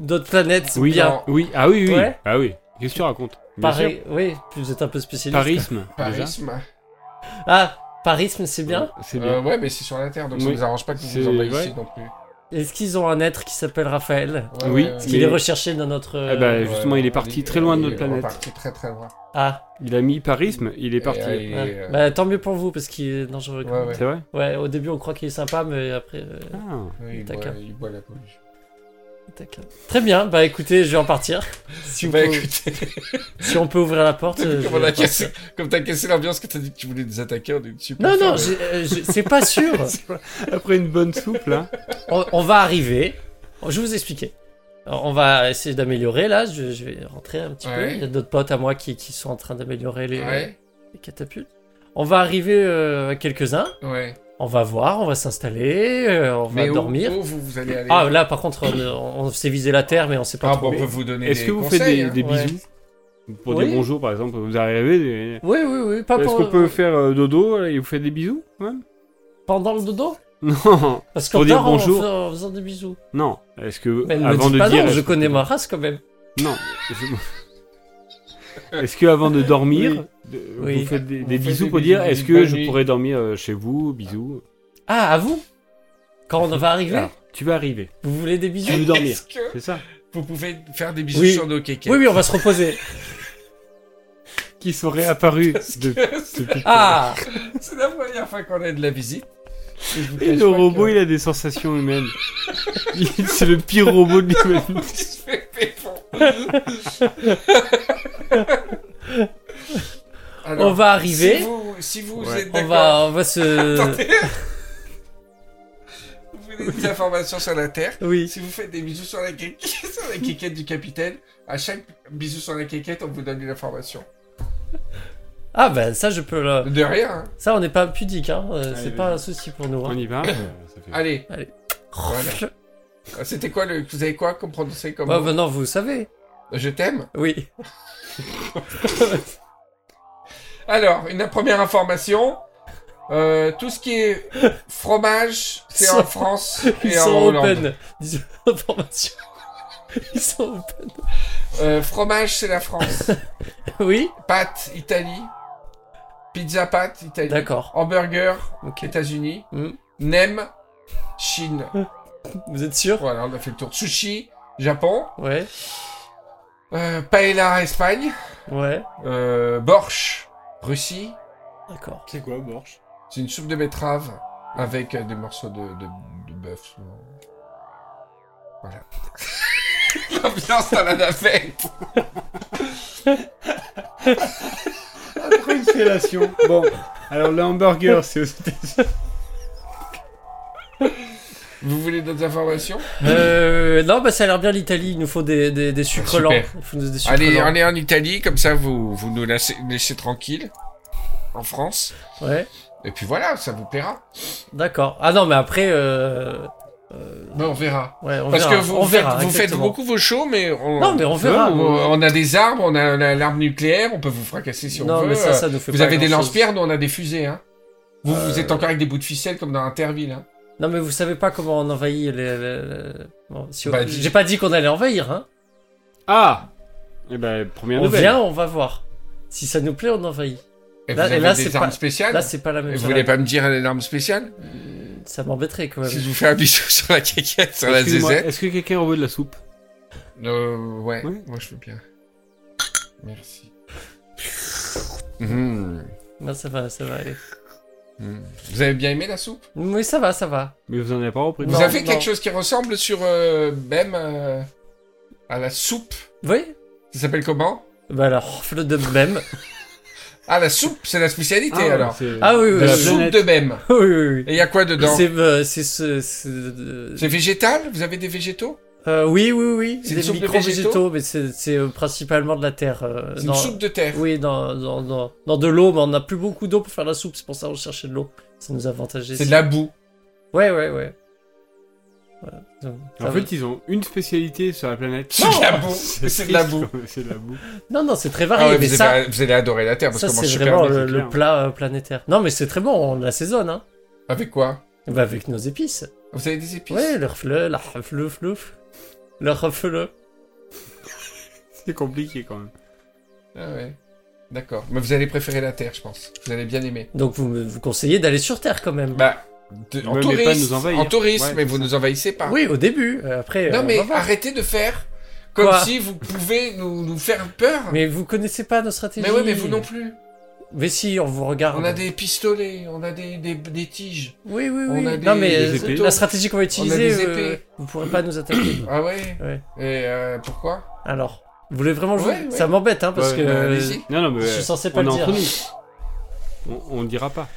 S4: d'autres planètes
S2: Oui.
S4: bien
S1: Non,
S2: Oui. Ah oui, oui.
S4: Ouais.
S2: Ah oui. Qu'est-ce que tu racontes Bien sûr.
S4: Paris, oui, vous êtes un peu spécialiste.
S2: Parisme. déjà.
S1: Parisme.
S4: Ah, parisme, c'est bien.
S2: C'est
S1: Euh,
S2: bien.
S1: ouais, mais c'est sur la Terre, donc ça
S2: Oui.
S1: nous arrange pas que vous
S2: C'est-
S1: vous envahissiez
S2: ouais.
S1: non plus. Ouais,
S4: Est-ce qu'ils ont un être qui s'appelle Raphaël
S1: ouais,
S2: Oui.
S1: ouais,
S4: Est-ce
S1: ouais.
S4: qu'il
S2: Mais-
S4: est recherché dans notre. euh,
S2: Ah bah
S1: Ouais,
S2: justement, il est parti très loin de notre
S1: Il est
S2: planète.
S1: parti très très loin.
S4: Ah,
S2: Il a mis parisme. Il est parti.
S1: Et, euh, il est,
S4: ah.
S1: euh,
S4: bah tant mieux pour vous parce qu'il est dangereux.
S1: Ouais, ouais.
S2: C'est vrai.
S4: Ouais, au début on croit qu'il est sympa, mais après. euh,
S2: Ah.
S1: oui, il,
S4: Taquin.
S1: boit, il boit la pollution.
S4: tac. Très bien, bah écoutez, je vais en partir. Si,
S1: Bah
S4: on peut-
S1: écoutez,
S4: si on peut ouvrir la porte. euh, je
S1: comme on
S4: vais
S1: a
S4: en
S1: cassé- comme t'as cassé l'ambiance que t'as dit que tu voulais nous attaquer, on est super.
S4: Non,
S1: fort.
S4: non, j'ai- euh, j'ai- c'est pas sûr.
S2: Après une bonne soupe là.
S4: on, on va arriver. Je vais vous expliquer. Alors, On va essayer d'améliorer là. Je, je vais rentrer un petit peu.
S1: Ouais.
S4: Il y a d'autres potes à moi qui, qui sont en train d'améliorer les,
S1: Ouais,
S4: les catapultes. On va arriver euh, à quelques-uns.
S1: ouais.
S4: On va voir, on va s'installer, euh, on
S1: mais
S4: va
S1: où-
S4: dormir.
S1: Où, vous, vous allez aller
S4: Ah là par contre on, on s'est visé la terre mais on s'est pas
S1: Ah, bon,
S4: trouvé.
S1: on peut vous donner
S2: Est-ce
S1: des
S2: que vous
S1: conseils.
S2: faites des,
S1: hein.
S2: des
S4: Ouais.
S2: bisous pour
S4: Oui.
S2: dire bonjour par exemple Vous arrivez et-
S4: Oui oui oui pas
S2: Est-ce
S4: pour-
S2: qu'on peut faire euh, dodo là, et vous faites des bisous quand même
S4: pendant le dodo
S2: Non,
S4: parce
S2: Pour
S4: qu'on
S2: dire
S4: dort en
S2: bonjour.
S4: fa- en faisant des bisous.
S2: non. Est-ce que
S4: Mais elle
S2: avant
S4: me dit
S2: de
S4: pas
S2: dire,
S4: non,
S2: est-ce
S4: je
S2: que-
S4: connais ma race quand même.
S2: Non. je- Est-ce que avant de dormir, de-
S4: Oui.
S2: vous faites des,
S1: Vous
S2: des
S1: faites
S2: bisous
S1: des
S2: pour
S1: bisous,
S2: dire
S1: des
S2: est-ce
S1: bisous.
S2: que
S1: Bonne
S2: je
S1: nuit.
S2: pourrais dormir euh, chez vous Bisous.
S4: Ah à vous quand on va arriver
S2: Alors, tu vas arriver.
S4: vous voulez des
S2: Tu
S4: bisous
S2: veux dormir.
S1: Est-ce que
S2: C'est ça.
S1: vous pouvez faire des bisous
S4: Oui.
S1: sur nos kékés
S4: Oui oui on va se reposer.
S2: Qui sont réapparus de- depuis.
S4: Ah
S1: C'est la première fois qu'on a de la visite. Et, je vous
S2: Et
S1: cache
S2: le
S1: pas
S2: robot,
S1: que-
S2: il a des sensations humaines. Il- C'est le pire robot de l'humanité.
S1: Il se fait péfon. Alors,
S4: on va arriver.
S1: Si vous, si vous
S2: Ouais.
S1: êtes
S4: On
S1: d'accord,
S4: va, euh, on va se.
S1: Attendez. vous voulez des informations sur la Terre.
S4: Oui.
S1: Si vous faites des bisous sur la, qué- sur la quéquette du capitaine, à chaque bisou sur la quéquette, on vous donne une information.
S4: Ah ben ça je peux le.
S1: De rien. hein.
S4: Ça on n'est pas pudique hein. euh,
S2: Allez,
S4: C'est pas
S2: vas-y.
S4: un souci pour nous.
S2: On
S4: hein. Oh,
S2: y va. euh, ça fait-
S1: Allez, Voilà.
S4: Je-
S1: c'était quoi le. Vous avez quoi comme prononcé comme.
S4: Bah
S1: mot
S4: maintenant vous savez.
S1: Je t'aime.
S4: Oui.
S1: Alors, une première information. Euh, tout ce qui est fromage, c'est en
S4: Sont-
S1: France
S4: Ils
S1: et en
S4: sont
S1: Hollande.
S4: open. Disons l'information. Ils sont open.
S1: Euh, fromage, c'est la France.
S4: Oui.
S1: Pâtes, Italie. Pizza pâte, Italie.
S4: D'accord.
S1: Hamburger,
S4: Ok.
S1: États-Unis.
S4: Hmm.
S1: Nem, Chine.
S4: Vous êtes sûr
S1: Voilà, on a fait le tour. Sushi, Japon.
S4: Ouais.
S1: Euh, paella, Espagne.
S4: Ouais.
S1: Euh, borsch, Russie.
S4: D'accord.
S2: C'est quoi, Borch
S1: C'est une soupe de betterave avec euh, des morceaux de, de, de bœuf. souvent. Voilà. L'ambiance dans la navette.
S2: Après une fellation. Bon, alors le hamburger, c'est aux États-Unis.
S1: Vous voulez d'autres informations
S4: Euh, non bah ça a l'air bien l'Italie. Il nous faut des des, des sucres
S1: Ah, super.
S4: lents. Il faut nous des sucres
S1: Allez,
S4: lents.
S1: on est en Italie, comme ça vous, vous nous laissez, laissez tranquille. En France.
S4: Ouais.
S1: Et puis voilà, ça vous plaira.
S4: D'accord. Ah non mais après. Euh... Euh,
S1: Ben, on verra.
S4: ouais, on
S1: Parce
S4: verra.
S1: que vous,
S4: on
S1: faites,
S4: verra,
S1: vous faites
S4: exactement.
S1: beaucoup vos shows, mais on,
S4: Non, mais on verra.
S1: Ouais, on- on a des arbres, on a, on a l'arme nucléaire, on peut vous fracasser si on
S4: non,
S1: veut.
S4: mais ça,
S1: euh,
S4: ça nous fait
S1: vous
S4: pas
S1: avez des
S4: grand-chose. Euh.
S1: lance-pierres, nous on a des fusées. Hein. Vous, vous êtes encore avec des bouts de ficelle comme dans Interville. Hein.
S4: Non, mais vous savez pas comment on envahit les. les- les- Bon, si on-
S1: Bah, dis-
S4: J'ai pas dit qu'on allait envahir, hein.
S2: Ah Eh ben, première
S4: On
S2: nouvelle.
S4: vient, on va voir. Si ça nous plaît, on envahit.
S1: Et
S4: Là-
S1: vous
S4: et
S1: avez
S4: là,
S1: des
S4: c'est
S1: armes
S4: pas-
S1: spéciales.
S4: Là, c'est pas la même
S1: Et Ah vous
S4: chose.
S1: voulez pas me dire des armes spéciales
S4: Ça m'embêterait quand
S1: Si
S4: même.
S1: je vous fais un bisou sur la caquette, sur la
S2: Excusez-moi,
S1: zézette.
S2: Est-ce que quelqu'un en veut de la soupe
S1: Euh, ouais,
S2: Ouais.
S1: moi je veux bien. Merci. Mhm.
S4: Non, ça va, ça va aller.
S1: Mhm. Vous avez bien aimé la soupe
S4: Mais ça va, ça va.
S2: Mais vous en avez pas repris
S1: Vous
S4: Non,
S1: avez
S4: non.
S1: quelque chose qui ressemble sur euh, même euh, à la soupe
S4: Oui
S1: Ça s'appelle comment
S4: Bah alors, le de même.
S1: Ah, la soupe, c'est la spécialité alors.
S2: c'est-
S4: Ah oui, oui,
S1: La
S4: Euh,
S1: soupe
S2: Jeannette.
S1: de même.
S4: oui, oui, oui.
S1: Et il y a quoi dedans
S4: C'est euh, c'est ce. ce- euh,
S1: C'est végétal Vous avez des végétaux
S4: euh, oui, oui, oui.
S1: C'est une
S4: Des
S1: soupe de
S4: micro-végétaux, mais c'est c'est, euh, principalement de la terre. euh,
S1: C'est
S4: dans-
S1: une soupe de terre.
S4: Oui, dans, dans, dans, dans de l'eau, mais on n'a plus beaucoup d'eau pour faire la soupe, c'est pour ça qu'on cherchait de l'eau. Ça nous avantageait.
S1: C'est de la boue.
S4: Ouais, ouais, ouais. Voilà. Donc, ça
S2: En
S4: va.
S2: fait, ils ont une spécialité sur la planète.
S1: C'est de la boue. C'est de la
S2: triste,
S1: boue.
S2: quoi, C'est de la boue.
S4: Non, non, c'est très
S1: Ah
S4: varié,
S1: ouais,
S4: mais
S1: vous,
S4: ça,
S1: avez- vous allez adorer la terre parce
S4: ça
S1: qu'on
S4: c'est
S1: mange super
S4: vraiment
S1: bien.
S4: le,
S2: c'est
S4: le
S2: clair.
S4: plat euh, planétaire. Non, mais c'est très bon, on l'assaisonne, hein.
S1: Avec quoi
S4: Bah, avec nos épices.
S1: Vous avez des épices
S4: Ouais, le refle, la refle, flouf. Le refle.
S2: C'est compliqué quand même.
S1: Ah ouais. D'accord. Mais vous allez préférer la terre, je pense. Vous allez bien aimer.
S4: Donc, vous me vous conseillez d'aller sur Terre quand même.
S1: Bah, de- en
S2: Ouais, mais
S1: tourisme.
S2: pas nous envahir.
S1: en tourisme,
S2: Ouais,
S1: mais
S2: c'est
S1: vous
S2: ça.
S1: nous envahissez pas.
S4: Oui, au début. euh, Après, euh,
S1: non,
S4: on
S1: mais
S4: va voir.
S1: arrêtez de faire comme
S4: Quoi
S1: si vous pouvez nous, nous faire peur. Mais,
S4: Mais vous connaissez pas nos stratégies.
S1: ouais, ah. mais vous non plus.
S4: Mais si, on vous regarde.
S1: On a des pistolets, on a des, des, des tiges.
S4: Oui, oui, oui.
S1: on a
S4: non,
S1: des-
S4: mais
S2: des
S4: euh,
S2: épées.
S4: la stratégie qu'on va utiliser,
S1: des
S4: euh,
S1: épées.
S4: vous pourrez pas nous attaquer.
S1: Ah ouais
S4: Ouais.
S1: Et euh, pourquoi
S4: Alors, vous voulez vraiment jouer
S1: Ouais, ouais.
S4: Ça m'embête, hein, parce
S2: Ouais,
S4: que
S1: Bah,
S4: euh,
S1: allez-y.
S2: Non, non,
S4: je
S2: mais
S4: suis censé
S2: on
S4: pas
S2: est
S4: le
S2: entre
S4: dire.
S2: nous. On, on le dira pas.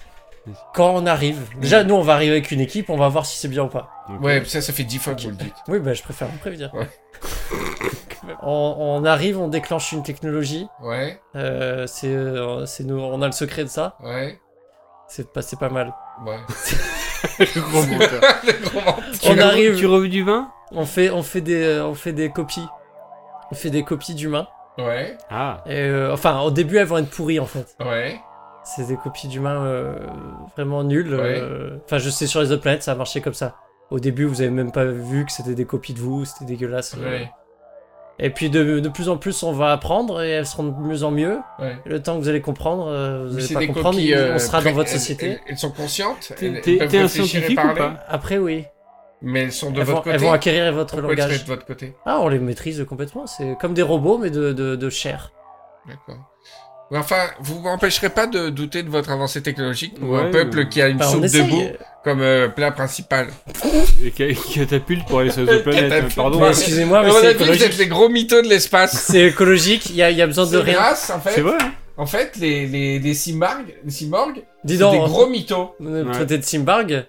S4: Quand on arrive, déjà, nous, on va arriver avec une équipe, on va voir si c'est bien ou pas.
S2: Donc,
S1: Ouais,
S2: euh,
S1: ça, ça fait dix fois que vous le dites.
S4: Oui, bah, je préfère vous prévenir.
S1: Ouais.
S4: on, on arrive, on déclenche une technologie.
S1: Ouais,
S4: euh, c'est, euh, c'est nous, on a le secret de ça.
S1: ouais,
S4: C'est pas, c'est pas mal.
S1: ouais.
S2: le gros menteur.
S1: Le gros menteur.
S4: On arrive.
S2: Tu revu du vin
S4: On fait, on fait des, euh, on fait des copies. On fait des copies d'humains.
S1: Ouais,
S2: Ah,
S4: Et, euh, enfin, au début, elles vont être pourries en fait.
S1: ouais.
S4: C'est des copies d'humains euh, vraiment nulles. euh. Enfin, je sais sur les autres planètes, ça a marché comme ça. Au début, vous avez même pas vu que c'était des copies de vous, c'était dégueulasse. euh.
S1: Ouais,
S4: Et puis de, de plus en plus, on va apprendre et elles seront de mieux en mieux.
S1: ouais.
S4: Et le temps que vous allez comprendre, euh, vous
S1: Mais
S4: allez
S1: c'est
S4: pas
S1: des
S4: comprendre,
S1: copies,
S4: il-
S1: euh,
S4: on sera
S1: pré-
S4: dans votre
S1: elles-
S4: société.
S1: Elles, elles sont conscientes.
S2: t'es-
S1: Elles,
S2: t'es
S1: elles peuvent
S2: t'es un
S1: réfléchir et
S2: scientifique ou
S1: parler.
S2: pas
S4: Après, oui.
S1: Mais elles sont de
S4: Elles vont,
S1: votre côté.
S4: elles vont acquérir votre
S1: Pourquoi elles seraient
S4: langage.
S1: de votre côté
S4: Ah, on les maîtrise complètement. C'est comme des robots, mais de, de, de chair.
S1: D'accord. Mais Enfin, vous m'empêcherez pas de douter de votre avancée technologique pour
S2: Ouais,
S1: un peuple
S2: mais-
S1: qui a une
S4: Enfin, Bah, on
S1: soupe de
S4: essaye.
S1: boue comme euh, plat principal.
S2: et ca- catapulte pour aller sur les autres planètes. hein,
S1: Catapulte.
S2: Pardon.
S4: Bon,
S1: Ouais.
S4: excusez-moi, mais
S1: Mais on
S4: c'est
S1: a vu que vous êtes
S4: écologique.
S1: les gros mythos de l'espace.
S4: C'est écologique, il y a, il y a besoin de
S1: C'est
S4: rien.
S1: grâce, en
S2: C'est
S1: fait.
S2: vrai. hein
S1: En fait, les, les, les cyborgs, les cyborgs,
S4: Dis
S1: c'est
S4: donc,
S1: des gros mythos.
S4: on est
S2: Ouais.
S4: traité de Simbarg.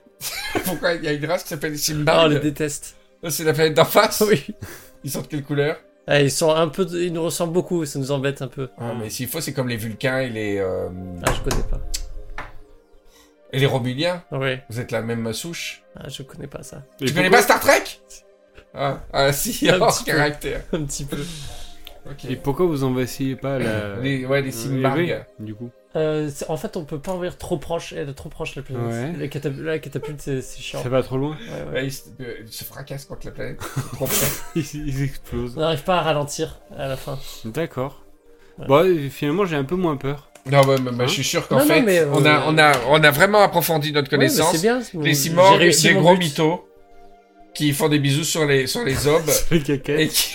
S1: Pourquoi il y a une race qui s'appelle les
S4: Ah, on
S1: cyborgs
S4: les déteste.
S1: Eux, C'est la planète d'en face.
S4: Oui.
S1: Ils sont de quelle couleur
S4: Ah, ils sont un peu, ils nous ressemblent beaucoup, ça nous embête un peu.
S1: Ah, Mais s'il faut, c'est comme les Vulcains et les, euh,
S4: Ah, je connais pas.
S1: et les Romuliens.
S4: Ouais,
S1: Vous êtes la même souche.
S4: ah, je connais pas ça.
S2: Et
S1: tu connais
S2: pourquoi-
S1: pas Star Trek ah, ah, si,
S4: Un
S1: hors
S4: petit peu.
S1: caractère.
S4: Un petit peu.
S1: Ok.
S2: Et pourquoi vous envassiez pas la.
S1: Les, ouais, les cyborgs.
S2: Ray, Du coup.
S4: Euh, c'est- en fait, on peut pas envers trop proche, elle est trop proche la planète.
S2: Ouais.
S4: La, catap- la catapulte, c'est c'est chiant.
S2: Ça va trop loin.
S4: Ouais, ouais.
S1: Ouais, ils, se- euh, ils se fracassent contre la planète. C'est trop bien.
S2: Ils, ils explosent.
S4: On n'arrive pas à ralentir à la fin.
S2: D'accord.
S4: Ouais.
S2: Bon, finalement, j'ai un peu moins peur.
S1: non, ouais, mais, mais je suis sûr qu'en
S4: Non, non,
S1: fait,
S4: mais, euh,
S1: on, a, on, a, on a vraiment approfondi notre
S4: Ouais, mais
S1: connaissance.
S4: c'est bien.
S1: les
S4: j'ai
S1: cyborgs,
S4: réussi
S1: des
S4: mon
S1: gros
S4: but.
S1: mythos qui font des bisous sur les, sur les hommes
S2: Le caca.
S1: et qui...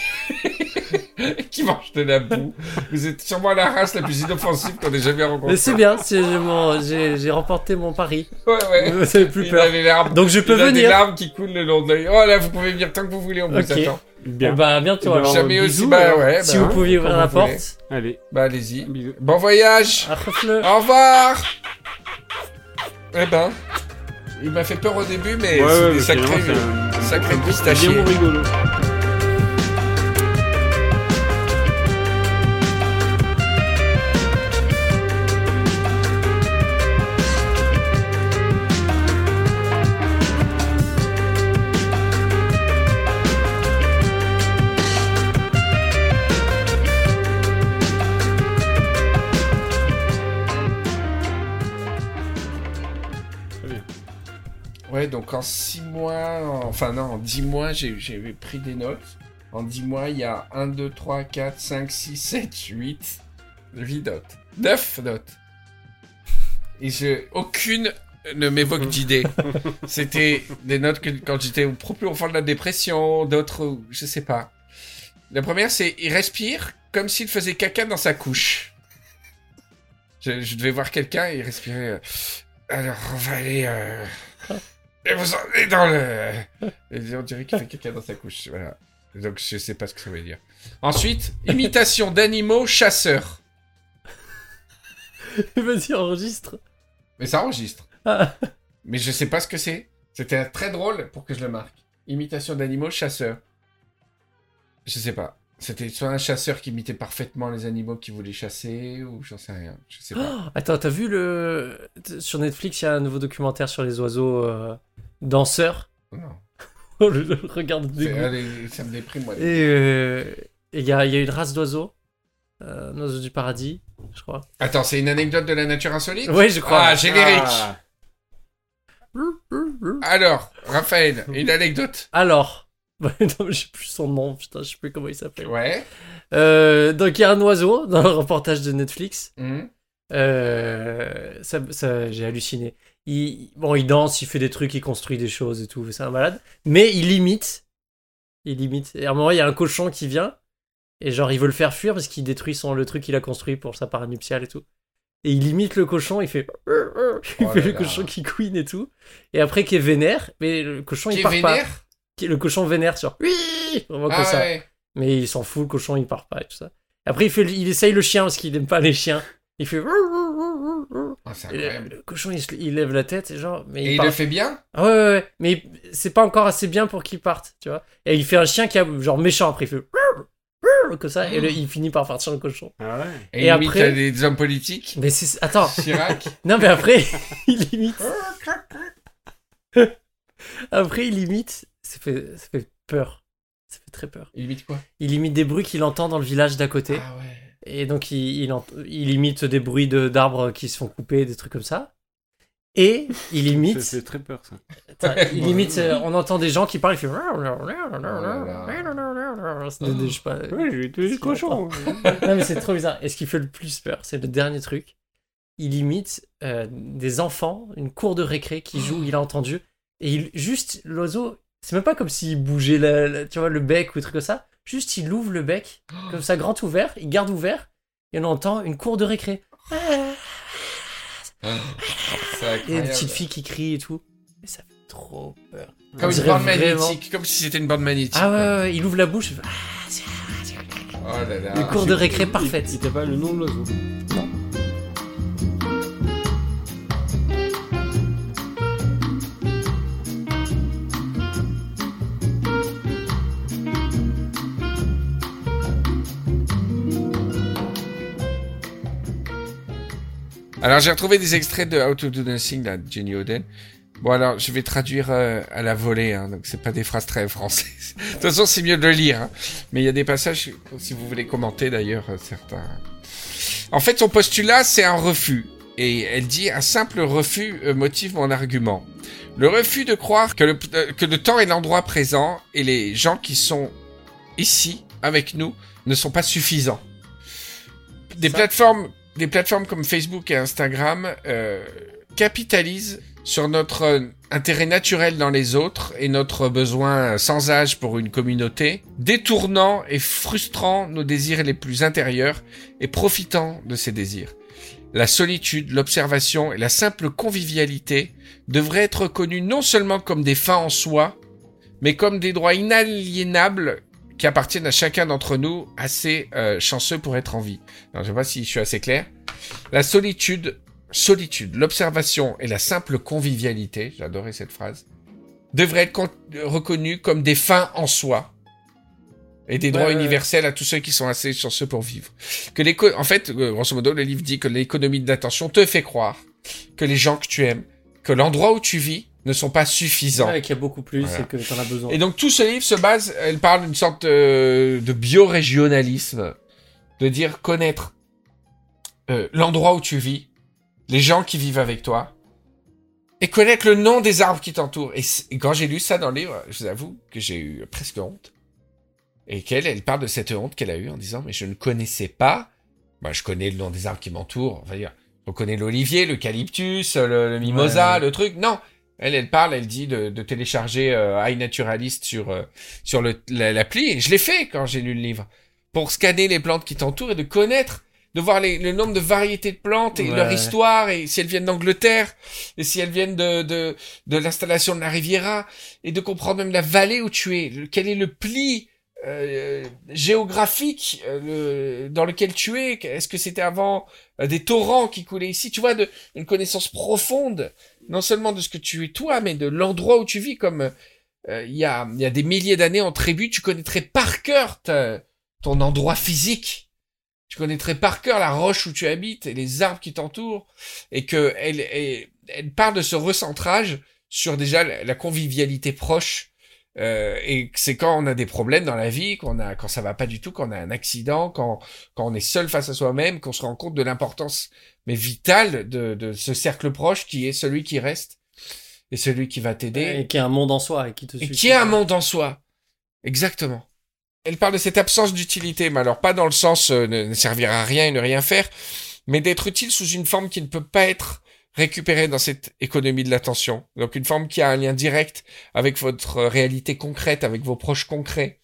S1: qui mangent de la boue. Vous êtes sûrement la race la plus inoffensive qu'on ait jamais rencontrée.
S4: Mais c'est bien, c'est- j'ai mon- j'ai j'ai remporté mon pari.
S1: Ouais, ouais.
S4: Vous avez plus
S1: Il
S4: peur.
S1: a les larmes.
S4: Donc je peux
S1: Il a des
S4: venir.
S1: larmes qui coulent le long de l'œil. Oh là, vous pouvez venir tant que vous voulez, on
S4: Ok.
S1: vous attend.
S2: Bien.
S4: Bah à bientôt
S2: Eh ben,
S4: alors.
S1: Jamais
S2: bisous,
S1: aussi. Bah
S2: alors.
S1: ouais, bah,
S4: si vous
S1: hein,
S4: pouviez ouvrir
S1: quand
S4: la
S1: vous voulez.
S4: porte.
S2: Allez,
S1: Bah allez-y.
S2: bisous.
S1: Bon voyage
S4: Ah, refle.
S1: Au revoir Eh ben, il m'a fait peur au début, mais
S2: Ouais,
S1: c'est
S2: ouais,
S1: des
S2: mais
S1: sacrés,
S2: finalement, c'est un-
S1: sacrés
S2: C'est
S1: pistachiers.
S2: bien rigolo.
S1: Ouais, donc en 6 mois, en- enfin non, en 10 mois, j'ai j'ai pris des notes. En 10 mois, il y a 1, 2, 3, 4, 5, 6, 7, 8, 8 notes. 9 notes. Et je, aucune ne m'évoque d'idée. C'était des notes que quand j'étais au propre enfant de la dépression, d'autres, où- je sais pas. La première, c'est il respire comme s'il faisait caca dans sa couche. Je, je devais voir quelqu'un et il respirait. euh, Alors, on va aller. euh, et vous en êtes dans le. Et on dirait qu'il fait caca dans sa couche. Voilà. Donc je sais pas ce que ça veut dire. Ensuite, imitation d'animaux chasseurs.
S4: Vas-y, enregistre.
S1: Mais ça enregistre.
S4: Ah.
S1: Mais je sais pas ce que c'est. C'était très drôle pour que je le marque. Imitation d'animaux chasseurs. Je sais pas. C'était soit un chasseur qui imitait parfaitement les animaux qu'il voulait chasser, ou j'en sais rien. Je sais pas.
S4: Oh, attends, t'as vu le. t- Sur Netflix, il y a un nouveau documentaire sur les oiseaux euh, danseurs.
S1: Non.
S4: Oh, le, le regard de
S1: C'est-
S4: dégoût.
S1: allez, ça me déprime, moi.
S4: Et euh, et il y, a, il y a une race d'oiseaux. Euh, un oiseau du paradis, je crois.
S1: Attends, c'est une anecdote de la nature insolite
S4: Oui, je crois.
S1: Ah, générique
S2: Ah.
S1: Alors, Raphaël, une anecdote.
S4: Alors. Ouais, non, j'ai plus son nom, putain, je sais plus comment il s'appelle.
S1: Ouais.
S4: Euh, donc, il y a un oiseau dans le reportage de Netflix.
S1: Hmm.
S4: Euh, ça, ça- j'ai halluciné. Il, bon, il danse, il fait des trucs, il construit des choses et tout, c'est un malade. Mais il imite. Il imite. Et à un moment, il y a un cochon qui vient. Et genre, il veut le faire fuir parce qu'il détruit son, le truc qu'il a construit pour sa part nuptiale et tout. Et il imite le cochon, il fait. Il
S1: Oh
S4: fait
S1: là
S4: le
S1: là.
S4: cochon qui couine et tout. Et après, qui est vénère. Mais le cochon,
S1: Qui
S4: il
S1: est
S4: part pas.
S1: vénère
S4: Qui- Le cochon vénère, sur Oui Vraiment comme
S1: Ah
S4: ça.
S1: ouais.
S4: Mais il s'en fout, le cochon, il part pas et tout ça. Après, il, fait, il essaye le chien parce qu'il aime pas les chiens. Il fait.
S1: Ah, c'est
S4: Et le-
S1: incroyable.
S4: le cochon, il, se- il lève la tête, et genre, mais il,
S1: Et il
S4: part.
S1: le fait bien
S4: Ah ouais, ouais, ouais, mais il- c'est pas encore assez bien pour qu'il parte, tu vois. Et il fait un chien qui a, genre, méchant, après, il fait comme ça, et le- il finit par partir le cochon.
S2: Ah ouais.
S1: Et,
S4: Et
S1: il imite
S4: après-
S1: des hommes politiques
S4: Mais c'est. Attends,
S1: Chirac
S4: non, mais après, il imite. après, il imite. Ça fait, ça fait peur. Ça fait très peur.
S1: Il imite quoi
S4: Il imite des bruits qu'il entend dans le village d'à côté.
S1: Ah ouais.
S4: Et donc, il, il, ent- il imite des bruits de- d'arbres qui se font couper, des trucs comme ça. Et il
S2: Ça
S4: imite.
S2: fait très peur ça.
S4: Enfin,
S1: Ouais,
S4: il
S1: bon.
S4: limite, euh, on entend des gens qui parlent, il fait. C'est des- des- je sais pas.
S2: Ouais, j'ai tué le cochon.
S4: Non, mais c'est trop bizarre. Et ce qui fait le plus peur, c'est le dernier truc. Il imite euh, des enfants, une cour de récré qui joue, il a entendu. Et il, juste, l'oiseau, c'est même pas comme s'il bougeait la- la- tu vois, le bec ou des trucs comme ça. Juste, il ouvre le bec, comme ça, grand ouvert, il garde ouvert, et on entend une cour de récré.
S1: C'est
S4: Et une
S1: incroyable.
S4: petite fille qui crie et tout. Et ça fait trop peur.
S1: Comme
S4: On
S1: une
S4: dirait
S1: bande
S4: vraiment-
S1: magnétique, comme si c'était une bande magnétique.
S4: Ah ouais, ouais, ouais, il ouvre la bouche. il fait,
S1: Oh là là.
S4: Le cours de récré parfaite.
S2: Il, il t'a pas le nom de l'oiseau.
S1: Alors j'ai retrouvé des extraits de How to Do Nothing là, de Jenny Oden. Bon alors je vais traduire euh, à la volée, hein, donc c'est pas des phrases très françaises. de toute façon c'est mieux de le lire, hein. mais il y a des passages si vous voulez commenter d'ailleurs euh, certains. En fait son postulat c'est un refus. Et elle dit un simple refus euh, motive mon argument. Le refus de croire que le, euh, que le temps et l'endroit présent et les gens qui sont ici avec nous ne sont pas suffisants. Des
S4: Ça-
S1: plateformes, des plateformes comme Facebook et Instagram euh, capitalisent sur notre euh, intérêt naturel dans les autres et notre besoin sans âge pour une communauté, détournant et frustrant nos désirs les plus intérieurs et profitant de ces désirs. La solitude, l'observation et la simple convivialité devraient être connues non seulement comme des fins en soi, mais comme des droits inaliénables qui appartiennent à chacun d'entre nous, assez euh, chanceux pour être en vie. Alors, je sais pas si je suis assez clair. La solitude, solitude, l'observation et la simple convivialité, j'adorais cette phrase, devraient être con- euh, reconnues comme des fins en soi et des droits
S4: ouais, ouais.
S1: universels à tous ceux qui sont assez chanceux pour vivre. Que l'éco- en fait, euh, grosso modo, le livre dit que l'économie de l'attention te fait croire que les gens que tu aimes, que l'endroit où tu vis ne sont pas suffisants.
S4: ah Ouais, qu'il y a beaucoup plus
S1: Voilà.
S4: et que t'en as besoin.
S1: Et donc tout ce livre se base, elle parle d'une sorte euh, de biorégionalisme, de dire connaître euh, l'endroit où tu vis, les gens qui vivent avec toi, et connaître le nom des arbres qui t'entourent. Et, c- et quand j'ai lu ça dans le livre, je vous avoue que j'ai eu presque honte. Et qu'elle, elle parle de cette honte qu'elle a eue en disant, mais je ne connaissais pas. Moi, je connais le nom des arbres qui m'entourent. On va dire, on connaît l'olivier, l'eucalyptus, le, le mimosa, le truc. Non. Elle, elle parle, elle dit de, de télécharger euh, iNaturalist sur, euh, sur le- la- l'appli. Et je l'ai fait quand j'ai lu le livre. Pour scanner les plantes qui t'entourent et de connaître, de voir les- le nombre de variétés de plantes et
S4: Ouais,
S1: leur
S4: ouais.
S1: histoire et si elles viennent d'Angleterre et si elles viennent de, de, de l'installation de la Riviera et de comprendre même la vallée où tu es, le- quel est le pli euh, géographique euh, le- dans lequel tu es, est-ce que c'était avant euh, des torrents qui coulaient ici, tu vois, de, une connaissance profonde, non seulement de ce que tu es toi, mais de l'endroit où tu vis, comme euh, euh, il y, a, il y a des milliers d'années en tribu, tu connaîtrais par cœur ta- ton endroit physique. Tu connaîtrais par cœur la roche où tu habites et les arbres qui t'entourent et que elle, elle, elle part de ce recentrage sur déjà la, la convivialité proche. Euh, et que c'est quand on a des problèmes dans la vie, qu'on a, quand ça va pas du tout, qu'on a un accident, quand, quand on est seul face à soi-même, qu'on se rend compte de l'importance, mais vitale, de, de ce cercle proche qui est celui qui reste et celui qui va t'aider.
S4: Et qui est un monde en soi et qui te
S1: Et
S4: suit.
S1: qui est un monde en soi. Exactement. Elle parle de cette absence d'utilité, mais alors pas dans le sens euh, ne, ne servir à rien et ne rien faire, mais d'être utile sous une forme qui ne peut pas être récupérée dans cette économie de l'attention. Donc une forme qui a un lien direct avec votre euh, réalité concrète, avec vos proches concrets.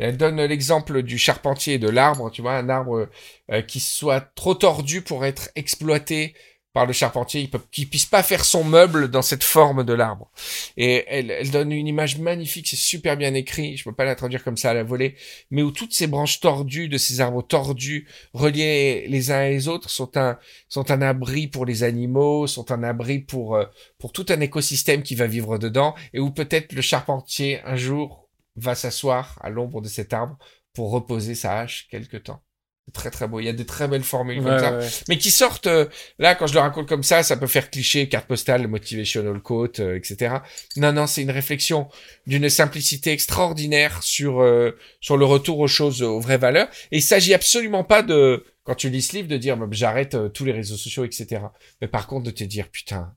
S1: Et Elle donne l'exemple du charpentier et de l'arbre, tu vois, un arbre euh, qui soit trop tordu pour être exploité par le charpentier, il peut, qui puisse pas faire son meuble dans cette forme de l'arbre. Et elle, elle donne une image magnifique, c'est super bien écrit, je peux pas la traduire comme ça à la volée, mais où toutes ces branches tordues de ces arbres tordus, reliés les uns et les autres, sont un, sont un abri pour les animaux, sont un abri pour, euh, pour tout un écosystème qui va vivre dedans, et où peut-être le charpentier, un jour, va s'asseoir à l'ombre de cet arbre pour reposer sa hache quelque temps. C'est très très beau, il y a de très belles formules comme ça mais qui sortent euh, là quand je le raconte comme ça ça peut faire cliché carte postale motivational quote euh, etc non non c'est une réflexion d'une simplicité extraordinaire sur euh, sur le retour aux choses euh, aux vraies valeurs et il s'agit absolument pas de quand tu lis ce livre de dire bah, j'arrête euh, tous les réseaux sociaux etc mais par contre de te dire putain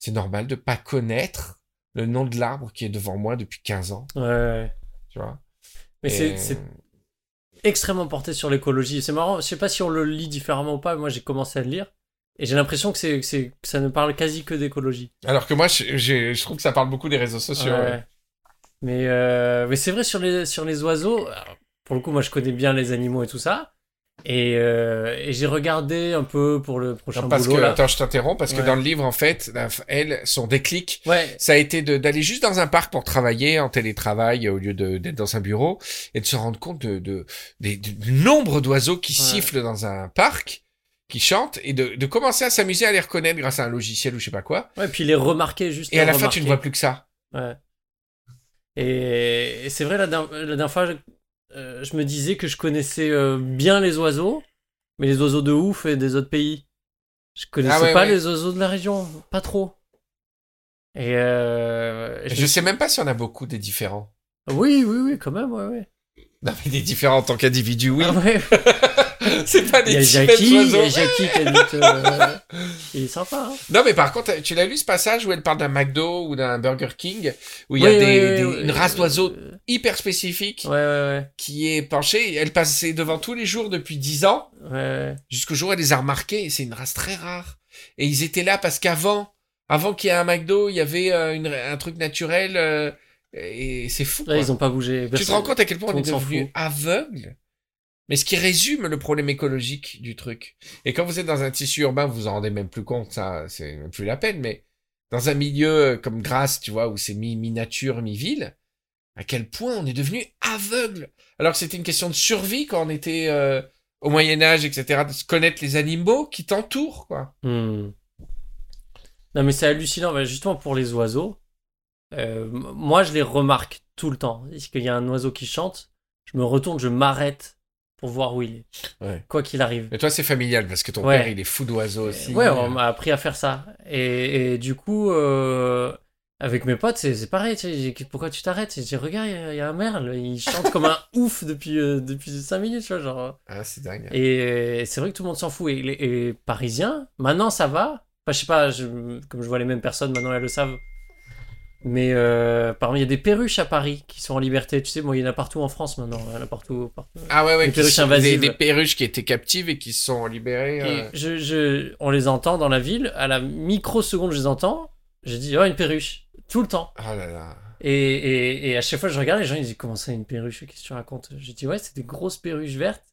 S1: c'est normal de pas connaître le nom de l'arbre qui est devant moi depuis 15 ans
S4: Ouais, ouais.
S1: tu vois
S4: Mais
S1: Et-
S4: c'est- c'est extrêmement porté sur l'écologie. C'est marrant, je sais pas si on le lit différemment ou pas, moi j'ai commencé à le lire. Et j'ai l'impression que, c'est, que c'est- que ça ne parle quasi que d'écologie.
S1: alors que moi je, j'ai- je trouve que ça parle beaucoup des réseaux sociaux
S4: Ouais.
S1: ouais.
S4: Mais, euh, mais c'est vrai sur les, sur les oiseaux, alors, pour le coup moi je connais bien les animaux et tout ça. Et, euh, et j'ai regardé un peu pour le prochain
S1: Non, parce
S4: boulot
S1: que,
S4: là.
S1: attends, je t'interromps, parce que
S4: Ouais.
S1: dans le livre, en fait, la- elle, son déclic,
S4: Ouais,
S1: ça a été de- d'aller juste dans un parc pour travailler en télétravail euh, au lieu de- d'être dans un bureau et de se rendre compte de, de, des- du nombre d'oiseaux qui
S4: Ouais.
S1: sifflent dans un parc, qui chantent, et de, de commencer à s'amuser à les reconnaître grâce à un logiciel ou je sais pas quoi.
S4: ouais, puis les remarquer juste.
S1: Et à
S4: les
S1: la fin, tu ne
S4: remarquer.
S1: vois plus que ça.
S4: Ouais. Et, et c'est vrai, la, der- la dernière fois, je, euh, je me disais que je connaissais euh, bien les oiseaux, mais les oiseaux de ouf et des autres pays. Je connaissais
S1: Ah ouais,
S4: pas
S1: ouais.
S4: les oiseaux de la région, pas trop. Et euh,
S1: Et
S4: je-
S1: Je sais même pas si on a beaucoup des différents.
S4: Oui, oui, oui, quand même, ouais, ouais.
S1: Non, mais des différents en tant qu'individu, oui.
S4: Ah ouais,
S1: C'est pas
S4: Il y a
S1: des
S4: Jackie,
S1: petits
S4: il y
S1: oiseaux.
S4: a Jackie qui habite, euh, il est sympa, hein.
S1: Non, mais par contre, tu l'as lu ce passage où elle parle d'un McDo ou d'un Burger King, où il y
S4: Oui,
S1: a des,
S4: oui,
S1: des-
S4: oui, oui,
S1: une race
S4: euh,
S1: d'oiseaux
S4: euh,
S1: hyper spécifique
S4: Ouais, ouais,
S1: qui est penchée. Elle passait devant tous les jours depuis 10 ans,
S4: ouais. ouais.
S1: jusqu'au jour où elle les a remarqués. Et c'est une race très rare. Et ils étaient là parce qu'avant, avant qu'il y ait un McDo, il y avait euh, une- un truc naturel. euh, et c'est fou.
S4: Là,
S1: quoi.
S4: ils ont pas bougé.
S1: Tu te rends compte à quel point
S4: tout
S1: on
S4: le
S1: est
S4: monde s'en
S1: devenu
S4: fout.
S1: aveugle mais ce qui résume le problème écologique du truc. Et quand vous êtes dans un tissu urbain, vous vous en rendez même plus compte, ça, c'est même plus la peine, mais dans un milieu euh, comme Grasse, tu vois, où c'est mi- mi-nature, mi-ville, à quel point on est devenu aveugle. Alors que c'était une question de survie quand on était euh, au Moyen-Âge, etc., de se connaître les animaux qui t'entourent, quoi.
S4: Hmm. Non, mais c'est hallucinant. Mais justement, pour les oiseaux, euh, m- moi, je les remarque tout le temps. Est-ce qu'il y a un oiseau qui chante Je me retourne, je m'arrête pour voir où il est.
S1: Ouais.
S4: Quoi qu'il arrive.
S1: Mais toi, c'est familial, parce que ton
S4: Ouais.
S1: père, il est fou d'oiseaux aussi.
S4: Ouais, on m'a appris à faire ça. Et, et du coup, euh, avec mes potes, c'est c'est pareil. tu sais, j'ai dit, pourquoi tu t'arrêtes J'ai dit, regarde, il y a- il y, a un merle. Il chante comme un ouf depuis, euh, depuis 5 minutes, tu vois, genre.
S1: Ah, c'est dingue.
S4: euh, Et c'est vrai que tout le monde s'en fout. Et, les et Parisiens, maintenant ça va. Enfin, Enfin, je sais pas, je- comme je vois les mêmes personnes, maintenant elles le savent. Mais euh, par exemple, il y a des perruches à Paris qui sont en liberté. Tu sais, bon, il y en a partout en France maintenant. Il y en a partout. partout.
S1: Ah ouais, ouais,
S4: Des
S1: qui
S4: perruches
S1: sont- des,
S4: invasives.
S1: des perruches qui étaient captives et qui se sont libérées.
S4: Et
S1: euh.
S4: je, je- on les entend dans la ville. À la microseconde, je les entends. Je dis, oh, une perruche. Tout le temps.
S1: Ah là là.
S4: Et, et- et à chaque fois, je regarde, les gens, ils disent, comment ça, une perruche Qu'est-ce que tu racontes Je dis, ouais, c'est des grosses perruches vertes.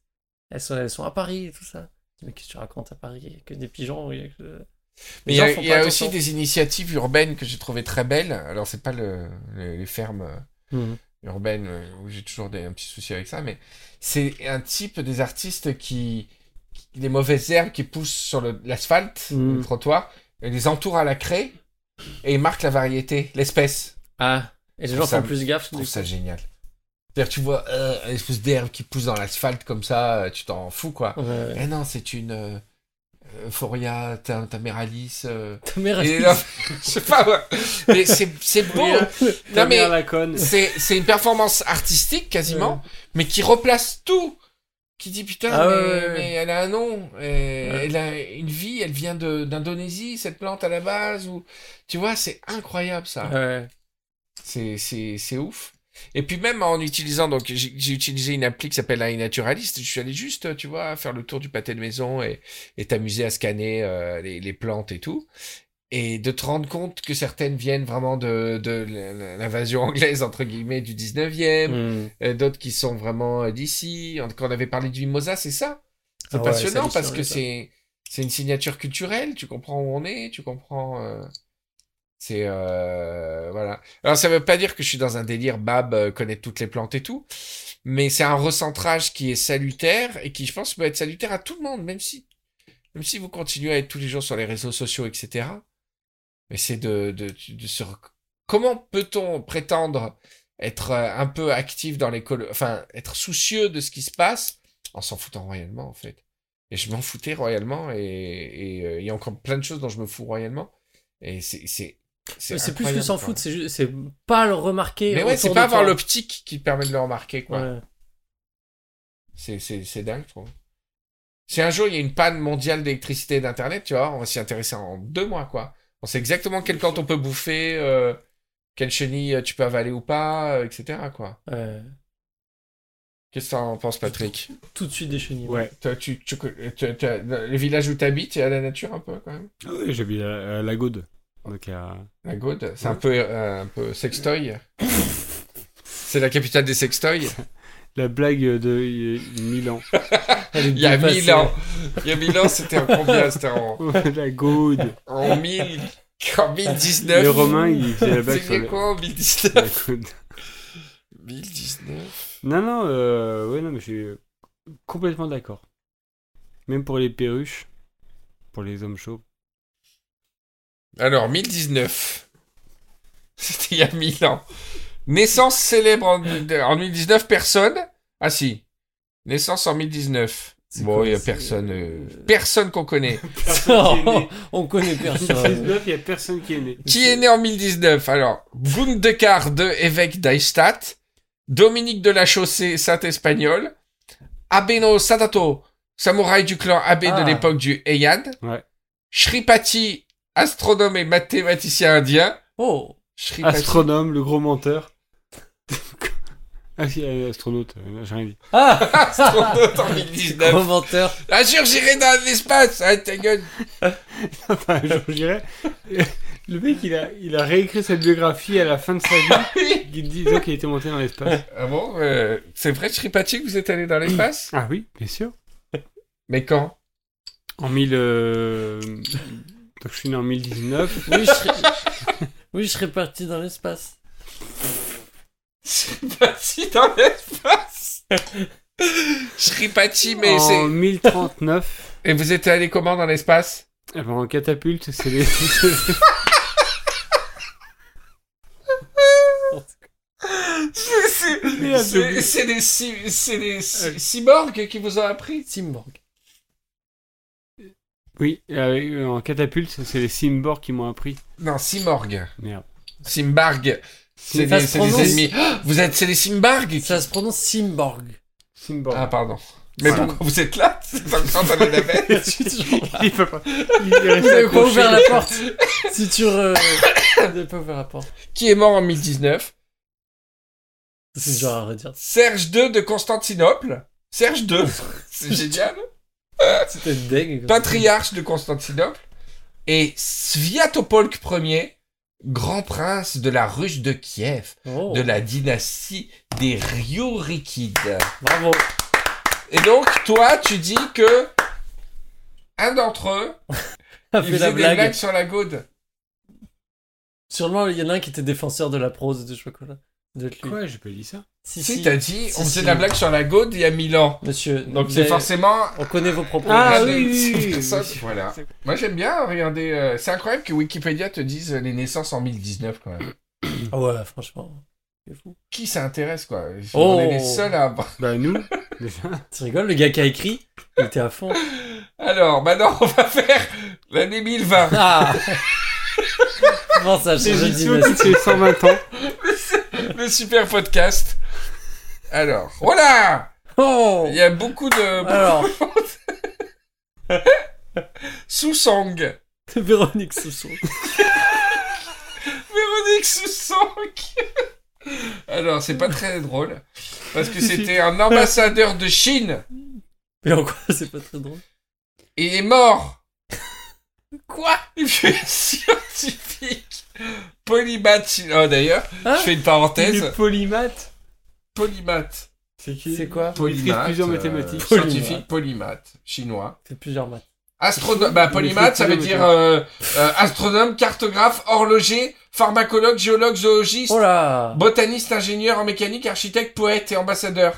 S4: Elles sont, elles sont à Paris et tout ça. Je dis, mais qu'est-ce que tu racontes à Paris Il y a que des pigeons. il y a que-
S1: Mais il
S4: Les
S1: y
S4: gens
S1: a,
S4: font
S1: il y a
S4: pas
S1: aussi
S4: attention.
S1: des initiatives urbaines que j'ai trouvées très belles. Alors, c'est pas le, le- les fermes euh,
S4: Mhm.
S1: urbaines euh, où j'ai toujours des, un petit souci avec ça, mais c'est un type des artistes qui. qui- les mauvaises herbes qui poussent sur le- l'asphalte,
S4: Mhm.
S1: le trottoir, et les entourent à la craie et ils marquent la variété, l'espèce.
S4: Ah, et les
S1: Je
S4: gens
S1: trouve ça-
S4: font plus gaffe.
S1: Je trouve
S4: du
S1: ça génial. C'est-à-dire, tu vois euh, une espèce d'herbe qui pousse dans l'asphalte comme ça, euh, tu t'en fous quoi.
S4: coup. Ouais, ouais.
S1: Eh non, c'est une. euh, Euphoria, ta, ta mère Alice. euh,
S4: Ta mère,
S1: et là, je sais pas, ouais. Mais c'est c'est beau.
S4: hein.
S2: Ta
S1: Non, mais-
S2: mère, la conne.
S1: C'est c'est une performance artistique quasiment, mais qui replace tout. Qui dit putain,
S4: Ah
S1: mais,
S4: ouais, ouais, ouais.
S1: mais elle a un nom, et
S4: Ouais.
S1: elle a une vie, elle vient de- d'Indonésie, cette plante à la base. Ou... Tu vois, c'est incroyable ça.
S4: Ouais.
S1: C'est- C'est c'est ouf. Et puis même en utilisant, donc j'ai j'ai utilisé une appli qui s'appelle iNaturalist, je suis allé juste, tu vois, faire le tour du pâté de maison et et t'amuser à scanner euh, les, les plantes et tout. Et de te rendre compte que certaines viennent vraiment de, de l- l'invasion anglaise, entre guillemets, du 19e,
S4: Mm.
S1: euh, d'autres qui sont vraiment euh, d'ici. En- Quand on avait parlé du mimosa, c'est ça. C'est
S4: Ah ouais,
S1: passionnant
S4: c'est
S1: parce que
S4: hallucinant,
S1: c'est c'est une signature culturelle. Tu comprends où on est, tu comprends. euh, C'est euh, voilà. Alors ça veut pas dire que je suis dans un délire bab euh, connaître toutes les plantes et tout, mais c'est un recentrage qui est salutaire et qui je pense peut être salutaire à tout le monde, même si même si vous continuez à être tous les jours sur les réseaux sociaux, etc. Mais c'est de de, de se rec- comment peut-on prétendre être euh, un peu actif dans les colo- enfin être soucieux de ce qui se passe en s'en foutant royalement en fait. Et je m'en foutais royalement et et euh, il y a encore plein de choses dont je me fous royalement et c'est c'est
S4: Mais Euh, C'est plus
S1: incroyable,
S4: que s'en
S1: quoi.
S4: foutre, c'est ju- c'est pas le remarquer.
S1: Mais ouais,
S4: autour
S1: c'est
S4: de
S1: pas avoir
S4: toi.
S1: l'optique qui te permet de le remarquer quoi.
S4: Ouais.
S1: C'est, c'est, c'est dingue, je trouve. Si un jour il y a une panne mondiale d'électricité et d'internet, tu vois, on va s'y intéresser en deux mois, quoi. On sait exactement quelle cante on peut bouffer, euh, quelle chenille euh, tu peux avaler ou pas, euh, etc., quoi.
S4: Ouais.
S1: Qu'est-ce que t'en penses, Patrick
S4: Tout de suite des chenilles.
S2: Ouais.
S1: Toi, tu, tu, tu- tu- tu- le village où t'habites, il y a la nature un peu, quand même.
S2: Ah oui, J'ai oublié euh, la gaude. Donc, euh,
S1: La Gaude, c'est un peu, euh, un peu sextoy. c'est la capitale des sextoys.
S2: la blague de euh, Milan.
S1: Il y a mille ans. Il y a mille ans, c'était en combien C'était en,
S2: la gaude.
S1: en, mille- en 1019.
S2: Les Romains, ils faisaient la blague sur
S1: C'est
S2: le-
S1: quoi en 2019
S2: la gaude.
S1: 2019
S2: Non, non, euh, ouais, non, mais je suis complètement d'accord. Même pour les perruches, pour les hommes chauds.
S1: Alors, 1019. C'était il y a 1000 ans. Naissance célèbre en, en 2019, personne. Ah si. Naissance en 2019.
S4: C'est
S1: Bon,
S4: quoi,
S1: il y a
S4: c'est-
S1: personne. euh, Personne qu'on connaît.
S4: Non, on connaît personne.
S2: 19, il n'y a personne qui est né.
S1: Qui est né en 1019 Alors, Gundekar II, évêque d'Eichstatt. Dominique de la Chaussée, saint espagnol. Abeno Sadato, samouraï du clan Abe
S4: Ah.
S1: de l'époque du Heian.
S2: Ouais.
S1: Shripati, astronome et mathématicien indien.
S4: Oh,
S1: Shripati.
S2: Astronome, le gros menteur. ah si, euh, astronaute, euh, j'ai rien dit.
S4: ah,
S1: Astronaute en 2019.
S4: gros menteur.
S1: Un jour, j'irai dans l'espace. Ah, ta gueule.
S2: Enfin, je vous dirais, Le mec, il a, il a réécrit sa biographie à la fin de sa vie. Il dit donc qu'il était monté dans l'espace.
S1: Ah bon euh, C'est vrai, Shripati, que vous êtes allé dans l'espace
S2: Ah oui, bien sûr.
S1: Mais quand
S2: En 1000. euh, Donc je suis né en 1019.
S4: Oui, je serais- oui, je serais parti dans l'espace.
S1: Shripati dans l'espace Shripati, mais
S2: en
S1: c'est...
S2: 1039.
S1: Et vous êtes allé comment dans l'espace
S2: Eh ben, en catapulte, c'est les.
S1: C'est- c'est- C'est c'est des, Euh. cy- c'est des cy- cyborgs qui vous ont appris
S4: Simborg.
S2: oui, euh, en catapulte, c'est les Simborgs qui m'ont appris.
S1: Non, cyborg.
S2: Merde.
S1: Simbarg. C'est
S4: Ça
S1: des,
S4: se
S1: c'est des
S4: prononce-
S1: ennemis. Ah, vous êtes... C'est des Simbarg
S4: Ça se prononce Simborg.
S2: Simborg.
S1: Ah, pardon. Mais pourquoi vous êtes là C'est pas le sens de la navette.
S4: Je suis toujours là.
S2: Il peut pas. Il est
S4: Vous
S2: resté
S4: n'avez pas
S2: accroché.
S4: ouvert la porte. Si tu re... Vous n'avez pas ouvert la porte.
S1: Qui est mort en 1019
S4: C'est dur à redire.
S1: Serge II de Constantinople. Serge II. C'est génial.
S4: C'était dingue. comme ça.
S1: Patriarche de Constantinople. Et Sviatopolk Ier, grand prince de la Ruche de Kiev,
S4: Oh,
S1: de la dynastie des Ryurikides.
S4: Bravo.
S1: Et donc, toi, tu dis que un d'entre eux,
S4: A
S1: il
S4: fait
S1: faisait
S4: la
S1: des
S4: blague.
S1: blagues sur la goude.
S4: Sûrement, il y en a un qui était défenseur de la prose de chocolat. De lui.
S2: Quoi, j'ai pas dit ça.
S4: Si,
S1: Si,
S4: si.
S1: t'as dit,
S4: Si,
S1: on faisait
S4: si.
S1: de la blague sur la goude il y a mille ans.
S4: Monsieur.
S1: Donc
S4: vous
S1: c'est
S4: avez-
S1: forcément
S4: On connaît vos propos.
S2: Ah
S1: un
S2: oui,
S1: des-
S2: oui,
S1: ces
S2: oui,
S1: personnes.
S2: oui.
S1: Voilà.
S2: C'est-
S1: Moi j'aime bien regarder. euh, C'est incroyable que Wikipédia te dise les naissances en 1019 quand même.
S4: Ah ouais, franchement. C'est fou.
S1: Qui ça intéresse quoi
S4: Oh.
S1: On est les seuls à. avoir-
S2: Bah, nous, déjà.
S4: Tu rigoles, le gars qui a écrit, il était à fond.
S1: Alors maintenant on va faire l'année 1020.
S4: Ah Comment ça,
S2: C'est
S4: j'ai
S2: les
S4: dit
S2: JO qui fait 120 ans.
S1: Le super podcast. Alors voilà.
S4: Oh
S1: Il y a beaucoup de
S4: Alors,
S1: Soussang.
S4: Véronique Sousson.
S1: Véronique Soussang. Alors c'est pas très drôle parce que c'était un ambassadeur de Chine.
S4: Mais en quoi c'est pas très drôle
S1: Il est mort. Quoi Il fut scientifique. Polymath. Oh, d'ailleurs,
S4: Hein
S1: je fais une parenthèse.
S2: Le polymath.
S1: Polymath.
S2: C'est qui
S4: C'est quoi
S2: Polymath,
S1: Polymath,
S2: plusieurs
S1: euh,
S2: mathématiques.
S1: scientifique, polymath, chinois.
S4: C'est plusieurs maths.
S1: Astronome. Bah, polymath, ça veut dire euh, euh, astronome, cartographe, horloger, pharmacologue, géologue, zoologiste,
S4: Oh là
S1: botaniste, ingénieur en mécanique, architecte, poète et ambassadeur.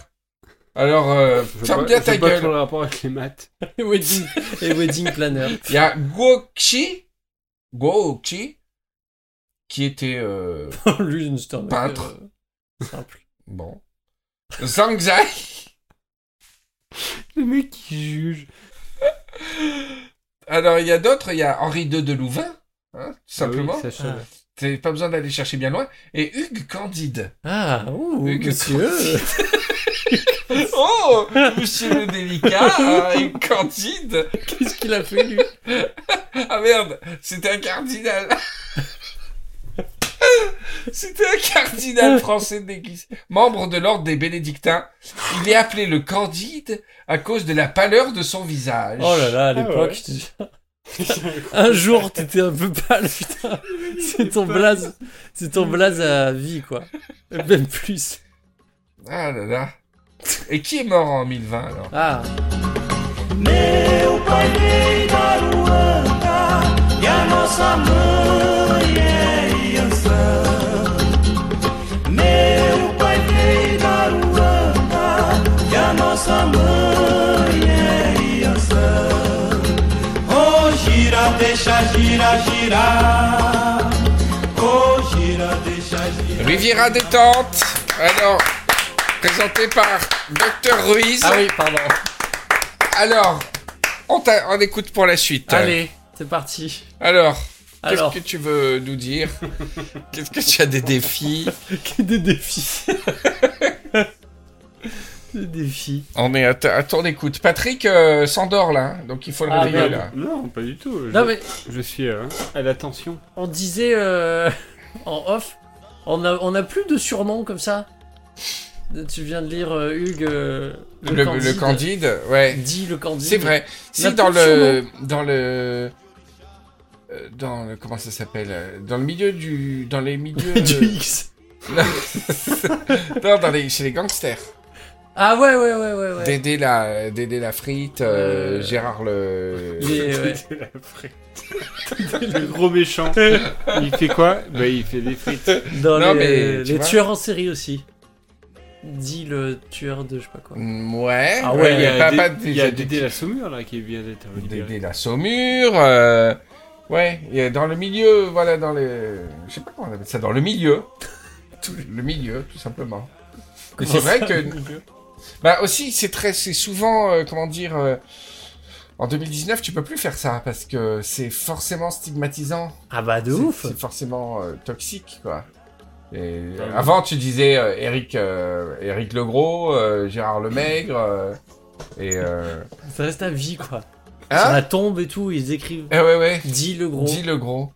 S1: Alors, euh,
S2: Je sais
S1: ferme
S2: pas-
S1: bien
S2: je
S1: ta
S2: sais pas trop
S1: gueule.
S2: le rapport avec les maths.
S4: Et wedding, et wedding planner.
S1: Il y a Guoxi. Guoxi. Qui était. euh,
S4: Lui, c'était un mec,
S1: Peintre.
S4: euh, simple.
S1: Bon. Zhang Zai,
S2: Le mec qui juge.
S1: Alors, il y a d'autres. Il y a Henri II de Louvain, hein, tout simplement.
S2: Ah oui, ça, je savais.
S1: C'est pas besoin d'aller chercher bien loin. Et Hugues Candide.
S4: Ah, ouh,
S1: Mais que
S4: monsieur
S1: Oh Monsieur le délicat, hein, Hugues Candide.
S4: Qu'est-ce qu'il a fait, lui
S1: Ah merde, c'était un cardinal. C'était un cardinal français déguisé. Membre de l'ordre des bénédictins, il est appelé le Candide à cause de la pâleur de son visage.
S4: Oh là là, à l'époque,
S2: Ah, ouais.
S4: je te jure. Un jour, t'étais un peu pâle, putain. C'est ton blaze. C'est ton blaze à vie, quoi. Même plus.
S1: Ah là là. Et qui est mort en 1020 alors
S4: Ah,
S1: Riviera détente. Alors, présenté par Dr Ruiz.
S4: ah oui, pardon.
S1: Alors, on, t'a- on écoute pour la suite.
S4: Allez, c'est parti.
S1: Alors,
S4: Alors.
S1: qu'est-ce que tu veux nous dire Qu'est-ce que tu as des défis
S4: Que des défis. des défis.
S1: On est à, ta- à ton écoute. Patrick euh, s'endort là, hein, donc il faut le
S4: Ah,
S1: réveiller
S4: merde.
S1: là.
S2: Non, pas du tout. Je,
S4: Non mais
S2: je suis euh, à l'attention.
S4: on disait euh, en off, on a, on a plus de surnoms comme ça. Tu viens de lire euh, Hugues euh,
S1: Le, le candide. ouais.
S4: Dit le candide.
S1: C'est vrai.
S4: La
S1: Si dans
S4: pulsion,
S1: le, dans le euh, dans le comment ça s'appelle euh, dans le milieu du dans les milieux
S4: du X.
S1: non, dans les chez les gangsters
S4: Ah ouais ouais ouais ouais ouais.
S1: Dédé la, Dédé la frite, euh,
S4: Euh,
S1: Gérard le.
S4: Les- euh, ouais.
S2: C'était la frite. le gros méchant. Il fait quoi Bah, il fait des frites.
S4: Dans
S1: Non,
S4: les, euh,
S1: mais, tu
S4: les
S1: vois.
S4: tueurs en série aussi. Dit le tueur de je sais pas quoi.
S1: Mm, Ouais.
S4: Ah ouais,
S1: il y a, pas,
S2: Dé-
S1: pas
S2: il y a
S1: des-
S2: Dédé la saumure là qui vient d'être libéré.
S1: Dédé la saumure. euh, Ouais, il y a dans le milieu, voilà, dans les. Je sais pas comment on appelle ça, dans le milieu. Tout- le milieu, tout simplement. Et c'est vrai que. Bah aussi, c'est très, c'est souvent, euh, comment dire. euh, En 2019, tu peux plus faire ça parce que c'est forcément stigmatisant.
S4: Ah bah de
S1: C'est-
S4: ouf.
S1: C'est forcément euh, toxique, quoi. Et, euh,
S2: Ah oui.
S1: avant, tu disais euh, Eric, euh, Eric Legros, euh, Gérard Lemaigre. euh, Et euh...
S4: Ça reste à vie, quoi. Sur
S1: Hein
S4: la tombe et tout, ils écrivent
S1: Eh ouais, ouais.
S4: Dis le gros.
S1: Dis le gros.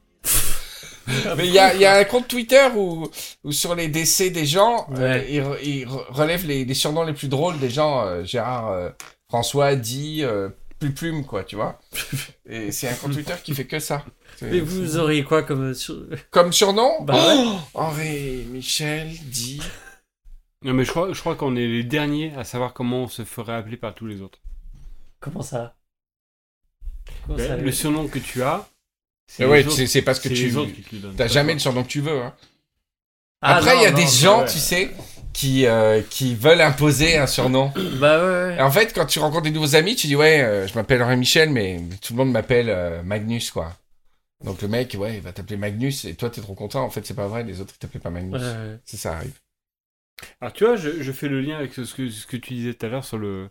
S1: Mais il y a, il y a un compte Twitter où, où sur les décès des gens, euh,
S4: Ouais.
S1: il, re- il re- relève les, les surnoms les plus drôles des gens. euh, Gérard, euh, François, dit euh, plus plume quoi, tu vois. Et c'est un compte Twitter qui fait que ça. C'est-
S4: Mais vous auriez quoi comme. euh, sur-
S1: Comme surnom
S4: Bah ouais.
S1: Henri, Michel, dit.
S2: Non, mais je crois, je crois qu'on est les derniers à savoir comment on se ferait appeler par tous les autres.
S4: Comment ça Comment
S1: Ben,
S2: Ouais,
S4: ça
S2: Ben, le surnom que tu as, c'est
S1: Mais ouais,
S2: les autres-
S1: c'est c'est parce que
S2: c'est les autres
S1: tu
S2: qui te le donnent.
S1: t'as jamais le surnom que tu veux. Hein.
S4: Ah,
S1: Après, il y a
S4: non,
S1: des
S4: non,
S1: gens,
S4: ouais.
S1: tu sais, qui euh, qui veulent imposer un surnom.
S4: Bah ouais,
S1: Et en fait, quand tu rencontres des nouveaux amis, tu dis ouais, euh, je m'appelle Henri Michel, mais tout le monde m'appelle euh, Magnus, quoi. Donc le mec, ouais, il va t'appeler Magnus et toi t'es trop content. En fait, c'est pas vrai. Les autres ils t'appellent pas
S4: ouais.
S1: Magnus.
S4: Ouais.
S1: Ça, ça arrive.
S2: Alors tu vois, je, je fais le lien avec ce ce que, ce que tu disais tout à l'heure sur le,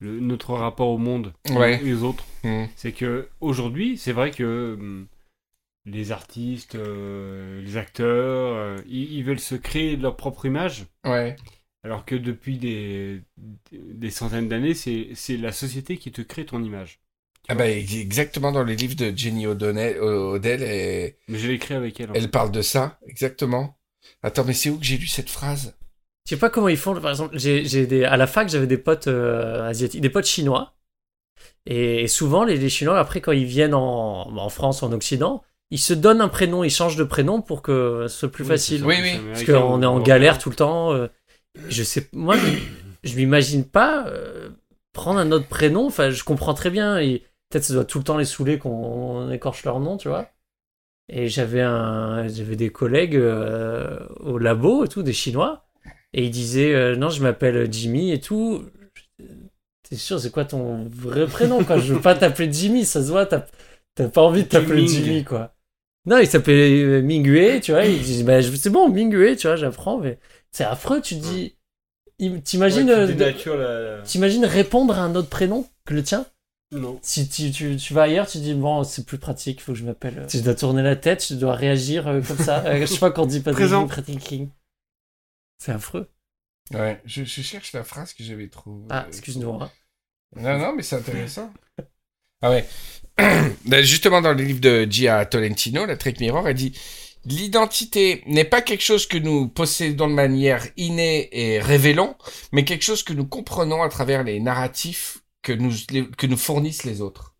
S2: le- notre rapport au monde
S1: Ouais.
S2: et aux autres.
S1: Hmm.
S2: C'est que aujourd'hui, c'est vrai que hum, les artistes, euh, les acteurs, euh, ils, ils veulent se créer leur propre image,
S1: Ouais.
S2: alors que depuis des, des centaines d'années, c'est c'est la société qui te crée ton image.
S1: Ah bah exactement dans les livres de Jenny O'Donnell, O'Dell et
S2: Mais je l'ai créé avec elle. en fait.
S1: Elle parle de ça, exactement. Attends, mais c'est où que j'ai lu cette phrase
S4: Je sais pas comment ils font. Par exemple, j'ai, j'ai des, à la fac, j'avais des potes euh, asiatiques, des potes chinois. Et, et souvent, les, les Chinois, après, quand ils viennent en, bah, en France, en Occident, ils se donnent un prénom, ils changent de prénom pour que ce soit plus
S2: Oui,
S4: facile.
S2: c'est ça,
S1: Oui,
S2: c'est
S1: oui,
S2: américain
S4: Parce qu'on
S2: ou
S4: est en
S2: européen.
S4: galère tout le temps. euh, je sais, moi, je- je m'imagine pas euh, prendre un autre prénom. Enfin, je comprends très bien. Et peut-être ça doit tout le temps les saouler qu'on écorche leur nom, tu vois. Et j'avais un, j'avais des collègues euh, au labo et tout, des Chinois, et ils disaient euh, non, je m'appelle Jimmy et tout. T'es sûr, c'est quoi ton vrai prénom quoi Je veux pas t'appeler Jimmy, ça se voit, t'as, t'as pas envie de t'appeler
S2: Jimmy.
S4: Jimmy quoi. Non, il s'appelait euh, Mingue, tu vois. Il disait bah, je- c'est bon Mingue, tu vois, j'apprends, mais c'est affreux. Tu dis, im- t'imagines,
S2: Ouais, tu
S4: euh,
S2: dénatures la-
S4: t'imagines répondre à un autre prénom que le tien
S2: Non.
S4: si tu, tu, tu vas ailleurs, tu dis bon, c'est plus pratique, il faut que je m'appelle. euh. Tu dois tourner la tête, tu dois réagir euh, comme ça. Euh, je sais pas qu'on dit pas
S2: Présent.
S4: de pratique. C'est affreux.
S1: Ouais, je, je cherche la phrase que j'avais trouvée.
S4: Ah, excuse-nous. hein.
S1: Non, non, mais c'est intéressant. ah ouais. Ben, Justement, dans le livre de Gia Tolentino, la Trick Mirror, elle dit L'identité n'est pas quelque chose que nous possédons de manière innée et révélons, mais quelque chose que nous comprenons à travers les narratifs que nous, les- que nous fournissent les autres.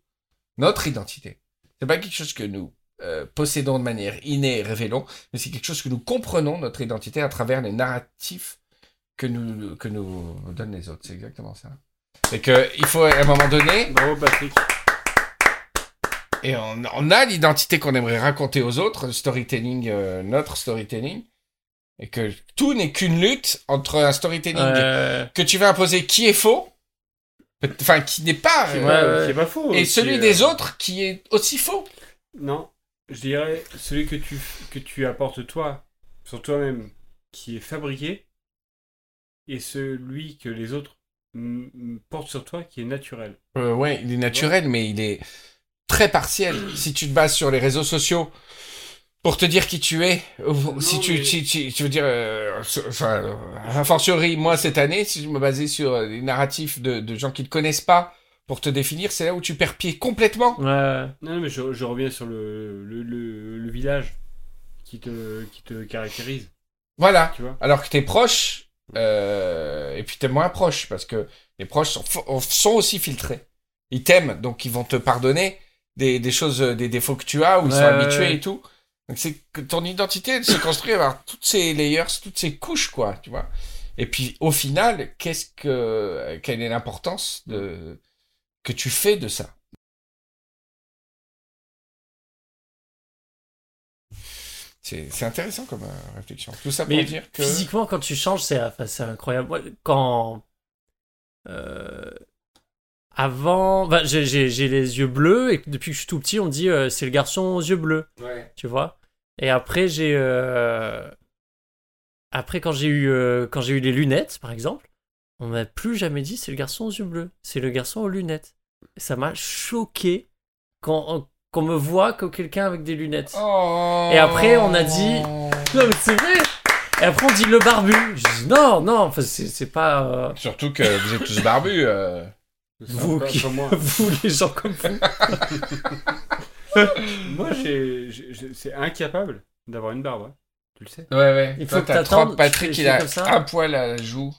S1: Notre identité. C'est pas quelque chose que nous euh, possédons de manière innée et révélons, mais c'est quelque chose que nous comprenons, notre identité, à travers les narratifs que nous, que nous donnent les autres. C'est exactement ça. C'est que il faut à un moment donné,
S2: Bravo Patrick.
S1: et on, on a l'identité qu'on aimerait raconter aux autres, le storytelling, euh, notre storytelling, et que tout n'est qu'une lutte entre un storytelling
S4: Euh,
S1: que tu vas imposer qui est faux, peut- enfin qui n'est pas,
S2: C'est
S1: euh,
S4: Ouais,
S2: pas-
S4: ouais.
S2: c'est pas faux.
S1: et
S2: c'est,
S1: celui
S2: euh,
S1: des autres qui est aussi faux.
S2: Non, je dirais celui que tu, que tu apportes toi, sur toi-même, qui est fabriqué, et celui que les autres mm, mm, portent sur toi, qui est naturel.
S1: Euh, ouais, il est naturel, mais il est très partiel. si tu te bases sur les réseaux sociaux pour te dire qui tu es, ou- si tu,
S2: mais-
S1: si- si- tu veux dire, euh, so- enfin, euh, a fortiori, moi cette année, si je me basais sur euh, les narratifs de, de gens qui ne te connaissent pas pour te définir, c'est là où tu perds pied complètement.
S4: ouais.
S2: Non, mais je, je reviens sur le, le, le- le village qui te, qui te caractérise,
S1: Voilà.
S2: tu vois.
S1: Alors que t'es proche, euh, et puis t'es moins proche, parce que les proches sont, fo- sont aussi filtrés. Ils t'aiment, donc ils vont te pardonner des, des choses, euh, des défauts que tu as, ou ils
S4: Ouais,
S1: sont
S4: ouais,
S1: habitués
S4: ouais.
S1: et tout. Donc c'est que ton identité elle se construit par toutes ces layers, toutes ces couches, quoi, tu vois. Et puis au final, qu'est-ce que, euh, quelle est l'importance de que tu fais de ça C'est c'est intéressant comme euh, réflexion. Tout ça pour
S4: Mais
S1: dire que.
S4: physiquement, quand tu changes, c'est enfin, c'est incroyable. Moi, Quand. euh, avant. bah, j'ai- j'ai j'ai les yeux bleus, et depuis que je suis tout petit, on me dit euh, c'est le garçon aux yeux bleus. tu vois. Et après, j'ai. euh, Après, quand j'ai eu, euh, quand j'ai eu les lunettes, par exemple, on m'a plus jamais dit c'est le garçon aux yeux bleus, c'est le garçon aux lunettes. Et ça m'a choqué quand qu'on me voit comme quelqu'un avec des lunettes.
S1: Oh.
S4: Et après, on a dit- Non, mais c'est vrai Et après, on dit le barbu. Je dis non, non, enfin, c'est c'est pas. euh,
S1: Surtout que vous êtes tous barbus. euh.
S4: Vous,
S2: Encore
S4: qui-
S2: pour moi.
S4: vous, les gens comme vous.
S2: Moi, j'ai- j'ai- j'ai- c'est incapable d'avoir une barbe. hein. Tu le sais.
S1: Ouais, ouais.
S4: Il
S1: Toi,
S4: faut que
S1: t'as
S4: t'attendes,
S1: trois Patrick,
S4: tu fais-
S1: il
S4: tu fais
S1: a
S4: comme ça.
S1: un poil à la joue.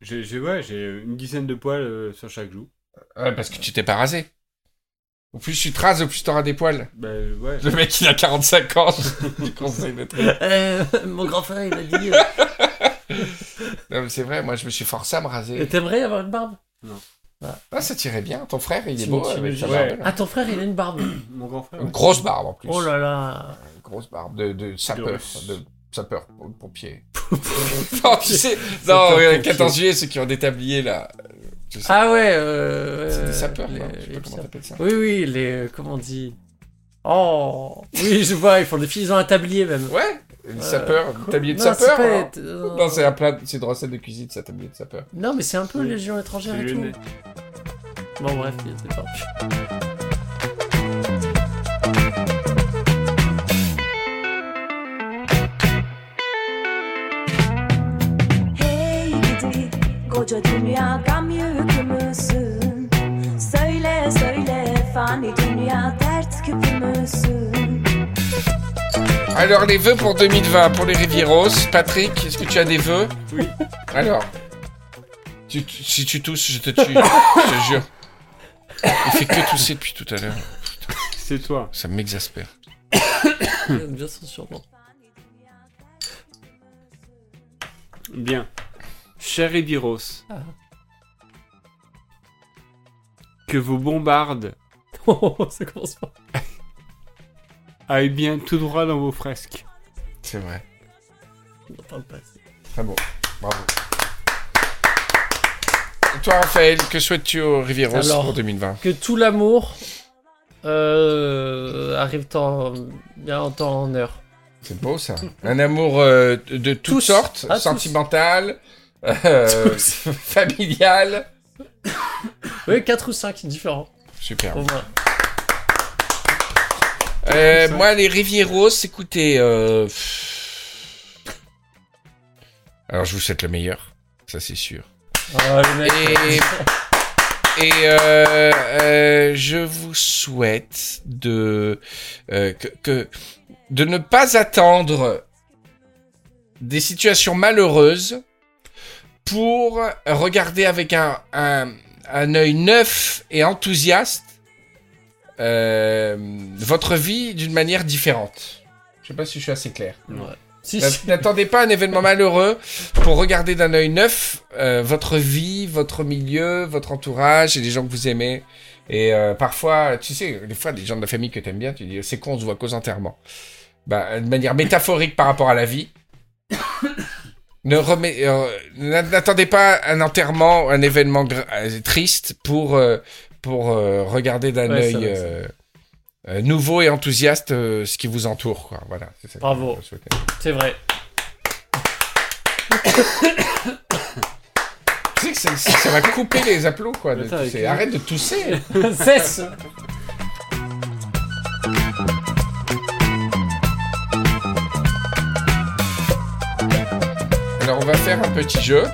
S2: J'ai j'ai- ouais, j'ai une dizaine de poils euh, sur chaque joue.
S1: Ouais, parce que tu t'es pas rasé. Au plus tu te rases, au plus t'auras des poils.
S2: Bah, ouais.
S1: Le mec, il a 45 ans. je conseille le truc.
S4: Euh, mon grand frère, il a dit. euh,
S1: Non, mais c'est vrai, moi, je me suis forcé à me raser.
S4: T'aimerais avoir une barbe
S1: Ah, ça tirait bien. Ton frère, il est
S4: Tu-
S1: beau
S4: tu
S1: avec
S4: me-
S1: sa
S2: ouais.
S1: barbe. là.
S4: Ah, ton frère, il a une barbe.
S2: Mon grand frère.
S1: Une
S2: ouais.
S1: grosse barbe, en plus.
S4: Oh là là.
S1: Une grosse barbe de, de sapeur.
S2: russe.
S1: De sapeur, pompier. non, tu sais, non, euh,
S4: pompier.
S1: 14 juillet, ceux qui ont des tabliers, là. euh, Tu sais,
S4: Ah ouais. euh,
S1: c'est
S4: euh,
S1: des sapeurs,
S4: les-
S1: quoi. Je sais
S4: les
S1: pas comment
S4: sapeurs.
S1: t'appelles ça.
S4: Oui, oui, les. euh, Comment on dit Oh Oui, je vois, ils font des filles, ils ont un tablier même.
S1: Ouais, des sapeurs, un tablier de
S4: Euh, Non, c'est
S1: sapeur.
S4: pas-
S1: hein.
S4: euh,
S1: Non, c'est un plat, c'est une recette de cuisine, ça, tablier de sapeur.
S4: Non, mais c'est un peu les gens étrangères
S2: C'est
S4: et tout.
S2: lunettes.
S4: Bon, bref, il y a des barbes.
S5: Hey gidi koca dünya kamya hükmüsün Söyle söyle fani dünya dert küpümüzün
S1: Alors, les vœux pour 2020, pour les Rivieros. Patrick, est-ce que tu as des vœux
S2: Oui.
S1: Alors. Tu- tu- si tu tousses, je te tue. je te jure. Il fait que tousser depuis tout à l'heure.
S2: C'est toi.
S1: Ça m'exaspère.
S4: Bien sûr, sûrement.
S2: Bien. Cher Riviros.
S4: Ah.
S2: Que vos bombardes
S4: ça commence pas.
S2: aillent bien tout droit dans vos fresques.
S1: C'est vrai.
S4: On en parle pas.
S1: Très beau. Bravo. Et toi, Raphaël, que souhaites-tu aux Rivieros
S4: Alors.
S1: pour 2020
S4: Que tout l'amour euh, arrive en, bien en temps en heure.
S1: C'est beau, ça. Un amour euh, de- de toutes
S4: Tous.
S1: sortes,
S4: Ah, tous.
S1: sentimental, euh, familial.
S4: Oui, 4 ou 5 différents,
S1: Super.
S4: au moins.
S1: Euh, moi, les Rivieros, écoutez. euh, pff. Alors, je vous souhaite le meilleur, ça c'est sûr.
S4: Ah, le mec,
S1: Et, et, euh, euh, je vous souhaite de, euh, que, que- de ne pas attendre des situations malheureuses pour regarder avec un, un, un œil neuf et enthousiaste euh, votre vie d'une manière différente. Je sais pas si je suis assez clair.
S4: ouais. Si,
S1: N'a-
S4: si.
S1: Bah, N'attendez pas un événement malheureux pour regarder d'un œil neuf euh, votre vie, votre milieu, votre entourage et les gens que vous aimez. Et euh, parfois, tu sais, des fois, des gens de la famille que t'aimes bien, tu dis, c'est con, on se voit qu'aux enterrements. Bah, de manière métaphorique par rapport à la vie. ne remet- euh, n'a- n'attendez pas un enterrement, un événement gra- euh, triste pour euh, pour euh, regarder d'un
S4: Ouais, c'est
S1: œil
S4: vrai, c'est
S1: euh, euh, nouveau et enthousiaste euh, ce qui vous entoure. Quoi. Voilà. c'est ça que
S4: Bravo.
S1: je souhaitais.
S4: C'est vrai.
S1: Tu sais que ça, ça- ça va couper les aplos, quoi. de
S2: Attends,
S1: tousser.
S2: avec-
S1: Arrête de tousser.
S4: Cesse
S1: Alors, on va faire un petit jeu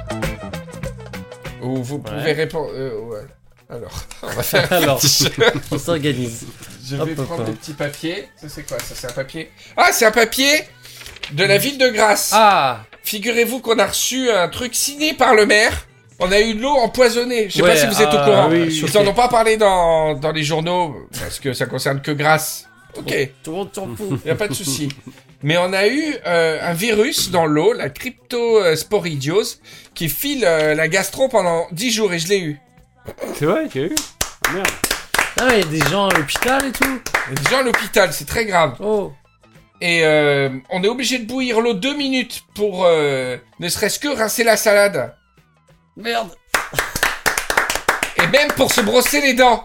S1: où vous pouvez
S4: Ouais.
S1: répondre. euh, ouais. Alors, on va faire un
S4: Alors,
S1: petit jeu.
S4: on s'organise.
S1: Je
S4: Hop,
S1: vais
S4: hop,
S1: prendre
S4: hop.
S1: des petits papiers. Ça, c'est quoi Ça, c'est un papier. Ah, c'est un papier de la ville de Grasse.
S4: Ah
S1: Figurez-vous qu'on a reçu un truc signé par le maire. On a eu de l'eau empoisonnée. Je sais
S4: Ouais,
S1: pas si vous êtes au
S4: ah,
S1: courant.
S4: oui, oui,
S1: Ils
S4: choqué.
S1: en ont pas parlé dans, dans les journaux parce que ça concerne que Grasse. Ok.
S4: Tout le monde s'en fout.
S1: Il n'y a pas de souci. Mais on a eu euh, un virus dans l'eau, la cryptosporidiose, qui file euh, la gastro pendant 10 jours et je l'ai eu.
S2: C'est vrai, tu as eu Merde.
S4: Ah, mais il y a des gens à l'hôpital et tout.
S1: Et Déjà à l'hôpital, c'est très grave.
S4: Oh
S1: Et euh, on est obligé de bouillir l'eau deux minutes pour euh, ne serait-ce que rincer la salade.
S4: Merde
S1: Et même pour se brosser les dents.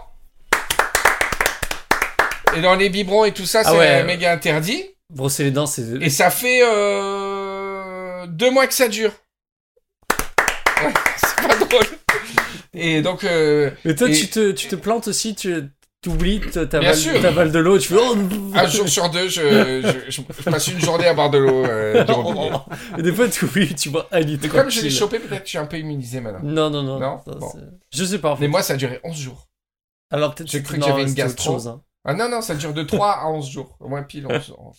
S1: Et dans les biberons et tout ça, c'est
S4: Ah ouais.
S1: euh, méga interdit.
S4: Brosser les dents, c'est.
S1: Et ça fait euh, deux mois que ça dure. Ouais, c'est pas drôle. Et donc, euh,
S4: Mais toi,
S1: et-
S4: tu, te, tu te plantes aussi, tu, t'oublies, t-
S1: Bien
S4: t'avales
S1: sûr.
S4: t'avales de l'eau, tu fais. Oh
S1: Un jour sur deux, je, je- je- je passe une journée à boire de l'eau. euh, du robinet.
S4: Et des fois, t'oublies, tu bois un litre.
S1: Mais comme je l'ai
S4: tranquille.
S1: chopé, peut-être que je suis un peu immunisé maintenant.
S4: Non, non, non.
S1: Non
S4: ça,
S1: Bon.
S4: c'est- Je sais pas. En fait.
S1: Mais moi, ça a duré 11 jours.
S4: Alors peut-être
S1: j'ai
S4: que-
S1: cru que
S4: non,
S1: j'avais une
S4: c'était autre
S1: gastro.
S4: chose, hein.
S1: Ah non, non, ça dure de 3 à 11 jours. Au moins pile 11 jours.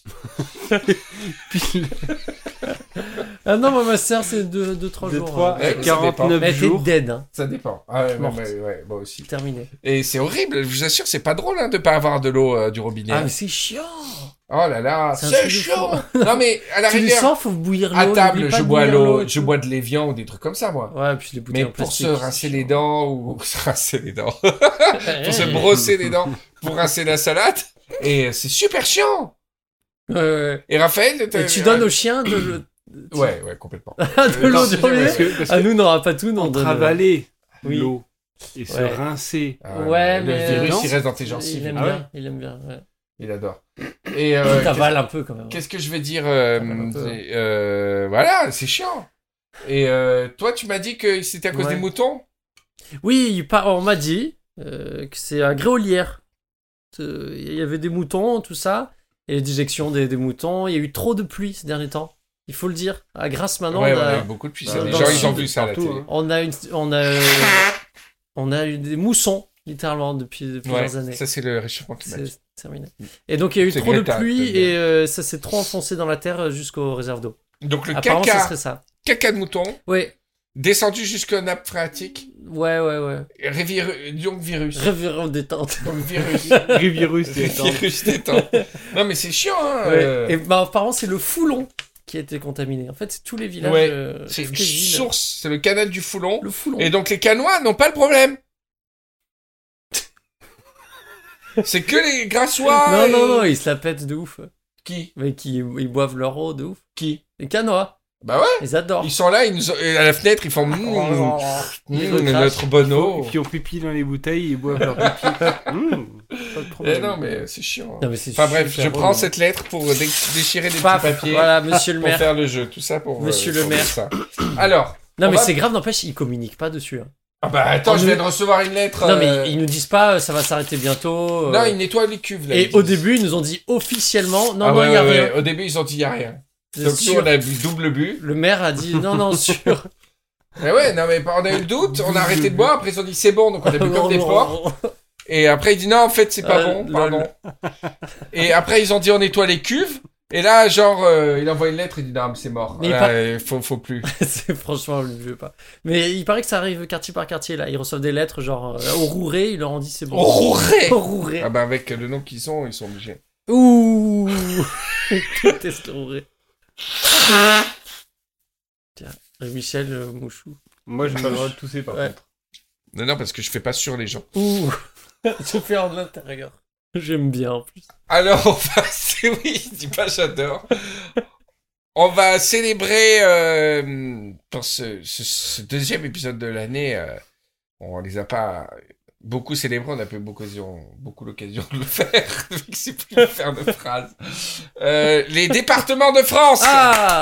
S4: Ah non, moi, ma sœur, c'est 2 de, 3
S2: De
S4: jours.
S2: 3
S4: hein.
S1: Ouais,
S2: à
S1: ça
S2: 49
S4: Mais t'es
S2: jours.
S4: dead, hein.
S1: Ça dépend. Ah ouais,
S4: Morte.
S1: ouais, ouais, moi aussi.
S4: C'est terminé.
S1: Et c'est horrible, je vous assure, c'est pas drôle hein, de pas avoir de l'eau euh, du robinet.
S4: Ah, mais c'est chiant.
S1: oh là là,
S4: c'est un
S1: c'est
S4: truc de hein.
S1: chaud Non mais, à la
S4: tu le
S1: rigueur,
S4: sens, faut bouillir l'eau.
S1: à table,
S4: n'oublie pas
S1: je
S4: de
S1: bois
S4: bouillir
S1: l'eau,
S4: et
S1: je
S4: tout.
S1: bois de l'évian ou des trucs comme ça, moi.
S4: Ouais, puis les bouteilles
S1: Mais
S4: en
S1: pour se
S4: plastique, c'est
S1: rincer les
S4: chiant.
S1: dents ou pour se rincer les dents, pour se
S4: Ouais.
S1: brosser les dents, pour rincer la salade, et euh, c'est super chiant.
S4: Ouais, ouais.
S1: Et Raphaël, t'as-
S4: Et tu donnes au chien de l'eau
S1: Ouais, ouais, complètement.
S4: de l'eau
S1: Non, si,
S4: du robinet.
S2: Parce que, parce
S4: Ah,
S2: que
S4: nous, on n'aura pas tout, non. on
S2: entre
S4: donne-
S2: avaler
S4: Oui.
S2: l'eau et se
S4: Ouais.
S2: rincer.
S1: Ah,
S4: Ouais,
S1: le
S4: mais-
S1: virus,
S2: Non.
S1: il reste dans tes gencives.
S4: Il aime
S2: Ah ouais.
S4: bien, il aime bien. ouais.
S1: Il adore. Et euh,
S4: T'avales un peu quand même.
S1: Qu'est-ce que je vais dire euh,
S4: Ça va hein. un peu.
S1: c'est- euh, Voilà, c'est chiant. Et euh, toi, tu m'as dit que c'était à cause
S4: Ouais.
S1: des moutons
S4: Oui, il par- on m'a dit euh, que c'est un gréolière. Euh, Il y avait des moutons, tout ça, et les déjections des, des moutons. Il y a eu trop de pluie ces derniers temps. Il faut le dire. À Grasse maintenant,
S1: Ouais,
S4: Ah on,
S1: ouais,
S4: a,
S1: ouais, beaucoup de puissance.
S4: dans
S1: Bah, Les
S4: le
S1: gens, ils ont
S4: sud,
S1: vu ça à la
S2: partout,
S1: télé.
S2: hein.
S4: on a une, on a, on a eu des moussons littéralement depuis, depuis
S1: Ouais,
S4: plusieurs années.
S1: ça, c'est le réchauffement climatique.
S4: C'est terminé. Et donc il y a eu
S1: C'est
S4: trop
S1: Greta,
S4: de pluie
S1: c'est bien.
S4: et euh, ça s'est trop enfoncé dans la terre euh, jusqu'aux réserves d'eau.
S1: Donc, le
S4: Apparemment, ça
S1: caca,
S4: serait ça.
S1: caca de mouton,
S4: Ouais,
S1: descendu jusqu'au nappe phréatique,
S4: ouais, ouais, ouais.
S1: révir- donc virus.
S4: Révérend détente.
S1: Donc virus.
S4: hein.
S2: Rivirus, c'est énorme.
S1: virus détente. Non, mais c'est chiant, hein
S4: Ouais.
S1: euh,
S4: Et bah, apparemment, c'est le Foulon qui a été contaminé. En fait, c'est tous les villages.
S1: Ouais,
S4: euh,
S1: C'est
S4: toutes
S1: une
S4: les villes.
S1: source, c'est le canal du Foulon.
S4: Le Foulon.
S1: Et donc les Canois n'ont pas le problème. C'est que les Grassois.
S4: Non,
S1: et-
S4: non, non, ils se la pètent de ouf.
S1: euh, Qui
S4: Mais qui, ils boivent leur eau de ouf.
S1: Qui
S4: Les canois,
S1: Bah ouais.
S4: ils adorent.
S1: Ils sont là, ils nous... et à la fenêtre, ils font.
S4: Ah,
S1: Mmh,
S4: oh, Ils
S1: mmh,
S4: recrachent.
S1: notre bonne eau.
S2: Qui ont pipi dans les bouteilles et boivent leur pipi. Mmh, pas de
S1: Eh
S2: problème.
S1: non, mais c'est chiant.
S4: Non, mais c'est
S1: Enfin bref,
S4: super
S1: je
S4: drôle,
S1: prends
S4: hein.
S1: cette lettre pour dé- déchirer des
S4: Paf,
S1: petits papiers
S4: Voilà, monsieur le
S1: pour
S4: maire.
S1: faire le jeu. Tout ça pour. euh,
S4: Monsieur le
S1: pour
S4: maire.
S1: ça. Alors.
S4: Non,
S1: on
S4: mais
S1: va-
S4: c'est grave, n'empêche, ils communiquent pas dessus. hein.
S1: Ah bah attends,
S4: On
S1: je
S4: nous-
S1: viens de recevoir une lettre.
S4: Non, mais
S1: euh,
S4: ils nous disent pas, euh, ça va s'arrêter bientôt. euh.
S1: Non, ils nettoient les cuves là.
S4: Et
S1: ils
S4: au
S1: disent.
S4: début, ils nous ont dit officiellement, non,
S1: Ah
S4: non,
S1: ouais,
S4: il y a
S1: ouais,
S4: rien.
S1: ouais. Au début, ils ont dit il y a rien.
S4: C'est
S1: Donc nous,
S4: sûr.
S1: on a bu double but.
S4: Le maire a dit, non, non, sûr.
S1: Mais ouais, non, mais on a eu le doute, on a arrêté de boire, après ils ont dit c'est bon, donc on a bu comme des porcs. Et après il dit non, en fait c'est pas
S4: Euh,
S1: bon, pardon. Et après ils ont dit on nettoie les cuves. Et là, genre, euh, il envoie une lettre, il dit non, mais c'est mort.
S4: Mais
S1: Là,
S4: il par-
S1: euh, faut, faut plus.
S4: C'est franchement, je veux pas. Mais il paraît que ça arrive quartier par quartier là. Ils reçoivent des lettres genre euh, au Rouret, ils leur ont dit c'est bon.
S1: On rouerait
S4: Au Rouret.
S1: Ah bah avec le nom qu'ils ont, ils sont obligés.
S4: Ouh. Je déteste le Rouret. Tiens, Michel euh, Mouchou.
S2: Moi, j'ai pas le droit de tousser par
S4: Ouais.
S2: contre.
S1: Non, non, parce que je fais pas sur les gens.
S4: Ouh. Je fais en l'intérieur. J'aime bien en plus.
S1: Alors, on va... c'est- Oui, dis pas j'adore. On va célébrer euh, pour ce, ce- ce deuxième épisode de l'année. euh, on les a pas beaucoup célébrés, on a pas eu beaucoup, l'occasion- beaucoup l'occasion de le faire. vu que c'est plus une faire de phrase. Euh, les départements de France.
S4: Ah.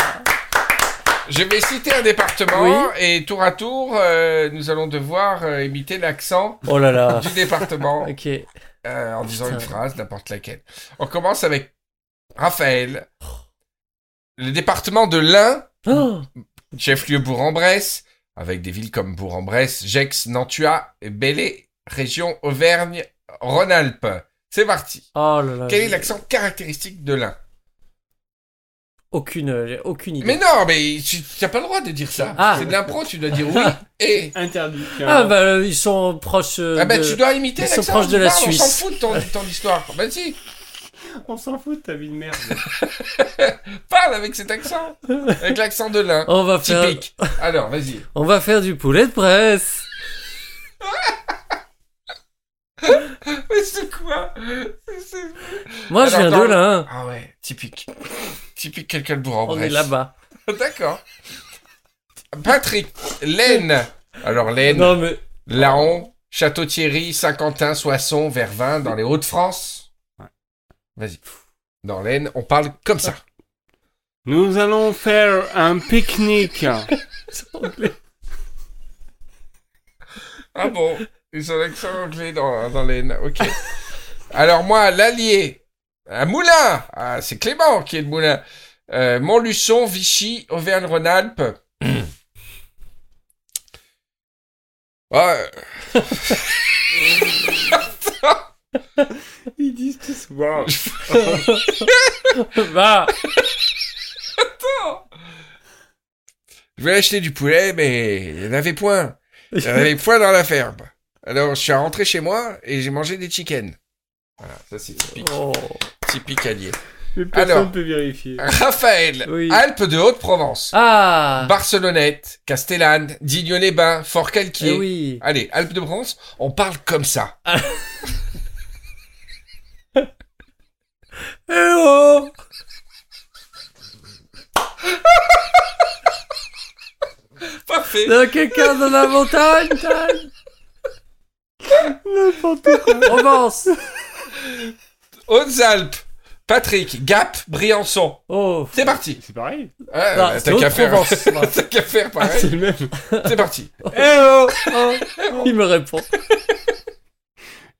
S1: Je vais citer un département et tour à tour, euh, nous allons devoir euh, imiter l'accent
S4: Oh là là.
S1: du département
S4: Ok.
S1: euh, en disant
S4: Putain.
S1: une phrase, n'importe laquelle. On commence avec Raphaël. Le département de l'Ain,
S4: Oh,
S1: chef-lieu Bourg-en-Bresse, avec des villes comme Bourg-en-Bresse, Gex, Nantua, et Belley, région Auvergne-Rhône-Alpes. C'est parti.
S4: Oh là là.
S1: Quel est
S4: j'ai
S1: l'accent caractéristique de l'Ain
S4: Aucune, euh, j'ai aucune idée.
S1: Mais non, mais tu n'as pas le droit de dire ça.
S4: Ah.
S1: C'est de l'impro, tu dois dire oui et...
S2: Interdit.
S4: Ah bah euh, ils sont proches. euh,
S1: Ah ben,
S4: de-
S1: tu dois imiter
S4: ils sont
S1: l'accent.
S4: proches de la
S1: parle, On
S4: Suisse.
S1: s'en fout de ton, de ton histoire. Ben si,
S2: On s'en fout de ta vie de merde.
S1: parle avec cet accent. Avec l'accent de l'Ain.
S4: On va faire.
S1: Typique. Alors, vas-y.
S4: On va faire du poulet de presse.
S1: Mais c'est quoi C'est-
S4: Moi, je
S1: Alors,
S4: viens
S1: dans
S4: de
S1: le-
S4: là. hein
S1: Ah ouais, typique. typique quelqu'un de bourg
S4: On est là-bas.
S1: D'accord. Patrick, Laine. Alors Laine,
S4: Non, mais
S1: Laon, Château-Thierry, Saint-Quentin, Soissons, Vervins, dans les Hauts-de-France.
S2: Ouais.
S1: Vas-y. Dans l'Aisne, on parle comme ça.
S2: Nous allons faire un pique-nique.
S1: Ah bon Ils ont l'accent anglais dans, dans l'Aisne, ok. Alors moi, l'Allier, à Moulin, ah, c'est Clément qui est de Moulin, Euh, Montluçon, Vichy, Auvergne-Rhône-Alpes. Ah, euh,
S2: Ils disent tous. Wow.
S4: Bah,
S1: je voulais acheter du poulet, mais il n'y en avait point. Il y en avait point dans la ferme. Alors je suis rentré chez moi et j'ai mangé des chickens. Voilà, ça c'est typique,
S4: oh.
S1: typique Allier.
S2: Mais personne
S1: Alors.
S2: peut vérifier.
S1: Raphaël,
S4: Oui.
S1: Alpes de Haute-Provence.
S4: Ah,
S1: Barcelonnette, Castellane, Digne-les-Bains,
S4: eh
S1: Fort-Calquier.
S4: oui.
S1: Allez, Alpes de Provence, on parle comme ça.
S4: Eh oh
S1: Parfait.
S4: Dans quelqu'un dans la montagne montagne.
S2: N'importe quoi.
S4: Provence
S1: Hautes-Alpes, Patrick, Gap, Briançon.
S4: Oh
S1: C'est parti.
S2: C'est pareil.
S1: Ah,
S4: Non,
S1: bah,
S4: c'est
S1: T'as qu'à faire.
S4: Haute-Provence.
S1: T'as qu'à faire
S2: C'est
S1: pareil.
S2: le même.
S1: C'est parti.
S4: Eh oh, oh. Il me répond.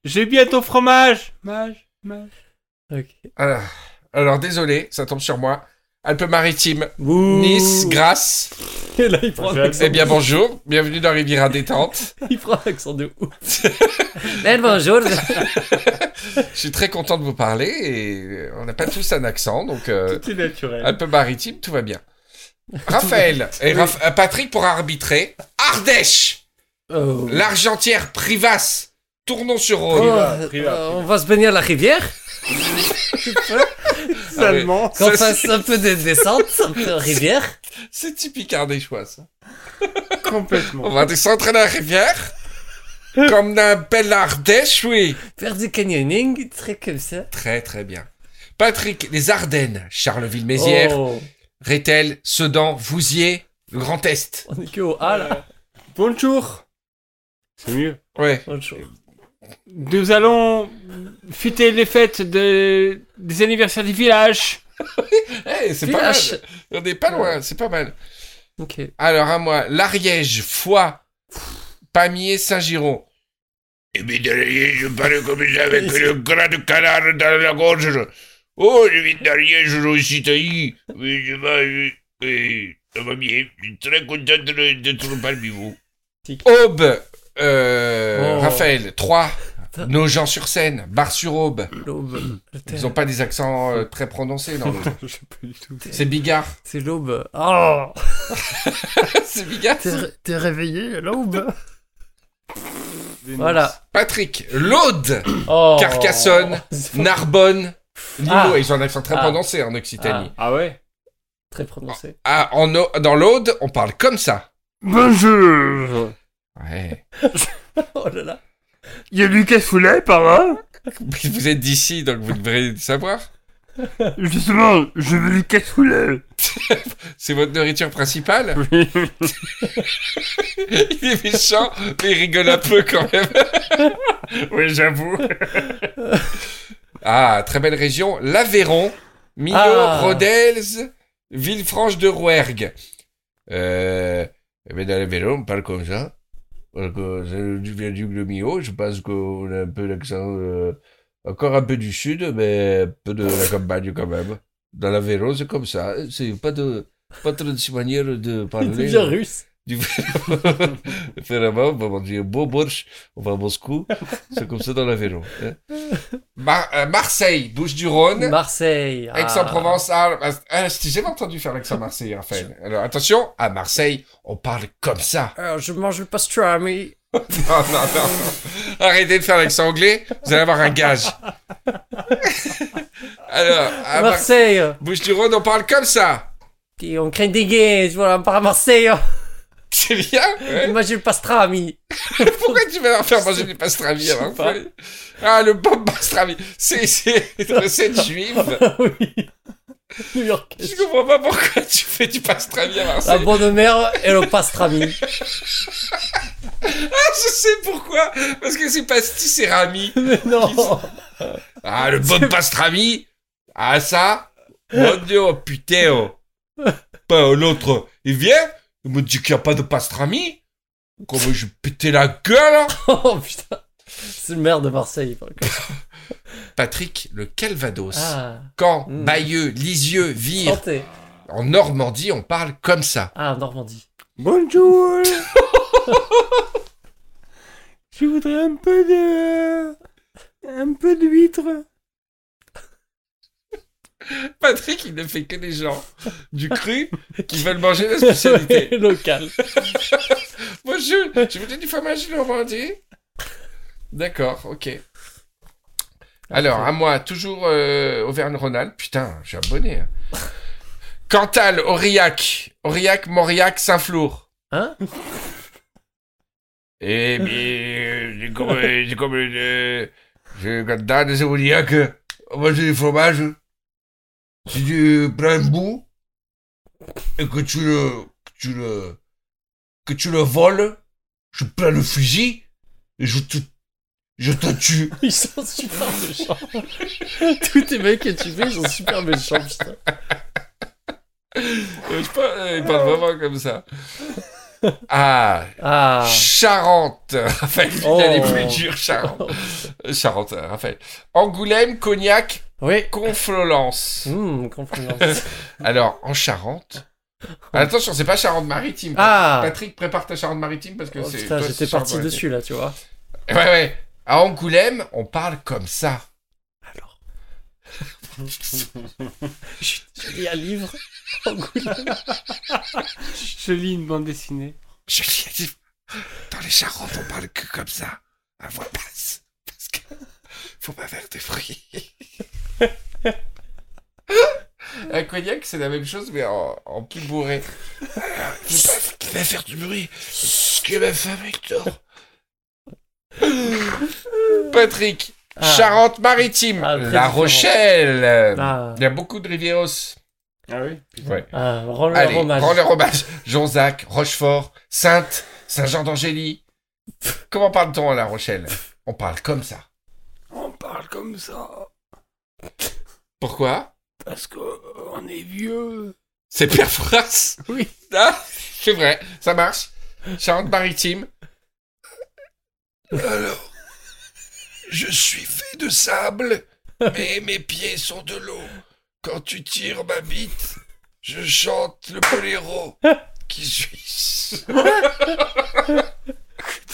S2: J'ai bien ton fromage. Mage, mage.
S4: Ok.
S1: Ah, Alors désolé, ça tombe sur moi. Alpes-Maritimes,
S4: Ouh.
S1: Nice, Grasse.
S4: Et là, il prend
S2: Ça fait
S4: un accent,
S1: Eh bien bonjour, bienvenue dans Riviera détente.
S4: il prend un accent de ouf. Ben bonjour.
S1: Je suis très content de vous parler et on n'a pas tous un accent, donc euh,
S2: Tout est naturel.
S1: Alpes-Maritimes, tout va bien. Raphaël et Raph- euh, Patrick pour arbitrer. Ardèche,
S4: Oh.
S1: l'Argentière, Privas,
S4: Oh,
S1: Tournon-sur-Rhône.
S2: Priva, priva.
S4: euh, on va se baigner à la rivière.
S1: Ah
S2: Seulement.
S4: Qu'on
S1: Ça,
S4: fasse un peu de descente, un peu rivière.
S1: C'est typique ardéchois, ça. On
S2: Complètement.
S1: va descendre à la rivière. comme d'un bel Ardèche, oui.
S4: Faire du canyoning, truc comme ça.
S1: Très, très bien. Patrick, les Ardennes, Charleville-Mézières,
S4: Oh,
S1: Rethel, Sedan, Vouziers, le Grand Est.
S4: on est que au A là.
S2: Bonjour. C'est mieux.
S1: Ouais.
S4: Bonjour.
S2: Nous allons fêter les fêtes de... des anniversaires du village.
S1: Eh, c'est pas mal.
S4: Village.
S1: On n'est pas loin, c'est pas mal.
S4: Ok.
S1: Alors, à moi, l'Ariège, Foix, Pamiers, Saint-Giron. Et bien, d'Ariège, je parle comme ça avec le gras de canard dans la gorge. Oh, je viens d'Ariège, je aussi taillé. Oui, je vais, je- oui, ça va bien. Je suis très content de- d'être parmi vous.
S4: Tic.
S1: Aube, euh,
S4: Oh.
S1: Raphaël, 3, nos gens sur scène, Bar-sur-Aube.
S4: L'aube.
S1: Ils n'ont pas des accents euh, très prononcés, non
S2: Je sais pas du tout.
S1: C'est Bigard.
S4: C'est l'aube. Oh
S1: C'est Bigard.
S4: T'es réveillé, l'aube Voilà.
S1: Patrick, l'Aude.
S4: Oh.
S1: Carcassonne, Narbonne, Limoux,
S4: Ah.
S1: ils ont un accent très
S4: Ah.
S1: prononcé en Occitanie.
S2: Ah ouais
S4: Très prononcé.
S1: Ah, en O- dans l'Aude, on parle comme ça.
S2: Bonjour
S1: Ouais.
S4: Oh là là.
S2: Il y a Lucas Foulet par là
S1: Vous êtes d'ici, donc vous devrez le savoir.
S2: Justement, je veux Lucas Foulet
S1: C'est votre nourriture principale Il est méchant, mais il rigole un peu quand même. oui, j'avoue. ah, très belle région. L'Aveyron, Millau,
S4: Ah.
S1: Rodez, Villefranche de Rouergue. Euh, eh ben, dans l'Aveyron, on parle comme ça. Parce Euh, que c'est du viaduc de Millau, je pense qu'on a un peu l'accent... euh, encore un peu du sud, mais un peu de la campagne quand même. Dans l'Aveyron, c'est comme ça. hein. C'est pas de... Pas trop de manière de parler.
S4: Il devient russe.
S1: Du Vraiment, on va manger un beau borsch, on va à Moscou, c'est comme ça dans l'Aveyron. hein. Mar- euh, Marseille, Bouches-du-Rhône,
S4: Marseille. ah.
S1: Aix-en-Provence, Arles. Ah, ah, j'ai jamais entendu faire l'accent marseillais, Raphaël. Alors attention, à Marseille, on parle comme ça.
S4: Alors, Euh, je mange le pastrami.
S1: Non, Ah, non, non. Arrêtez de faire l'accent anglais, vous allez avoir un gage. Alors, à Mar-
S4: Marseille.
S1: Bouches-du-Rhône, on parle comme ça.
S4: Et on craint des gays, voilà, on part à Marseille.
S1: C'est bien ouais.
S4: On mange le pastrami.
S1: Pourquoi tu vas leur faire manger du pastrami avant hein, Ah, le bon pastrami. C'est c'est une recette juive.
S4: Ah, oui. New York.
S1: Je comprends pas pourquoi tu fais du hein. pastrami à
S4: La
S1: Marseille.
S4: bonne mère et le pastrami.
S1: Ah, je sais pourquoi. Parce que c'est pastis et rami.
S4: Mais non.
S1: Ah, le bon pastrami. Ah, ça. Mon dieu, oh, putain. oh. Pas l'autre. Il vient. Il me dit qu'il n'y a pas de pastrami. Comment je pétais la gueule. hein.
S4: Oh putain. C'est le maire de Marseille. par contre.
S1: Patrick le Calvados.
S4: Ah,
S1: Quand
S4: Mm.
S1: Bayeux, Lisieux, Vire,
S4: santé.
S1: en Normandie, on parle comme ça.
S4: Ah, Normandie.
S2: Bonjour Je voudrais un peu de. Un peu d'huître.
S1: Patrick, il ne fait que des gens du cru qui veulent manger la spécialité.
S4: Local.
S1: Bonjour, je voudrais du fromage Normandie. D'accord, ok. Alors, à moi, toujours euh, Auvergne-Rhône-Alpes. Putain, j'ai abonné. hein. Cantal, Aurillac, Aurillac, Mauriac, Saint-Flour.
S4: Hein
S1: Eh bien, euh, c'est comme, euh, c'est comme, euh, c'est Cantal, c'est Aurillac. On mange du fromage. Si tu prends un bout et que tu le, que tu le, que tu le voles, je prends le fusil et je te, je te tue.
S4: Ils sont super méchants. Tous tes mecs que tu fais, ils sont super méchants, putain.
S1: Euh, je parle, euh, il parle vraiment comme ça. Ah,
S4: Ah.
S1: Charente. Raphaël, il
S4: Oh.
S1: y a les plus durs, Charente. Euh, Charente, euh, Raphaël. Angoulême, Cognac,
S4: Oui.
S1: Conflolence.
S4: Hum, confluence.
S1: Alors, en Charente. Ah, Attention, c'est pas Charente-Maritime.
S4: Ah.
S1: Patrick, prépare ta Charente-Maritime parce que
S4: Oh,
S1: c'est.
S4: putain,
S1: toi,
S4: j'étais
S1: c'est
S4: parti
S1: Charente-Maritime.
S4: dessus là, tu vois.
S1: Ouais, ouais. À Angoulême, on parle comme ça.
S4: Alors. J'ai j'ai lu un livre. Angoulême.
S2: Je lis une bande dessinée.
S1: Je lui ai dit, dans les Charentes, on parle que comme ça, Ah, à voix basse, parce que faut pas faire de bruit. Un cognac, c'est la même chose, mais en, en plus bourré. Alors, faut pas- faut pas faire du bruit, parce que ma femme est tort. Patrick,
S4: Ah.
S1: Charente-Maritime,
S4: Ah, très
S1: La
S4: différent.
S1: Rochelle.
S4: Ah.
S1: Il y a beaucoup de Rivieros.
S2: Ah oui
S1: Ouais.
S4: Ah, rends le
S1: Allez,
S4: hommage.
S1: rends leur hommage. Jonzac, Rochefort, Sainte, Saint-Jean-d'Angély. Comment parle-t-on à La Rochelle On parle comme ça.
S2: On parle comme ça
S1: Pourquoi
S2: parce
S1: euh,
S2: qu'on est vieux.
S1: C'est perforce.
S2: Oui.
S1: Ah, c'est vrai, ça marche. Charente-Maritime. Alors, je suis fait de sable, mais mes pieds sont de l'eau. Quand tu tires ma bite, je chante le boléro qui suis.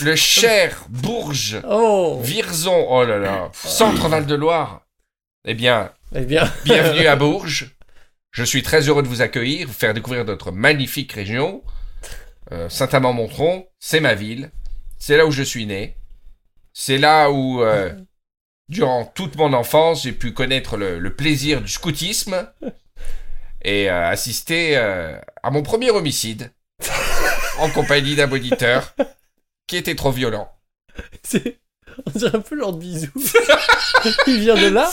S1: le Cher, Bourges,
S4: Oh.
S1: Virzon, oh là là, Centre Val de Loire. Eh bien,
S4: Eh bien.
S1: Bienvenue à Bourges. Je suis très heureux de vous accueillir, vous faire découvrir notre magnifique région. Euh, Saint-Amand-Montron, c'est ma ville. C'est là où je suis né. C'est là où, euh, durant toute mon enfance, j'ai pu connaître le, le plaisir du scoutisme et euh, assister euh, à mon premier homicide en compagnie d'un auditeur qui était trop violent.
S4: C'est... On dirait un peu Lord Bisou. Il vient de là.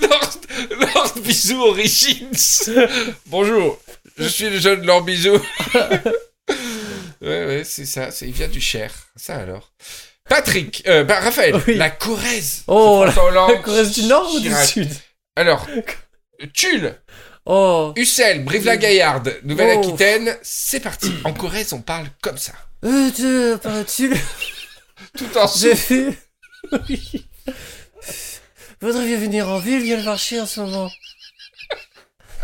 S1: Lord, Lord Bisou Origins. Bonjour, je suis le jeune Lord Bisou. ouais, ouais, c'est ça, c'est- il vient du Cher. Ça alors. Patrick, euh, bah, Raphaël,
S4: Oui.
S1: la Corrèze.
S4: Oh,
S1: François Hollande,
S4: la Corrèze du Nord ou du
S1: Chirac.
S4: Sud
S1: Alors, Tulle,
S4: Oh.
S1: Ussel, Brive-la-Gaillarde, Nouvelle-Aquitaine, c'est parti. En Corrèze, on parle comme ça.
S4: Euh, tu, par- tu-
S1: Tout en
S4: J'ai fait. Oui. Faudrait venir en ville, vient le marché en ce moment.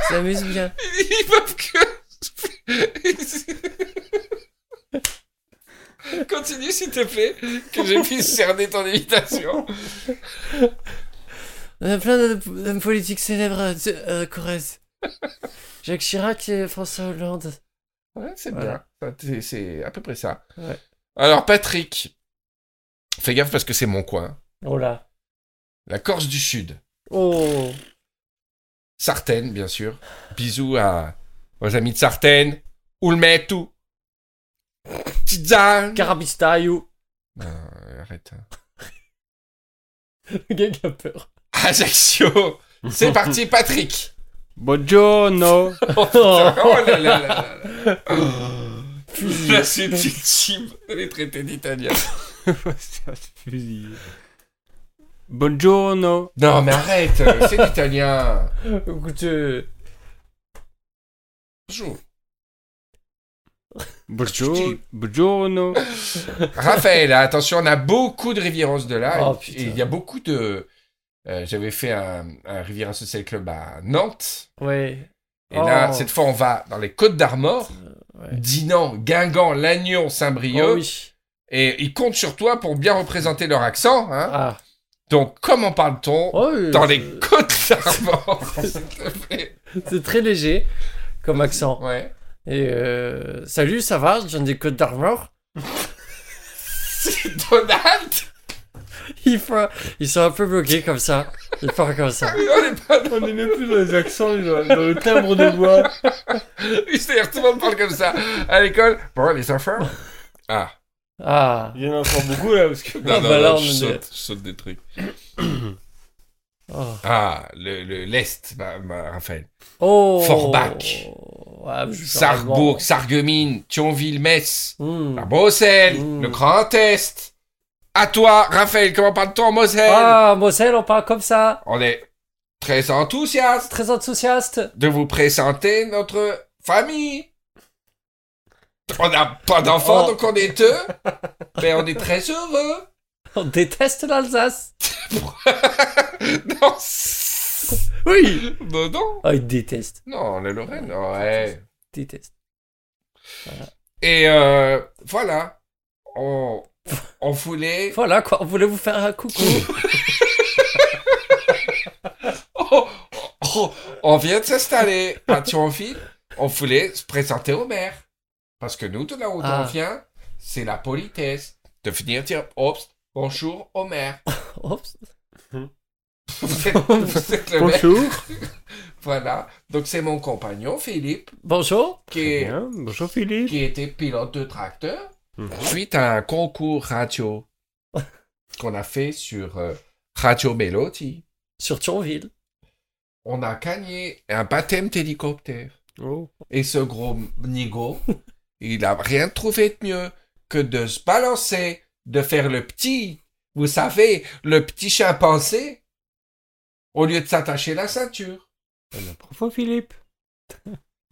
S4: Ça amuse bien.
S1: Ils peuvent que. Continue, s'il te plaît, que je puisse cerner ton imitation.
S4: On a plein d'hommes d'hommes politiques célèbres à euh, Corrèze. Jacques Chirac et François Hollande.
S1: Ouais, c'est
S4: Voilà.
S1: bien. C'est- C'est à peu près ça.
S4: Ouais.
S1: Alors, Patrick, fais gaffe parce que c'est mon coin.
S4: Oh là.
S1: La Corse du Sud.
S4: Oh.
S1: Sartène, bien sûr. Bisous à aux amis de Sartène. Oulmetou. Tizan.
S4: Carabistayou.
S1: Non, arrête.
S4: Le gars qui a peur.
S1: Ajaccio. C'est parti, Patrick.
S2: Buongiorno
S1: Oh là là là là là. Là, c'est ultime de les traiter d'italien.
S2: C'est un fusil. Buongiorno
S1: Non, mais arrête, euh, c'est l'italien.
S4: Écoute. euh,
S1: Bonjour.
S2: Bonjour, buongiorno.
S1: hein, Raphaël, attention, on a beaucoup de Rivieros de là.
S4: Oh,
S1: et-
S4: putain.
S1: et il y a beaucoup de. euh, j'avais fait un, un Riviera Social Club à Nantes.
S4: Ouais.
S1: Et là,
S4: Oh. Euh,
S1: cette fois, on va dans les Côtes d'Armor,
S4: ouais.
S1: Dinan, Guingamp, Lannion, Saint-Brieuc.
S4: Oh oui.
S1: Et ils comptent sur toi pour bien représenter leur accent. Hein.
S4: Ah.
S1: Donc, comment parle-t-on
S4: Oh oui,
S1: dans
S4: c'est-
S1: les Côtes d'Armor s'il te plaît
S4: C'est très léger comme accent.
S1: Ouais.
S4: Et euh, salut, ça va Je viens des Côtes d'Armor.
S1: C'est Donald
S4: Ils, font- ils sont un peu bloqués comme ça. Ils parlent comme ça.
S1: On est pas
S2: On n'est même plus dans les accents, mais dans, dans le timbre de voix.
S1: Oui, C'est-à-dire, tout le monde parle comme ça. À l'école, bon, les enfants. Ah.
S4: Ah.
S2: Il y en a encore beaucoup là, parce que.
S1: Non,
S4: Ah,
S1: non,
S4: bah
S1: non,
S4: là, on
S1: je,
S4: est-
S1: saute, je saute des trucs.
S4: Oh.
S1: Ah, le, le- l'Est, bah, bah, Raphaël.
S4: Oh.
S1: Forbach.
S4: Ouais, mais je suis
S1: Sarrebourg,
S4: allemand.
S1: Sarreguemines, Thionville, Metz,
S4: Hmm.
S1: la Moselle,
S4: Mm.
S1: le Grand Est. À toi, Raphaël, comment parle-t-on en Moselle
S4: Ah, Moselle, on parle comme ça.
S1: On est très enthousiastes
S4: Très enthousiaste.
S1: de vous présenter notre famille. On n'a pas d'enfants,
S4: Oh.
S1: donc on est deux. mais on est très heureux.
S4: On déteste l'Alsace.
S1: Non, c'est-
S4: Oui.
S1: non, non,
S4: Oh, ils détestent.
S1: non, la Lorraine, ouais.
S4: Détestent.
S1: Et euh, voilà, on, on voulait,
S4: Voilà quoi, on voulait vous faire un coucou.
S1: Oh, oh, on vient de s'installer à Thionville, on voulait se présenter au maire. Parce que nous, de là où
S4: Ah.
S1: on vient, c'est la politesse de venir dire, Ops, bonjour au maire.
S4: Oups.
S1: Vous êtes- vous êtes le maire.
S2: Bonjour.
S1: Voilà, donc c'est mon compagnon Philippe
S4: Bonjour.
S1: qui est
S2: Bien, Bonjour Philippe.
S1: qui était pilote de tracteur
S2: Mhm.
S1: suite à un concours radio qu'on a fait sur euh, Radio Melody.
S4: Sur Thionville.
S1: On a gagné un baptême d'hélicoptère.
S2: Oh.
S1: Et ce gros nigo, il n'a rien trouvé de mieux que de se balancer, de faire le petit, vous savez, le petit chimpanzé, au lieu de s'attacher la ceinture.
S2: On a propos Philippe.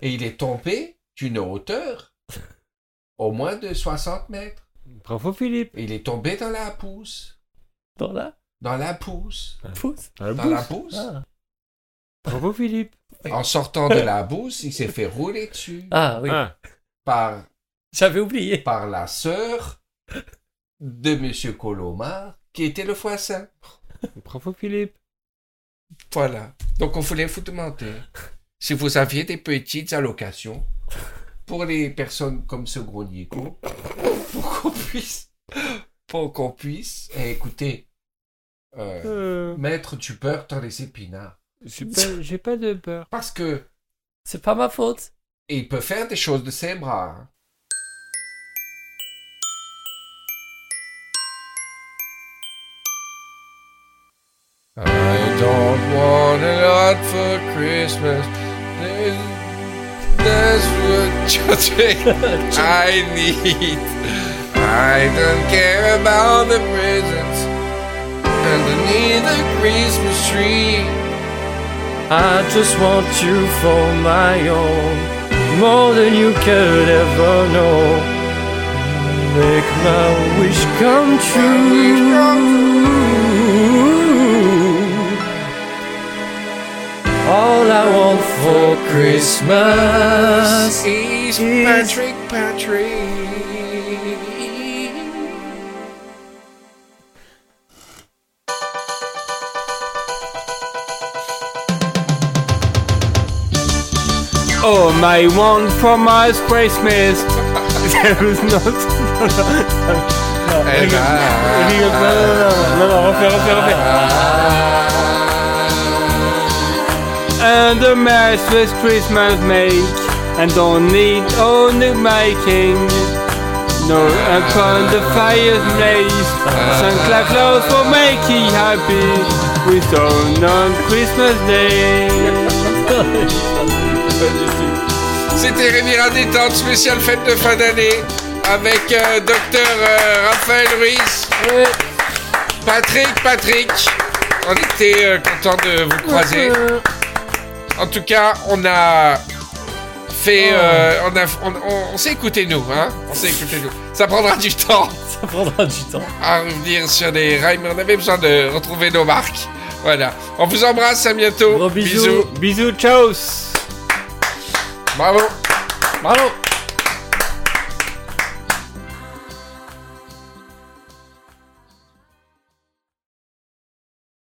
S1: Et il est tombé d'une hauteur au moins de 60 mètres.
S2: Bravo Philippe.
S1: Et il est tombé dans la pousse.
S4: Dans la
S1: dans la pousse,
S4: pousse.
S2: Ah,
S1: dans
S2: bouffe.
S1: la pousse.
S4: Ah.
S2: Bravo Philippe.
S1: En sortant de la pousse, il s'est fait rouler dessus
S4: Ah, oui.
S2: Ah.
S1: par,
S4: J'avais oublié.
S1: par la sœur de Monsieur Coloma, qui était le foissin.
S2: Bravo Philippe.
S1: Voilà. Donc on voulait vous demander si vous aviez des petites allocations pour les personnes comme ce gros Nico, pour qu'on puisse, pour qu'on puisse, eh, écoutez, euh,
S2: Euh,
S1: mettre du beurre dans les épinards.
S2: j'ai pas- J'ai pas de peur.
S1: Parce que
S4: C'est pas ma faute.
S1: Et il peut faire des choses de ses bras. hein. I don't want a lot for Christmas. There's, there's what children I need. I don't care about the presents underneath the Christmas tree.
S4: I just want you for my own. More than you could ever know. Make my wish come true. All I want for Christmas
S1: He's
S4: He's-
S1: Patrick Patrick.
S2: Oh my one for my Christmas. There is not.
S1: And
S2: Non,
S1: I-
S2: non, non, refais, refais, refais.
S1: ah.
S2: And the Christmas Christmas make and don't need own the making. No, upon the fire's blaze, Santa Claus will make you happy with own on Christmas Day.
S1: C'était Riviera Détente, spéciale fête de fin d'année, avec euh, docteur euh, Raphaël Ruiz. Patrick, Patrick, on était euh, content de vous croiser. En tout cas, on a fait, euh, on a, on, on- on s'est écouté nous, hein. On s'est écouté nous. Ça prendra du temps
S4: Ça prendra du temps.
S1: à revenir sur les rails, mais on avait besoin de retrouver nos marques Voilà. On vous embrasse, à bientôt.
S2: Gros bisous.
S7: Bisous, ciao
S1: Bravo.
S2: Bravo